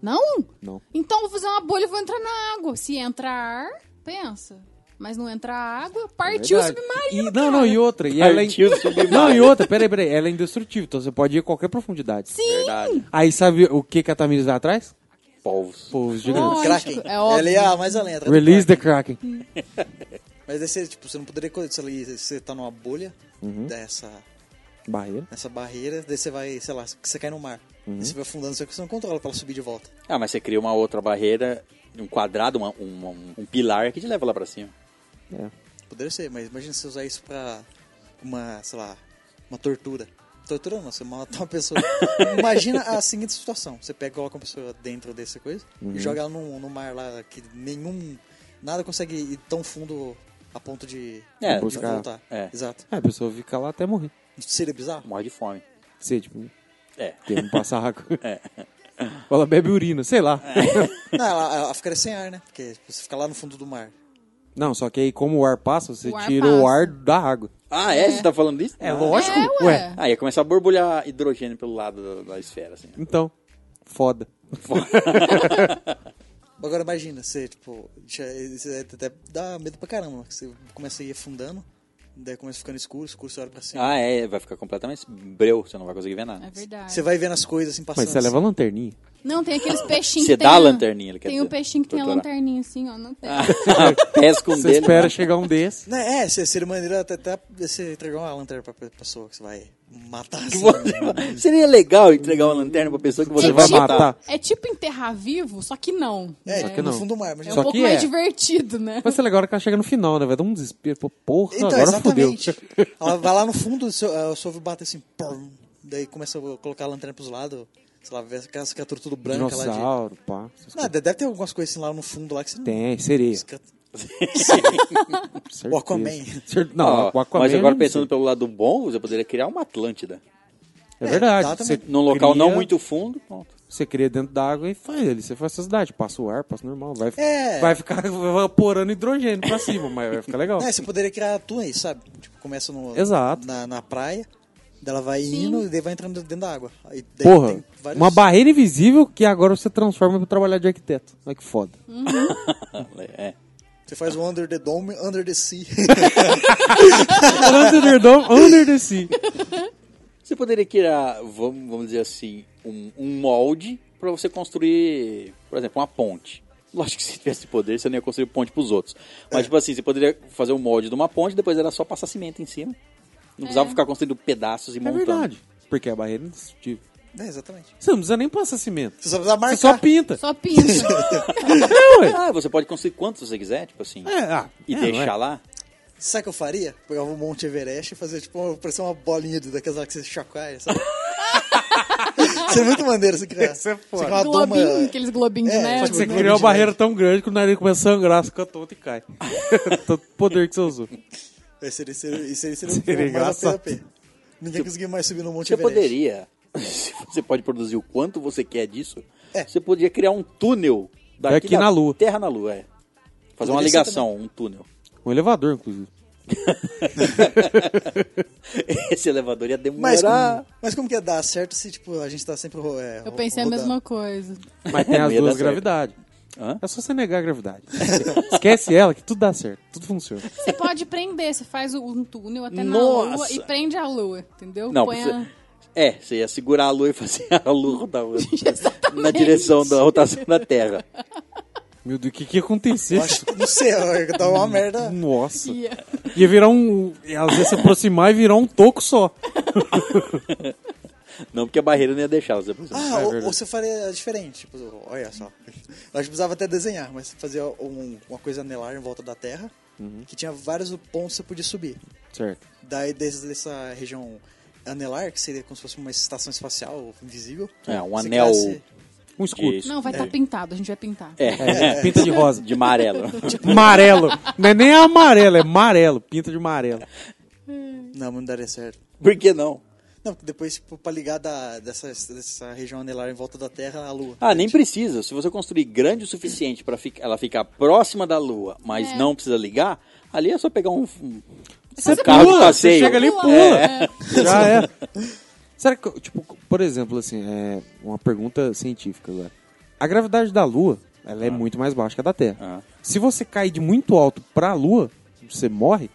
Não?
Não.
Então eu vou fazer uma bolha e vou entrar na água. Se entrar ar, pensa. Mas não entrar
É
água, partiu o
Verdade.
submarino.
E- não, não, e outra. E ela é in-
Partiu submarino.
Não, e outra, peraí, peraí. Ela é indestrutível, então você pode ir a qualquer profundidade.
Sim,
Verdade.
Aí sabe o que, que a Tamiris vai atrás?
Povos.
Povos gigantes.
lógico,
Kraken.
É óbvio.
Ela ia mais além. atrás do
Release
Kraken.
the Kraken.
Mas daí você, tipo, você não poderia correr. Se ali- se você tá numa bolha dessa,
Barreira.
nessa barreira, daí você vai, sei lá, você cai no mar. Daí Você vai afundando, só que você não controla pra ela subir de volta.
Ah, mas você cria uma outra barreira, um quadrado, uma- um- um, um pilar que te leva lá pra cima.
é.
Poderia ser, mas imagina você usar isso pra uma, sei lá, uma tortura. Tortura não, você mata uma pessoa. imagina a seguinte situação: você pega e coloca uma pessoa dentro dessa coisa e joga ela no, no mar lá que nenhum. Nada consegue ir tão fundo a ponto de,
É,
de
buscar.
voltar.
É.
Exato.
É, a pessoa fica lá até morrer.
Seria bizarro?
Morre de fome.
Sede, tipo,
É.
porque não passa água. Ou ela bebe urina, sei lá.
É.
Não, ela, ela ficaria sem ar, né? Porque tipo, você fica lá no fundo do mar.
Não, só que aí como o ar passa, você
O ar
tira o
passa.
ar da água.
Ah, é? Você tá falando disso?
É
Ah.
lógico.
É, ué.
Ah, ia começar a borbulhar hidrogênio pelo lado da, da esfera, assim.
Então, foda.
Agora imagina, você, tipo, já- você até dá medo pra caramba, que você começa a ir afundando, daí começa ficando escuro, escuro, você olha pra cima.
Ah, é, vai ficar completamente breu, você não vai conseguir ver nada.
É verdade.
Você vai vendo as coisas assim passando.
Mas você leva a lanterninha.
Não, tem aqueles peixinhos
Você
que tem
dá a lanterninha, ele quer
Tem
dizer, Ah,
o peixinho que tem a
torturar.
lanterninha assim, ó. Não tem.
Pesca um
Você
dele.
espera
né?
chegar um desses.
assim. Não, É, você- seria maneira até, até você entregar uma lanterna pra pe- pessoa que você vai matar assim.
Seria legal entregar uma lanterna pra pessoa que você
Você
vai
vai
matar.
matar.
É tipo enterrar vivo, só que não.
É,
né?
que
no
não.
fundo do mar, mas
É
já
um
Só
pouco
que
mais
é.
divertido, né?
Vai ser legal a hora que ela chega no final, né? Vai dar um desespero. Pô, porra,
Então,
agora
exatamente.
fudeu.
Ela vai lá no fundo, o seu- eh, o sofro bate assim, pum, daí começa a colocar a lanterna pros lados, sei lá, vê aquelas criaturas tudo branca lá de...
Dinossauro, pá. essas
Não,
coisas.
deve ter algumas coisas assim lá no fundo lá que você não...
Tem, sereia. certeza.
O Aquaman.
Cer-
Ó,
Não, o Aquaman. é um
mas
eu
agora
não sei.
pensando pelo lado bom, você poderia criar uma Atlântida.
É verdade.
É, tá
Você
também.
Num local não
cria-
muito fundo, pronto.
Você cria dentro d'água e faz ali. Você faz essa cidade. Passa o ar, passa normal. Vai,
É.
vai ficar evaporando hidrogênio pra cima, mas vai ficar legal.
Não, É, você poderia criar túneis, sabe? Tipo, começa no,
Exato.
Na, na praia, daí ela vai indo e daí vai entrando dentro da água. Aí, daí
Porra,
tem vários-
uma barreira invisível que agora você transforma pra trabalhar de arquiteto. Olha que foda.
É.
Você faz o Under the Dome, Under the Sea.
Under the Dome, Under the Sea.
Você poderia criar, vamos, vamos dizer assim, um, um molde pra você construir, por exemplo, uma ponte. Lógico que se tivesse poder, você não ia construir ponte pros outros.
É.
Mas, tipo assim, você poderia fazer um molde de uma ponte, depois era só passar cimento em cima. Não precisava ficar construindo pedaços e
É
montando.
verdade. Porque a barreira é indestrutível.
é, exatamente.
Você não precisa nem passar cimento.
Você só precisa
Você
marcar.
só pinta.
Só pinta. tipo
É, ué.
Ah, você pode construir quantos você quiser, tipo assim.
É, ah,
E
é,
deixar
ué.
lá.
Sabe o que eu faria? Pegava um Monte Everest e fazia tipo, uma- parecia uma bolinha de- daquelas lá que você chacoalha, sabe? Isso é muito maneiro você criar. Isso é foda. Você cria uma doma...
globinho, aqueles globinhos de
É,
neve.
só que
Você
Não,
criou uma
demais.
barreira tão grande que o nariz começa a sangrar, você cantou e cai. Todo poder que você usou.
Aí É, seria, seria, isso seria, seria,
Seria
mais
engraçado. Tipo,
a PAP. Ninguém conseguia mais subir no Monte
Você
Everest.
poderia, se você pode produzir o quanto você quer disso,
É.
você poderia criar um túnel daqui
Daqui
da
na Lua.
Terra na Lua, é. Fazer uma
Poderia ser
ligação, um túnel.
Um elevador, inclusive.
Esse elevador ia demorar.
Mas, como, mas como que ia dar certo se tipo, a gente tá sempre ro- é,
Eu
ro-
pensei a
rodando?
mesma coisa.
Mas tem
Não
as
ia dar
duas
certo.
gravidades.
Hã?
É só você negar a gravidade. Esquece ela que tudo dá certo, tudo funciona.
Você pode prender, você faz o- um túnel até na lua
Nossa.
e prende a lua, entendeu?
Não,
Põe
precisa...
a...
É, você ia segurar a lua e fazer a lua rodar na direção da rotação da Terra.
Meu Deus, o que, que ia acontecer?
Eu acho que não sei, eu- dá uma merda.
Nossa.
Ia.
Ia virar um. ia Às vezes se aproximar e virar um toco só.
Não, porque a barreira não ia deixar você.
Ah,
É
ou,
verdade.
ou você faria diferente. Tipo, olha só. Eu acho que precisava até desenhar, mas você fazia um- uma coisa anelar em volta da Terra,
Uhum.
que tinha vários pontos que você podia subir.
Certo.
Daí, desde essa região anelar, que seria como se fosse uma estação espacial invisível.
É, um
você
anel
criasse-
Um escudo.
de-
Não, vai estar pintado, a gente vai pintar.
É, pinta de rosa.
de amarelo.
Amarelo. Não é nem amarelo, é amarelo. Pinta de amarelo.
Não, mas não daria certo.
Por que não?
Não, porque depois, tipo, pra ligar da, dessa, dessa região anelar em volta da Terra à Lua.
Ah, nem precisa. Se você construir grande o suficiente para ela ficar próxima da Lua, mas não precisa ligar, ali é só pegar um, um
Você
carro de
pula, você
passeio.
chega ali e
Pula,
pula.
é.
Já é. Será que, tipo, por exemplo, assim, é uma pergunta científica agora. A gravidade da Lua, ela é muito mais baixa que a da Terra.
Ah.
Se você cair de muito alto pra Lua, você morre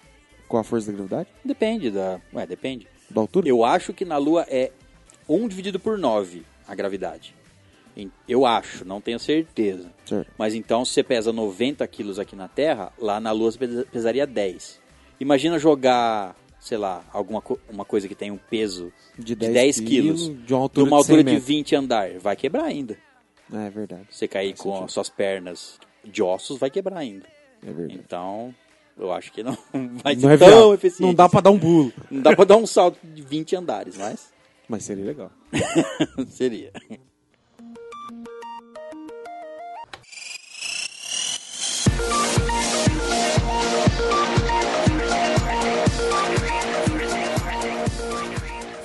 com a força da gravidade,
Depende da. Ué, depende.
da altura.
Eu acho que na Lua é 1 dividido por 9 a gravidade. Em- Eu acho, não tenho certeza.
Certo.
Mas então, se você pesa 90 quilos aqui na Terra, lá na Lua você pesa- pesaria 10. Imagina jogar, sei lá, alguma co- uma coisa que tem um peso
De
de
10
10,
quilos,
quilos,
de uma altura
numa
de 100
altura de
metros.
20 andar. Vai quebrar ainda.
É verdade.
Você cair com as suas pernas de ossos, vai quebrar ainda.
É verdade.
Então, eu acho que não vai
Não
ser
é
tão
viável.
eficiente.
Não dá pra dar um pulo.
Não dá pra dar um salto de 20 andares, mas
Mas seria legal.
seria.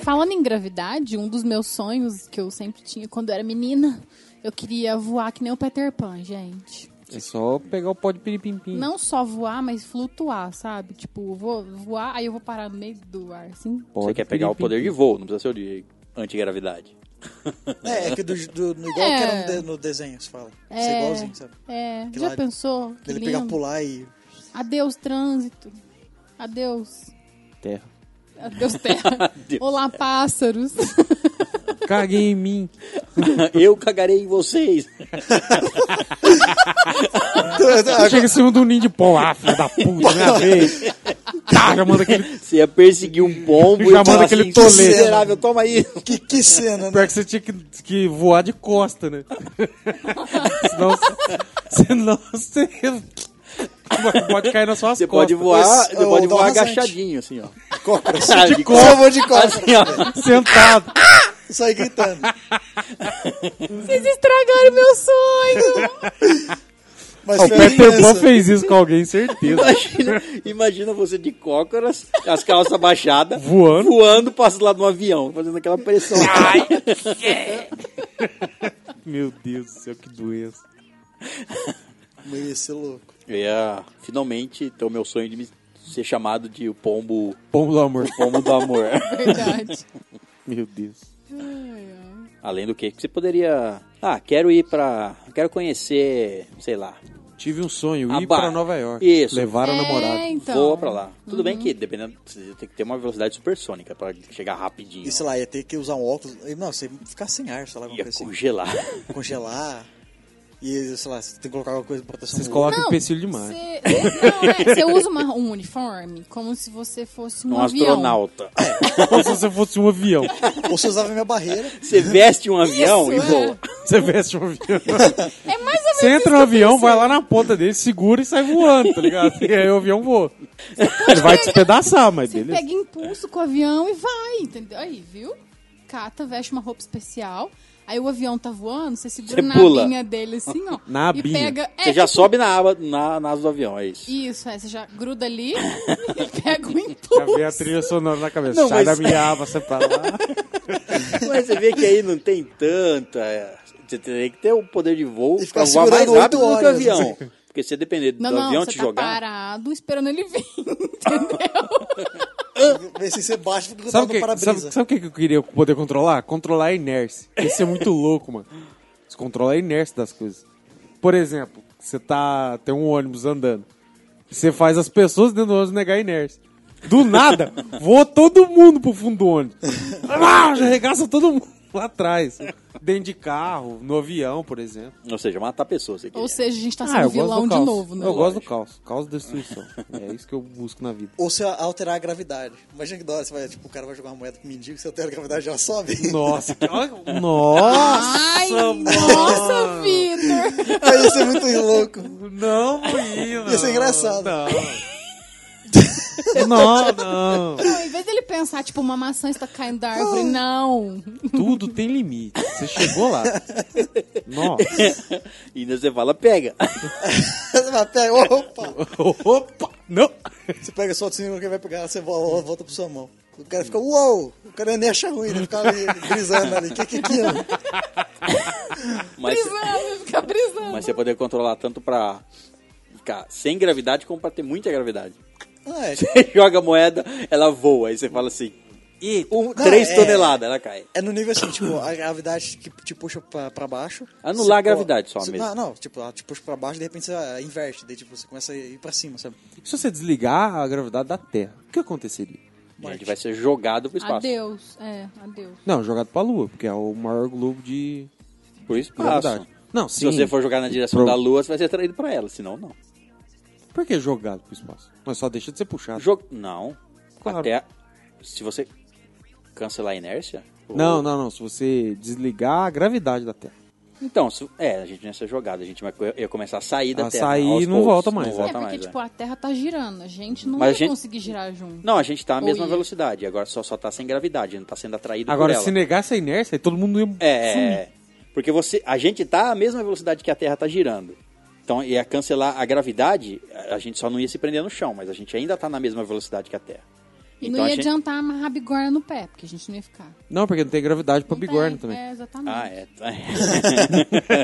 Falando em gravidade, um dos meus sonhos que eu sempre tinha quando eu era menina, eu queria voar que nem o Peter Pan, gente.
É só pegar o pó de
Hum.
piripimpim.
Não só voar, mas flutuar, sabe? Tipo, vou voar, aí eu vou parar no meio do ar, assim.
Pó
Você
de
quer pegar o
piripimpim.
poder de voo, não precisa ser o de antigravidade.
É, é que do, do, no- igual
É.
que era no, de- no desenho, se fala. Isso É.
É.
igualzinho, sabe?
É,
Que
já
lá-
pensou? Que um-
Ele
lindo.
pegar, pular e...
Adeus, trânsito. Adeus.
Terra.
Adeus, terra.
Adeus.
Olá, pássaros.
Caguei em mim.
Eu cagarei em vocês.
Chega em cima do ninho de pó. Ah, filho da puta, minha vez. Tá, já manda aquele.
Você ia perseguir um pombo
Já
e falar
manda aquele
assim,
tolete.
"Que miserável, toma aí.
Que, que cena, né?
Pior que você tinha que, que voar de costa, né? senão, senão você. Pode cair nas suas
Você pode
costas.
voar,
Esse-
você
o
pode
Dom
voar
Razante.
agachadinho, assim, ó.
Cobras.
Ah, de
Eu vou de costas.
Assim, ó.
Sentado.
Sai gritando.
Vocês estragaram meu sonho!
Mas
O
foi
Peter Pan
criança.
fez isso com alguém, certeza.
Imagina, imagina você de cócoras, as calças baixadas,
Voando.
voando, passando lá de um avião, fazendo aquela pressão.
Meu Deus do céu, que doença.
Mas ia ser louco.
Eu ia finalmente ter o meu sonho de me ser chamado de o pombo,
Pombo do amor.
pombo do amor.
Verdade.
Meu Deus.
Além do que, que você poderia... Ah, quero ir pra... Quero conhecer, sei lá,
Tive um sonho,
A
ir
ba-
pra Nova York.
Isso.
Levar a
É,
namorada.
então. uhum.
voa pra lá. Tudo bem que, dependendo, você tem que ter uma velocidade supersônica pra chegar rapidinho.
E sei lá, ia ter que usar um óculos. Não, você ia ficar sem ar, sei lá, alguma
Ia
coisa assim.
congelar.
Congelar. E sei lá, você tem que colocar alguma coisa de proteção.
Vocês
no
colocam
Não,
o pecilho demais.
Você não, é, você usa uma- um uniforme como se você fosse um,
Um
avião.
astronauta.
Como se você fosse um avião.
olho. Ou você usava minha barreira.
Você veste um avião
Isso,
e
é.
voa.
Você veste um avião.
É mais ou menos
Você
isso
entra
que
no
eu
avião,
pensei.
vai lá na ponta dele, segura e sai voando, tá ligado? E aí o avião voa. Ele vai despedaçar, mas
Você
beleza.
pega impulso com o avião e vai, entendeu? Aí, viu? Cata, veste uma roupa especial. Aí o avião tá voando, você
Você
segura na
pula.
abinha dele assim, ó.
Na
e
abinha.
pega. É,
Você já
tipo,
sobe na aba, na, na asa do avião, é isso.
Isso, é, você já gruda ali e pega o
Já vem a
impulso.
trilha sonora na cabeça.
Não,
sai
mas-
da minha aba, sai pra lá.
tipo,
Mas você vê que aí não tem tanta. é, Você teria que ter o poder de voo
E
pra
ficar
voar mais
segurando oito
rápido do que o
horas,
avião. Porque se depender do
Não, não,
avião
você
te
tá
jogar.
parado esperando ele vir, entendeu?
Vê se você baixa porque eu tava
Sabe o
no
que,
para-brisa.
sabe, sabe o que eu queria poder controlar? Controlar a inércia. Isso é muito louco, mano. Você controla a inércia das coisas. Por exemplo, você tá. tem um ônibus andando. Você faz as pessoas dentro do ônibus negar a inércia. Do nada, voa todo mundo pro fundo do ônibus. Ah, já arregaça todo mundo lá atrás. Dentro de carro, no avião, por exemplo.
Ou seja, matar pessoas. Você
Ou
queria.
seja, a gente tá
Ah,
sendo
eu gosto
vilão
do
de
caos.
novo, né?
Eu gosto do caos. Caos e destruição. É isso que eu busco na vida.
Ou você alterar a gravidade. Imagina que da hora você vai, tipo, o cara vai jogar uma moeda pro mendigo, você altera a gravidade já sobe.
Nossa, que... olha- Nossa!
Ai, nossa, Vitor!
Aí ia ser muito louco.
Não, Murilo.
é
Ia ser engraçado.
Não. não, não.
Em vez dele pensar, tipo, uma maçã está caindo da árvore, não.
Tudo tem limite. Você chegou lá. Nossa.
E ainda você fala, pega.
Você vai até, opa!
Opa. Não.
Você pega só o cinema que vai pegar, você volta, volta pra sua mão. O cara fica, uou! O cara nem acha ruim, ele fica ali brisando ali. Que que é aquilo?
Mas,
Brisando, fica brisando.
mas você poder controlar tanto pra ficar sem gravidade como pra ter muita gravidade.
Ah, é,
Você joga a moeda, ela voa. Aí você fala assim. E um, três
é-
toneladas, ela cai.
É no nível assim, tipo, a gravidade que te puxa pra, pra baixo.
Anular
você
é a gravidade só
co- você-
mesmo.
Não, não, tipo, ela te puxa pra baixo e de repente você ah, inverte, daí tipo, você começa a ir pra cima, sabe?
Se você desligar a gravidade da Terra, o que aconteceria?
A gente vai ser jogado pro espaço.
Adeus, é, adeus.
Não, jogado pra Lua, porque é o maior globo de
Por espaço.
gravidade. Não, sim.
Ah, Se você for jogar na direção
Pro-
da lua, você vai ser traído pra ela. Senão, não.
Por que jogado pro espaço? Mas só deixa de ser puxado.
Jog... Não.
Claro.
Até se você cancelar a inércia. ou-
Não, não, não. Se você desligar a gravidade da Terra.
Então, se- é, a gente não ia ser jogado, a gente vai co- ia começar a sair da
A
Terra.
sair
aos
e não
poucos,
volta mais,
Não
é.
É
volta
porque,
mais.
tipo, a Terra tá girando. A gente não
Mas a
vai
gente-
conseguir girar junto.
Não, a gente tá na
Ou
mesma
ia.
velocidade, agora só, só tá sem gravidade, não tá sendo atraído
Agora,
por ela.
se negar essa inércia, aí todo mundo ia
É,
sumir.
é, porque você, a gente tá à mesma velocidade que a Terra tá girando. Então, ia cancelar a gravidade, a gente só não ia se prender no chão, mas a gente ainda tá na mesma velocidade que a Terra.
E
então
não
a
ia
gente...
adiantar amarrar a bigorna no pé, porque a gente não ia ficar.
Não, porque não tem gravidade pra
Não
Tipo bigorna
tem,
também.
É, exatamente.
Ah, é. tá.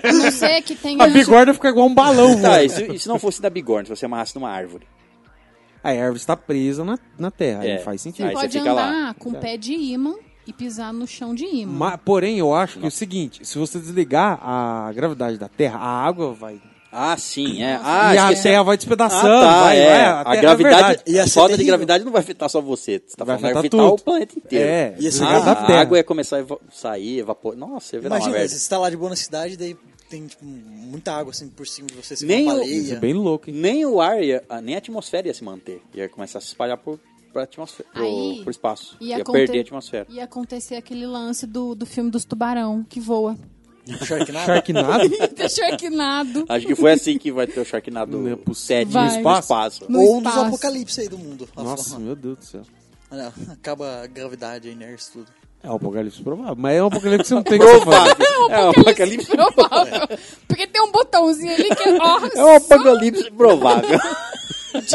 A não ser que tenha...
A bigorna fica igual um balão,
Tá,
mano.
e se, e se não fosse da bigorna, se você amarrasse numa árvore?
Aí A árvore está presa na, na terra,
É.
aí faz sentido.
Você
aí você
tipo, pode
fica
andar
lá.
É.
com o pé de imã e pisar no chão de imã.
Ma- porém, eu acho que é o seguinte, se você desligar a gravidade da terra, a água vai...
Ah, sim, é. Ah,
e a
esqueci.
terra vai despedaçando,
Ah, tá,
vai,
é.
vai,
a
terra é
gravidade,
verdade.
Ia ser
falta de
terrível.
gravidade não vai afetar só você. Você tá
Vai
falando, vai
afetar
afetar
tudo.
o planeta inteiro.
É,
Ia ser
desligar
gravidade
da
Ah,
terra.
a água ia começar a evo- sair, evaporar. Nossa, ia virar uma
Imagina,
merda.
você tá lá de boa na cidade, daí tem tipo, muita água assim por cima de você, se
Nem
uma
o-
Isso é
baleia.
bem louco, hein?
Nem o ar, ia, ah, nem a atmosfera ia se manter. Ia começar a se espalhar por, pra atmosfera, pro,
Aí,
pro espaço. Ia,
aconte-
perder a atmosfera.
Ia acontecer aquele lance do, do filme dos tubarão que voa.
um Sharknado.
Sharknado?
Tá Sharknado.
Acho que foi assim que vai ter o Sharknado
Não é possível.
7
Vai.
no espaço.
No
Ou nos
espaço.
apocalipse aí do mundo.
Nossa, meu Deus do céu.
Olha, acaba a gravidade aí, nerds, tudo.
É um apocalipse provável, mas é um apocalipse que você não tem como falar.
É um apocalipse
Provável. Porque tem um botãozinho ali que ó,
É um apocalipse provável.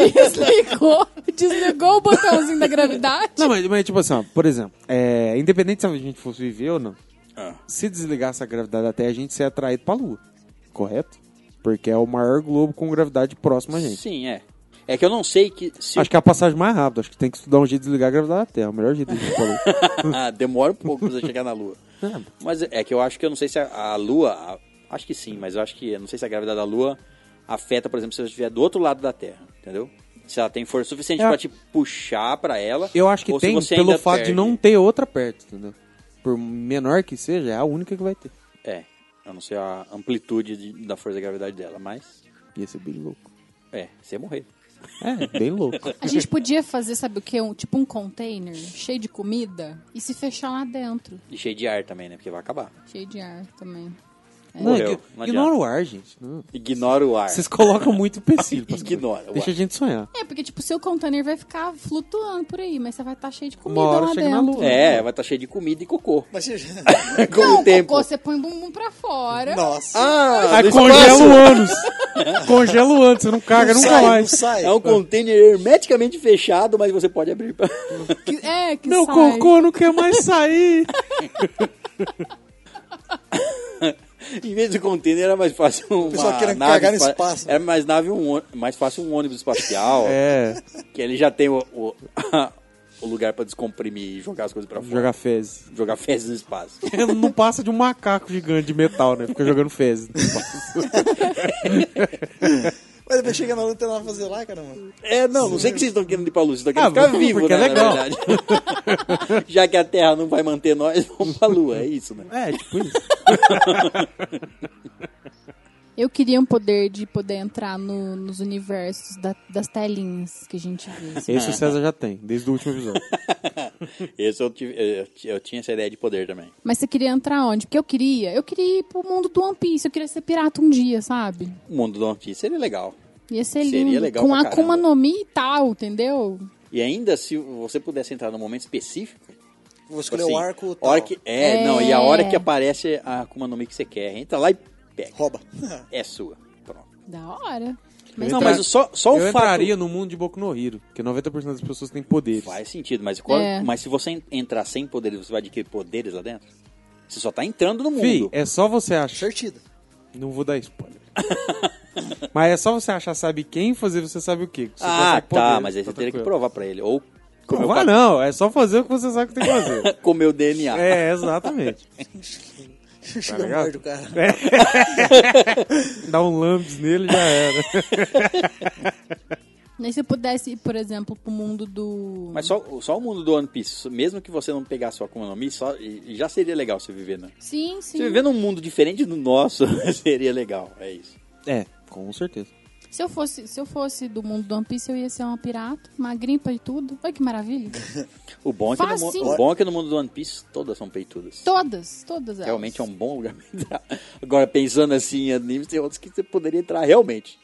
desligou. Desligou o botãozinho da gravidade.
Não, mas, mas tipo assim, ó, por exemplo, é, independente se a gente fosse viver ou não,
Ah.
se desligasse a gravidade da Terra, a gente seria atraído pra Lua, correto? Porque é o maior globo com gravidade próxima a gente.
Sim, é. É que eu não sei que se
Acho que é a passagem mais rápida, acho que tem que estudar um jeito de desligar a gravidade da Terra, o melhor jeito de desligar a Lua.
Ah, demora um pouco pra você chegar na Lua. Mas é que eu acho que eu não sei se a, a Lua. a- acho que sim, mas eu acho que eu não sei se a gravidade da Lua afeta, por exemplo, se você estiver do outro lado da Terra, entendeu? Se ela tem força suficiente
É.
pra te puxar pra ela.
Eu acho que
ou se
tem
você
pelo
ainda
fato de
perde.
não ter outra perto, entendeu? Por menor que seja, é a única que vai ter.
É. Eu não sei a amplitude de- da força da gravidade dela, mas.
Ia ser bem louco.
É, você ia morrer.
É, bem louco.
A gente podia fazer, sabe o quê? Um, tipo um container cheio de comida e se fechar lá dentro.
E cheio de ar também, né? Porque vai acabar.
Cheio de ar também.
Não,
Morreu,
igno-
não adianta.
ignora o ar, gente. Não.
Ignora o ar.
Vocês colocam muito empecilho. pras coisas.
Ignora o ar.
Deixa a gente sonhar.
É, porque, tipo, seu container vai ficar flutuando por aí, mas você vai estar cheio de comida
Uma hora
lá
chega na
dentro.
lua.
É, vai estar cheio de comida e cocô.
Mas você
Com
Não,
o tempo.
cocô, você põe o bumbum pra fora.
Nossa.
Ah,
Aí
do
congela
espaço.
o ânus. Congela o ânus, você não caga nunca
sai, não
mais.
sai.
É um container hermeticamente fechado, mas você pode abrir. pra-
Que- é, que
Meu
sai.
cocô não quer mais sair.
em vez de container, era mais fácil uma
pessoal querendo
nave
cagar no
espa-
espaço.
Era mais, nave um, ô- mais fácil um ônibus espacial,
É,
que ele já tem o, o, o lugar pra descomprimir e jogar as coisas pra fora.
jogar fezes.
Jogar fezes no espaço.
Não passa de um macaco gigante de metal, né? Fica jogando fezes.
Mas depois chega na hora não tem nada pra fazer lá, caramba.
É, não, não sei o que vocês estão querendo ir pra luz, vocês estão querendo
Ah,
ficar
vamos,
vivo,
porque
né,
é legal.
na verdade. já que a Terra não vai manter nós, vamos pra Lua, é isso, né?
É, tipo isso.
Eu queria um poder de poder entrar no- nos universos da- das telinhas que a gente vê.
Esse o César já tem, desde o último episódio.
Esse eu, tive, eu, eu tinha essa ideia de poder também.
Mas você queria entrar onde? Porque eu queria. Eu queria ir pro mundo do One Piece. Eu queria ser pirata um dia, sabe?
O mundo do One Piece seria legal.
Ia ser
Seria
lindo.
legal
Com
pra
Akuma
caramba.
no Mi e tal, entendeu?
E ainda, se você pudesse entrar num momento específico, Tipo
Vou escolher
assim,
o arco
hora
tal.
que- é,
É.
não, e a hora que aparece a Akuma no Mi que você quer. Entra lá e pega.
Rouba.
É sua. Pronto.
Da hora.
Eu
Mas
não,
entra-
mas só, só o
eu
fato.
entraria no mundo de Boku no Hiro, que 90% das pessoas têm poderes.
Faz sentido, mas, qual-
É.
mas se você en- entrar sem poderes, você vai adquirir poderes lá dentro? Você só tá entrando no mundo.
Fih, é só você achar.
Certida.
Não vou dar spoiler. mas é só você achar, sabe quem fazer, você sabe o quê. Você
ah,
consegue
tá,
poderes,
mas aí
tá
você teria que
tranquilo.
provar pra ele. Ou comer,
Provar
o,
não, é só fazer o que você sabe que tem que fazer.
pa- comer o DNA.
é, exatamente.
Tá
Chega
ligado?
morto, cara.
É. Dá um lambes nele já era.
Nem se eu pudesse ir, por exemplo, pro mundo do.
Mas só, só o mundo do One Piece, mesmo que você não pegasse sua Akuma no Mi, só, e- e já seria legal você viver, né?
Sim, sim.
Você viver num mundo diferente do nosso seria legal, é isso.
É, com certeza.
Se, eu fosse, se eu fosse do mundo do One Piece, eu ia ser uma pirata, uma grimpa e tudo. Olha que maravilha.
O bom, é que no, mu-
Facinho.
o bom é que no mundo do One Piece todas são peitudas.
todas, todas elas.
Realmente é um bom lugar pra entrar. Agora, pensando assim em animes, tem outros que você poderia entrar realmente.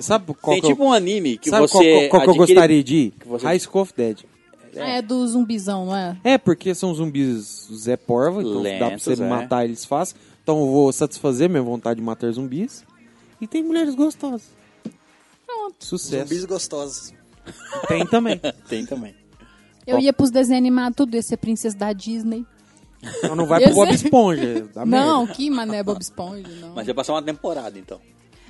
Sabe qual
tem
que
tipo
eu...
um anime que
Sabe qual,
você.
qual- qual que eu
adquire-
gostaria de ir?
que você-
High School of Dead.
Ah, é do zumbizão, não é?
É, porque são zumbis Zé Porva, então dá pra você
Lentos, é.
matar eles fácil. Então eu vou satisfazer minha vontade de matar zumbis. E tem mulheres gostosas.
Pronto.
Sucesso.
Zumbis gostosos.
Tem também.
Tem também.
Eu ia pros desenhos animados, tudo ia ser princesa da Disney.
Então não vai
Eu
pro Bob
sei.
Esponja. dá
não,
merda.
que mané Bob Esponja, não.
Mas ia passar uma temporada, então.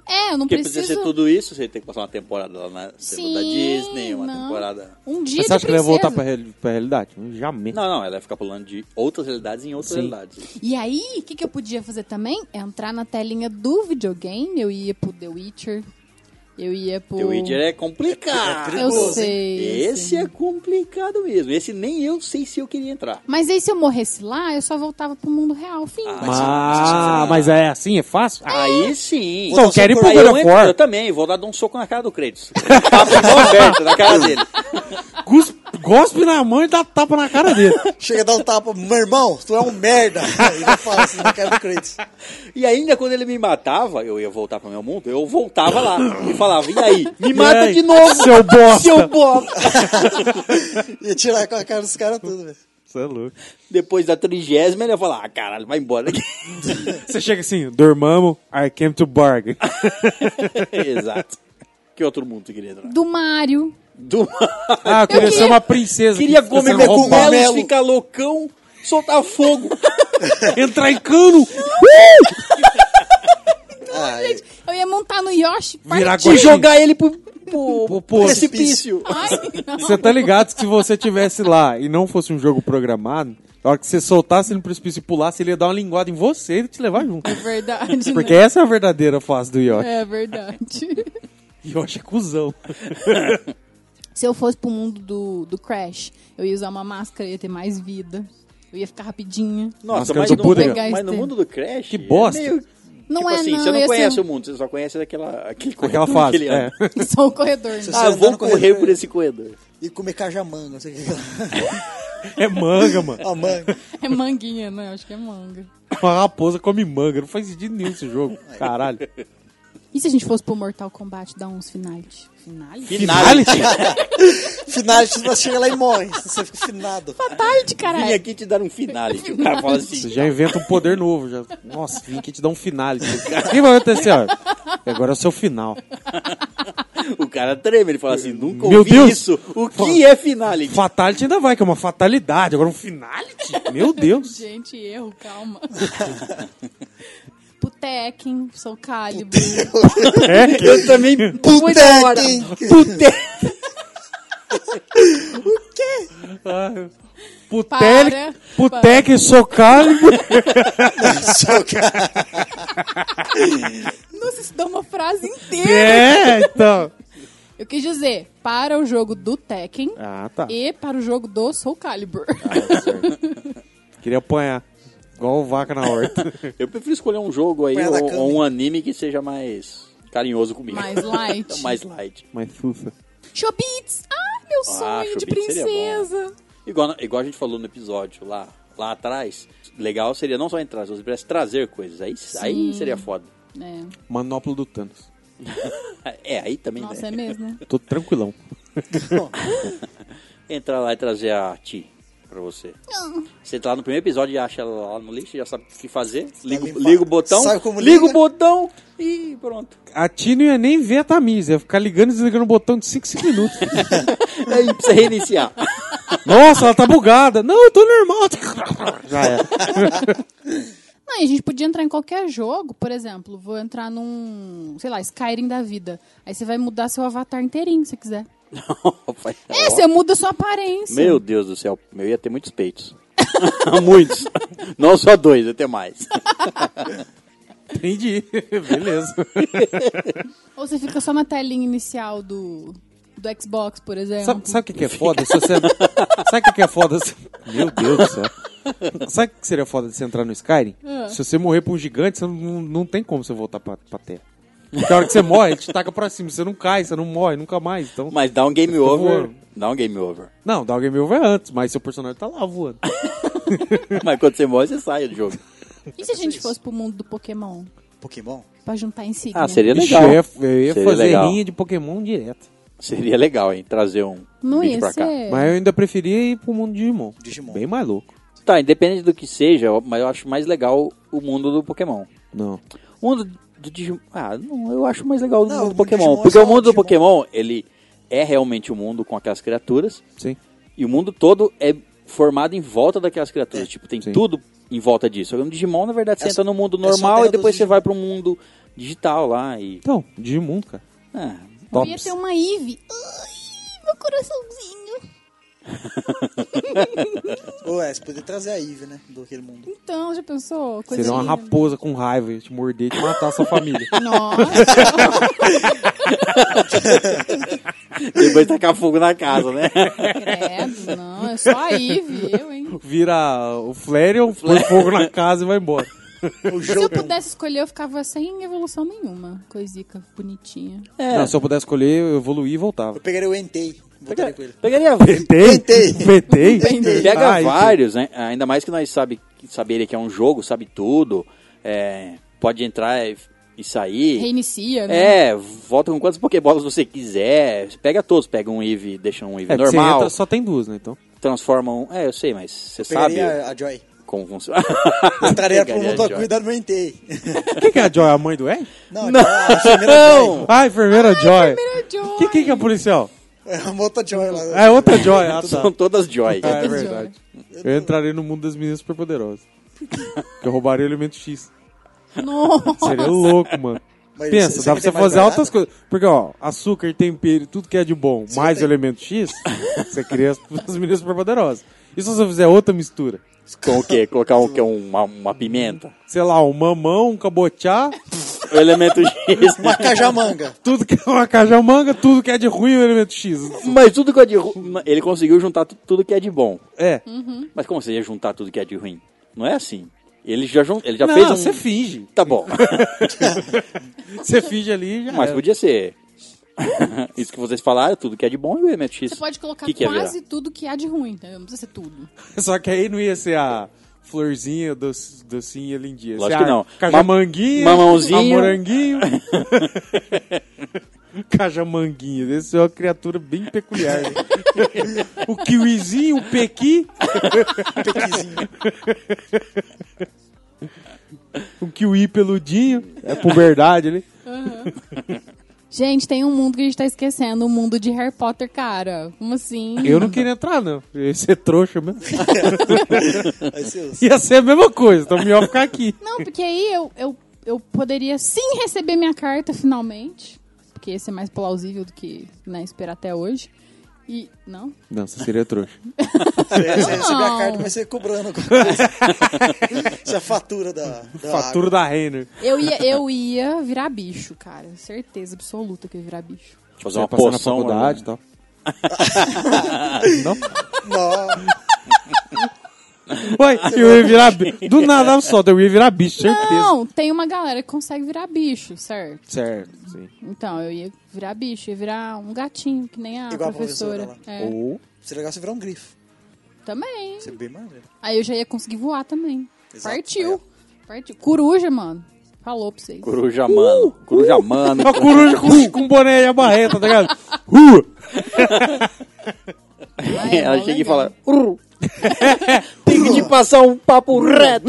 É, eu não
Porque
preciso...
precisa ser tudo isso, você tem que passar uma temporada lá na
Sim,
da Disney, uma
não.
temporada.
Um
Mas
dia de
você acha que ele vai
princesa.
voltar pra, reali- pra realidade? Jamais.
Não, não, ela ia ficar pulando de outras realidades em outras
Sim.
realidades.
E aí, o que, que eu podia fazer também? Entrar na telinha do videogame, eu ia pro The Witcher. Eu ia por.
Teu Witcher é complicado.
Uh. Eu sei. eu
Esse
sei.
é complicado mesmo. Esse nem eu sei se eu queria entrar.
Mas aí se eu morresse lá, eu só voltava pro mundo real, fim.
Ah, mas é assim, é fácil?
Aí sim.
Só quero ir pro
Aí Tá, eu,
God of
entro,
War.
eu também, vou dar dar um soco na cara do Kratos. Papo de mão aberta na cara dele.
Cus- Gospe na mão e dá tapa na cara dele.
Chega a dar um tapa, meu irmão, tu é um merda. Ele não fala assim na cara do Kratos.
E ainda quando ele me matava, eu ia voltar pro meu mundo, eu voltava lá e falava, e aí? Me mata
aí,
de novo,
seu bosta."
Seu bosta.
Ia tirar com a cara dos caras tudo, velho.
Você é louco.
Depois da trigésima, ele ia falar, ah, caralho, vai embora daqui.
Você chega assim, dormamos, I came to bargain.
Exato. Que outro mundo você queria entrar?
Do Mario.
Do... é
Ah, eu queria
queria-
ser uma princesa. que
queria
fica
comer
sendo roubada.
cogumelos, ficar loucão, soltar fogo.
Entrar em cano,
Ah, e-
Eu ia montar no Yoshi.
Virar
partiu.
e
coxinha.
jogar ele pro, pro,
Pro poço.
precipício.
Ai, não.
Você tá ligado que se você tivesse lá e não fosse um jogo programado, na hora que você soltasse ele no precipício e pulasse, ele ia dar uma linguada em você e te levar junto.
É verdade.
Porque
né?
essa é a verdadeira face do Yoshi.
É verdade.
Yoshi é cuzão.
Se eu fosse pro mundo do, do Crash, eu ia usar uma máscara, ia ter mais vida. Eu ia ficar rapidinha.
Nossa,
Máscara
mas
do
no,
Buda.
mas no mundo do Crash...
Que bosta.
É meio...
Não
tipo
é,
assim,
não.
você
eu
não
ia
conhece
ser
o mundo, você só conhece daquela, aquele corredor
Aquela
que
fase.
ele anda.
É.
um- só o corredor. né?
você
Ah,
andar
vou
no
correr
corredor,
por esse corredor.
E comer cajamanga, não sei o que.
é manga, mano.
A manga.
É manguinha, né? Eu Acho que é manga.
Uma raposa come manga. Não faz sentido nenhum esse jogo. Caralho.
E se a gente fosse pro Mortal Kombat dar uns finales? Finales?
Finality.
Finality, você chega lá e morre. Você fica finado.
Tá Tarde,
Vim
caralho.
aqui te dar um finality. O cara fala
Você
assim...
já inventa um poder novo. Já. Nossa, vim aqui te dar um final. O que vai acontecer, ó? Agora é o seu final.
O cara treme, ele fala assim, nunca
Meu
ouvi
Deus.
isso. O que é finality?
Fatality ainda vai, que é uma fatalidade. Agora um finality? Meu Deus.
Gente, erro, calma. pro Tekken, Soul Calibur.
Eu também...
Putequim!
Para,
Putec, putec socalho.
Seu cara.
Nossa, isso dá uma frase inteira.
É, então.
Eu quis dizer, para o jogo do Tekken
Ah, tá.
e para o jogo do Soul Calibur.
Queria apanhar. Igual vaca na horta.
Eu prefiro escolher um jogo aí
Põe ela na
ou,
cama.
ou um anime que seja mais carinhoso comigo.
Mais light.
mais light.
Mas sussa.
Chobits! Ai, Ah, meu sonho de
Chobits seria bom.
princesa.
Igual, igual a gente falou no episódio lá, lá atrás, legal seria não só entrar, se pudesse trazer coisas. Aí, aí seria foda.
É.
Manopla do Thanos.
É, aí também
Nossa, é
né?
mesmo, né?
Tô tranquilão.
Entrar lá e trazer a Ti pra você. Você tá lá no primeiro episódio e acha ela lá no lixo, já sabe o que fazer. Liga, o-
limpar.
liga o botão,
tá Sabe como
liga o
liga?
botão e pronto.
A Tia não ia nem ver a Tamisa. Ia ficar ligando e desligando o botão de 5, 5 minutos.
Aí É precisa reiniciar.
Nossa, ela tá bugada. Não, eu tô normal. Já é.
Não, e a gente podia entrar em qualquer jogo, por exemplo, vou entrar num, sei lá, Skyrim da vida. Aí você vai mudar seu avatar inteirinho, se quiser.
Vai, tá
É,
bom.
você muda sua aparência.
Meu Deus do céu, eu ia ter muitos peitos. muitos. Não só dois, ia ter mais.
Entendi. Beleza.
Ou você fica só na telinha inicial do, do Xbox, por exemplo.
Sabe, sabe o que, que é foda? Se você... Sabe o que, que é foda? se- Meu Deus do céu. Sabe o que seria foda de você entrar no Skyrim? Se você morrer pra um gigante, você não, não, não tem como você voltar pra, pra terra. Porque a hora que você morre, ele te taca pra cima. Você não cai, você não morre, nunca mais. Então...
Mas dá um game
Tá
over.
voando.
Dá um game over.
Não, dá o game over antes, mas seu personagem tá lá voando.
Mas quando você morre, você sai do jogo.
E se a gente fosse pro mundo do Pokémon?
Pokémon?
Pra juntar insígnia?
Ah, seria
Bicho,
legal.
eu ia, eu ia
Seria
fazer
legal.
rinha de Pokémon direto.
Seria legal, hein? Trazer um
Não
vídeo
ia
pra cá.
ser...
Mas eu ainda preferia ir pro mundo de Digimon.
Digimon.
Bem mais louco.
Tá, independente do que seja, eu- mas eu acho mais legal o mundo do Pokémon.
Não.
O mundo do Digimon. Ah, não, eu acho mais legal o
Não,
mundo
o
do
mundo
Pokémon.
Digimon é
porque
só
o mundo do
Digimon.
Pokémon, ele é realmente o mundo com aquelas criaturas.
Sim.
E o mundo todo é formado em volta daquelas criaturas. Tipo, tem
Sim.
tudo em volta disso. No Digimon, na verdade, você
É só-
entra no mundo
é só
normal
terra
e depois
dos
você
Digimon.
vai pro mundo digital lá e.
Então, Digimon, cara.
Ah,
Eu
é
ia
Tops.
ter uma Eve. Ai, meu coraçãozinho.
Ué, você poderia trazer a Eve, né? Do aquele mundo.
Então, já pensou? Coisa
Seria uma
linda.
raposa com raiva, ia te morder e te matar a sua família.
Nossa,
Depois tacar fogo na casa, né?
credo, não. É só a Ivy, eu, hein?
Vira o Flareon, põe fogo na casa e vai embora.
O
Se eu
jogo.
pudesse escolher, eu ficava sem evolução nenhuma. Coisica bonitinha.
É,
Não, se eu pudesse escolher, eu evoluí e voltava.
Eu pegaria o Entei. Voltaria com ele.
Pegaria
Pentei.
Pentei?
Pentei.
Pega
Ah,
vários, né? ainda mais que nós sabe saber que é um jogo, sabe tudo, é, pode entrar e, e sair.
Reinicia, né?
É, volta com quantas Pokébolas você quiser. Pega todos, pega um Eve, deixa um Eve
É, porque você
normal,
entra, só tem duas, né? Então.
transforma um. É, eu sei, mas você sabe
Pegaria a- um a Joy.
como funciona.
Eu traria pro
Pegaria
mundo
a
a
Joy.
cuidar do meu Entei.
Quem que é a Joy? A mãe do Ed?
Não, é não. a enfermeira Joy.
Ah, a enfermeira Joy.
Joy.
Quem, quem que é a policial?
É a outra Joy lá.
Ah, é outra Joy. Ah,
São
tá.
todas Joy.
Ah, é
Joy.
verdade. Eu entraria no mundo das meninas superpoderosas. Porque eu roubaria o elemento X.
Nossa.
Seria louco, mano.
Mas
Pensa,
você- você
dá pra você
tem mais
fazer
barato?
altas coisas. Porque, ó, açúcar, tempero, tudo que é de bom, mais
tem.
o elemento X, você cria as, as meninas superpoderosas. E se você fizer outra mistura?
Com o quê? Colocar um, que é uma, uma pimenta?
Sei lá, um mamão, um cabochá,
O elemento X.
Uma cajamanga.
tudo que é uma cajamanga, tudo que é de ruim, o elemento X.
Mas tudo que é de ruim. Ele conseguiu juntar tu- tudo que é de bom.
É.
Mas como você ia juntar tudo que é de ruim? Não é assim. Ele já, jun- ele já
Não,
fez um.
você É. finge.
Tá bom.
Você finge ali e já.
Mas
era.
podia ser. Isso que vocês falaram, tudo que é de bom e o elemento X.
Você pode colocar
Que que é
quase tudo que há de ruim, entendeu? Não precisa ser tudo.
Só que aí não ia ser a florzinha, doce, docinha, lindinha. Ia
Lógico
ser
que
a
não.
Cajamanguinha.
Ma- mamãozinho.
A moranguinho. cajamanguinha. Esse é uma criatura bem peculiar. né? o kiwizinho, o pequi. o kiwi peludinho. É puberdade ali.
Gente, tem um mundo que a gente tá esquecendo, o mundo de Harry Potter, cara. Como assim?
Eu não queria entrar, não. Eu ia ser trouxa mesmo.
Aí você-
Ia ser a mesma coisa. Então melhor ficar aqui.
Não, porque aí eu, eu, eu poderia sim receber minha carta finalmente. Porque esse é mais plausível do que né, esperar até hoje. E. Não?
Não, você seria trouxa.
Você você recebeu a
Não.
carta, mas você cobrando alguma coisa. Isso é a fatura da. da
Fatura
água.
da Renner.
Eu ia, eu ia virar bicho, cara. Certeza absoluta que eu ia virar bicho.
Fazer
Vai
uma
passar
poção.
na faculdade e
né?
tal.
Não,
Ué, eu ia virar bicho. Do nada só, eu ia virar bicho, certeza.
Não, tem uma galera que consegue virar bicho, certo?
Certo, sim.
Então, eu ia virar bicho, ia virar um gatinho, que nem a
Igual a
professora.
professora
É,
Ou
seria legal você virar um grifo.
Também.
Você é bem maneiro.
Aí eu já ia conseguir voar também.
Exato.
Partiu. Partiu. Coruja, mano. Falou pra vocês.
Coruja mano.
Uh!
Coruja mano.
uma coruja com, com boné e a barreta, tá ligado? Uh!
Ai, é
Ela
mó
chega e
legal.
fala. "Uru." Tem que te passar um papo reto.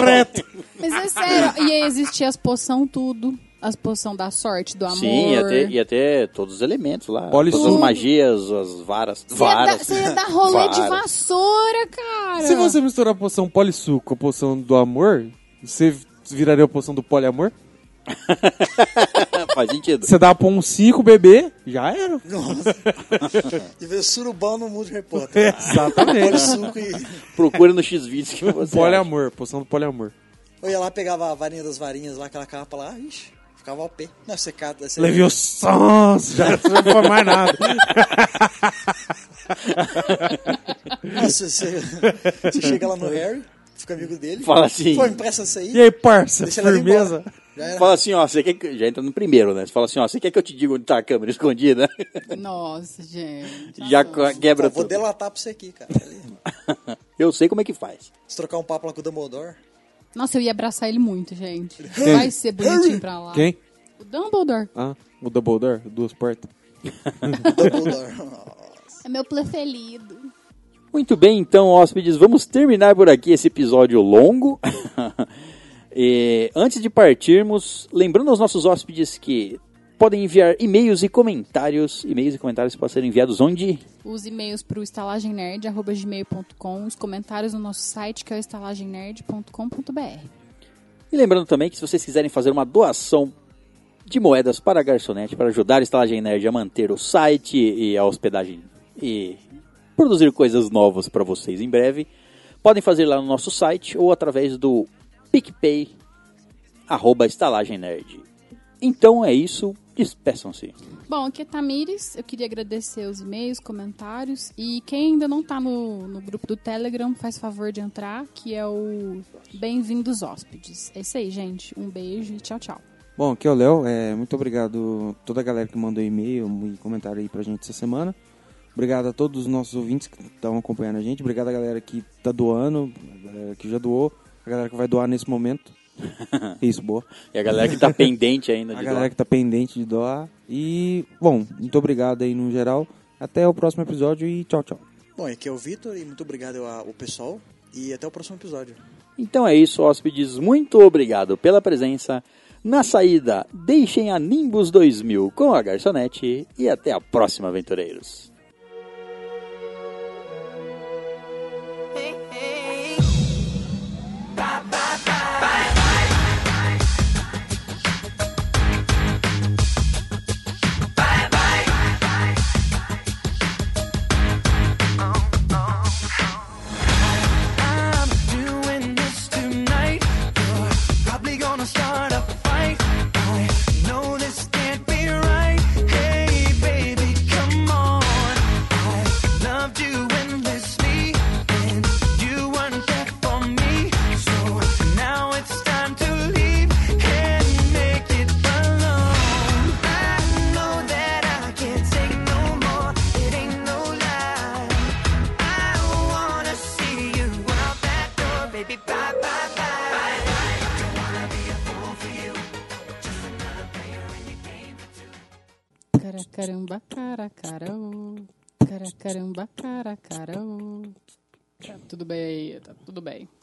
Reto.
Mas é sério, ia existir as poção tudo. As poção da sorte, do amor.
Sim, ia
né?
ter, ia ter todos os elementos lá.
Polissuco.
Todas as magias, as varas.
Você ia, dar,
varas.
você ia dar rolê de
Varas.
vassoura, cara.
Se você misturar a poção polissuco com a poção do amor, você viraria a poção do poliamor?
Faz sentido.
Você dá pra um 5 bebê, já era.
Nossa. E ver surubão no mundo de Harry Potter. Olha o
Exatamente.
suco e.
Procura no X-Vídeos que você. acha.
poliamor, poção do poliamor.
Eu ia lá, pegava a varinha das varinhas lá, aquela capa lá, ixi, ficava ao pé. Não, você cata. Você...
Levei os sons, já não foi mais nada.
Nossa, você... você chega lá no Harry, fica amigo dele.
Fala assim.
Pô, impressa isso aí.
E aí, parça,
Deixa ela ir
firmeza?
embora. Já era.
Fala assim, ó, você quer que... Já entra no primeiro, né? Você fala assim, ó, você quer que eu te diga onde tá a câmera escondida?
Nossa, gente.
Já
Nossa.
co-
Pô,
quebra
tá, vou
tudo.
delatar pra você aqui, cara. Ali.
Eu sei como é que faz.
Se trocar um papo lá com o Dumbledore.
Nossa, eu ia abraçar ele muito, gente. Vai ser bonitinho pra lá.
Quem?
O Dumbledore.
Ah, o Dumbledore, duas portas.
Dumbledore.
É meu preferido.
Muito bem, então, hóspedes, vamos terminar por aqui esse episódio longo. E, antes de partirmos, lembrando aos nossos hóspedes que podem enviar e-mails e comentários. E-mails e comentários podem ser enviados onde?
Os e-mails pro estalagemnerd.com, os comentários no nosso site, que é o estalagemnerd.com.br.
E lembrando também que se vocês quiserem fazer uma doação de moedas para a garçonete para ajudar a Estalagem Nerd a manter o site e a hospedagem e produzir coisas novas para vocês em breve. Podem fazer lá no nosso site ou através do PicPay, arroba estalagem nerd. Então é isso, despeçam-se.
Bom, aqui é Tamires. Eu queria agradecer os e-mails, comentários. E quem ainda não tá no, no grupo do Telegram, faz favor de entrar, que é o Bem-vindos Hóspedes. É isso aí, gente. Um beijo e tchau, tchau.
Bom, aqui é o Léo. É, muito obrigado a toda a galera que mandou e-mail e comentário aí pra gente essa semana. Obrigado a todos os nossos ouvintes que estão acompanhando a gente. Obrigado a galera que tá doando, a galera que já doou, a galera que vai doar nesse momento. Isso, boa.
E a galera que tá pendente ainda
A
de
galera
galera...
que tá pendente de doar. E, bom, muito obrigado aí no geral. Até o próximo episódio e tchau, tchau.
Bom, aqui é o Vitor e muito obrigado ao pessoal. E até o próximo episódio.
Então é isso, hóspedes. Muito obrigado pela presença. Na saída, deixem a Nimbus 2000 com a garçonete e até a próxima, aventureiros.
I'm doing this tonight. You're probably gonna start a fight. I know this can't be right. Hey, baby, come on. I loved you endlessly, and you weren't there for me. So now it's time to leave and make it alone. I know that I can't take no more. It ain't no lie. I wanna see you out that door, baby. Bye bye bye. Don't wanna be a fool for you. Just another player in your game.
Cara, caramba, cara, carô. Cara, caramba, cara, carô. Tá tudo bem, tá tudo bem.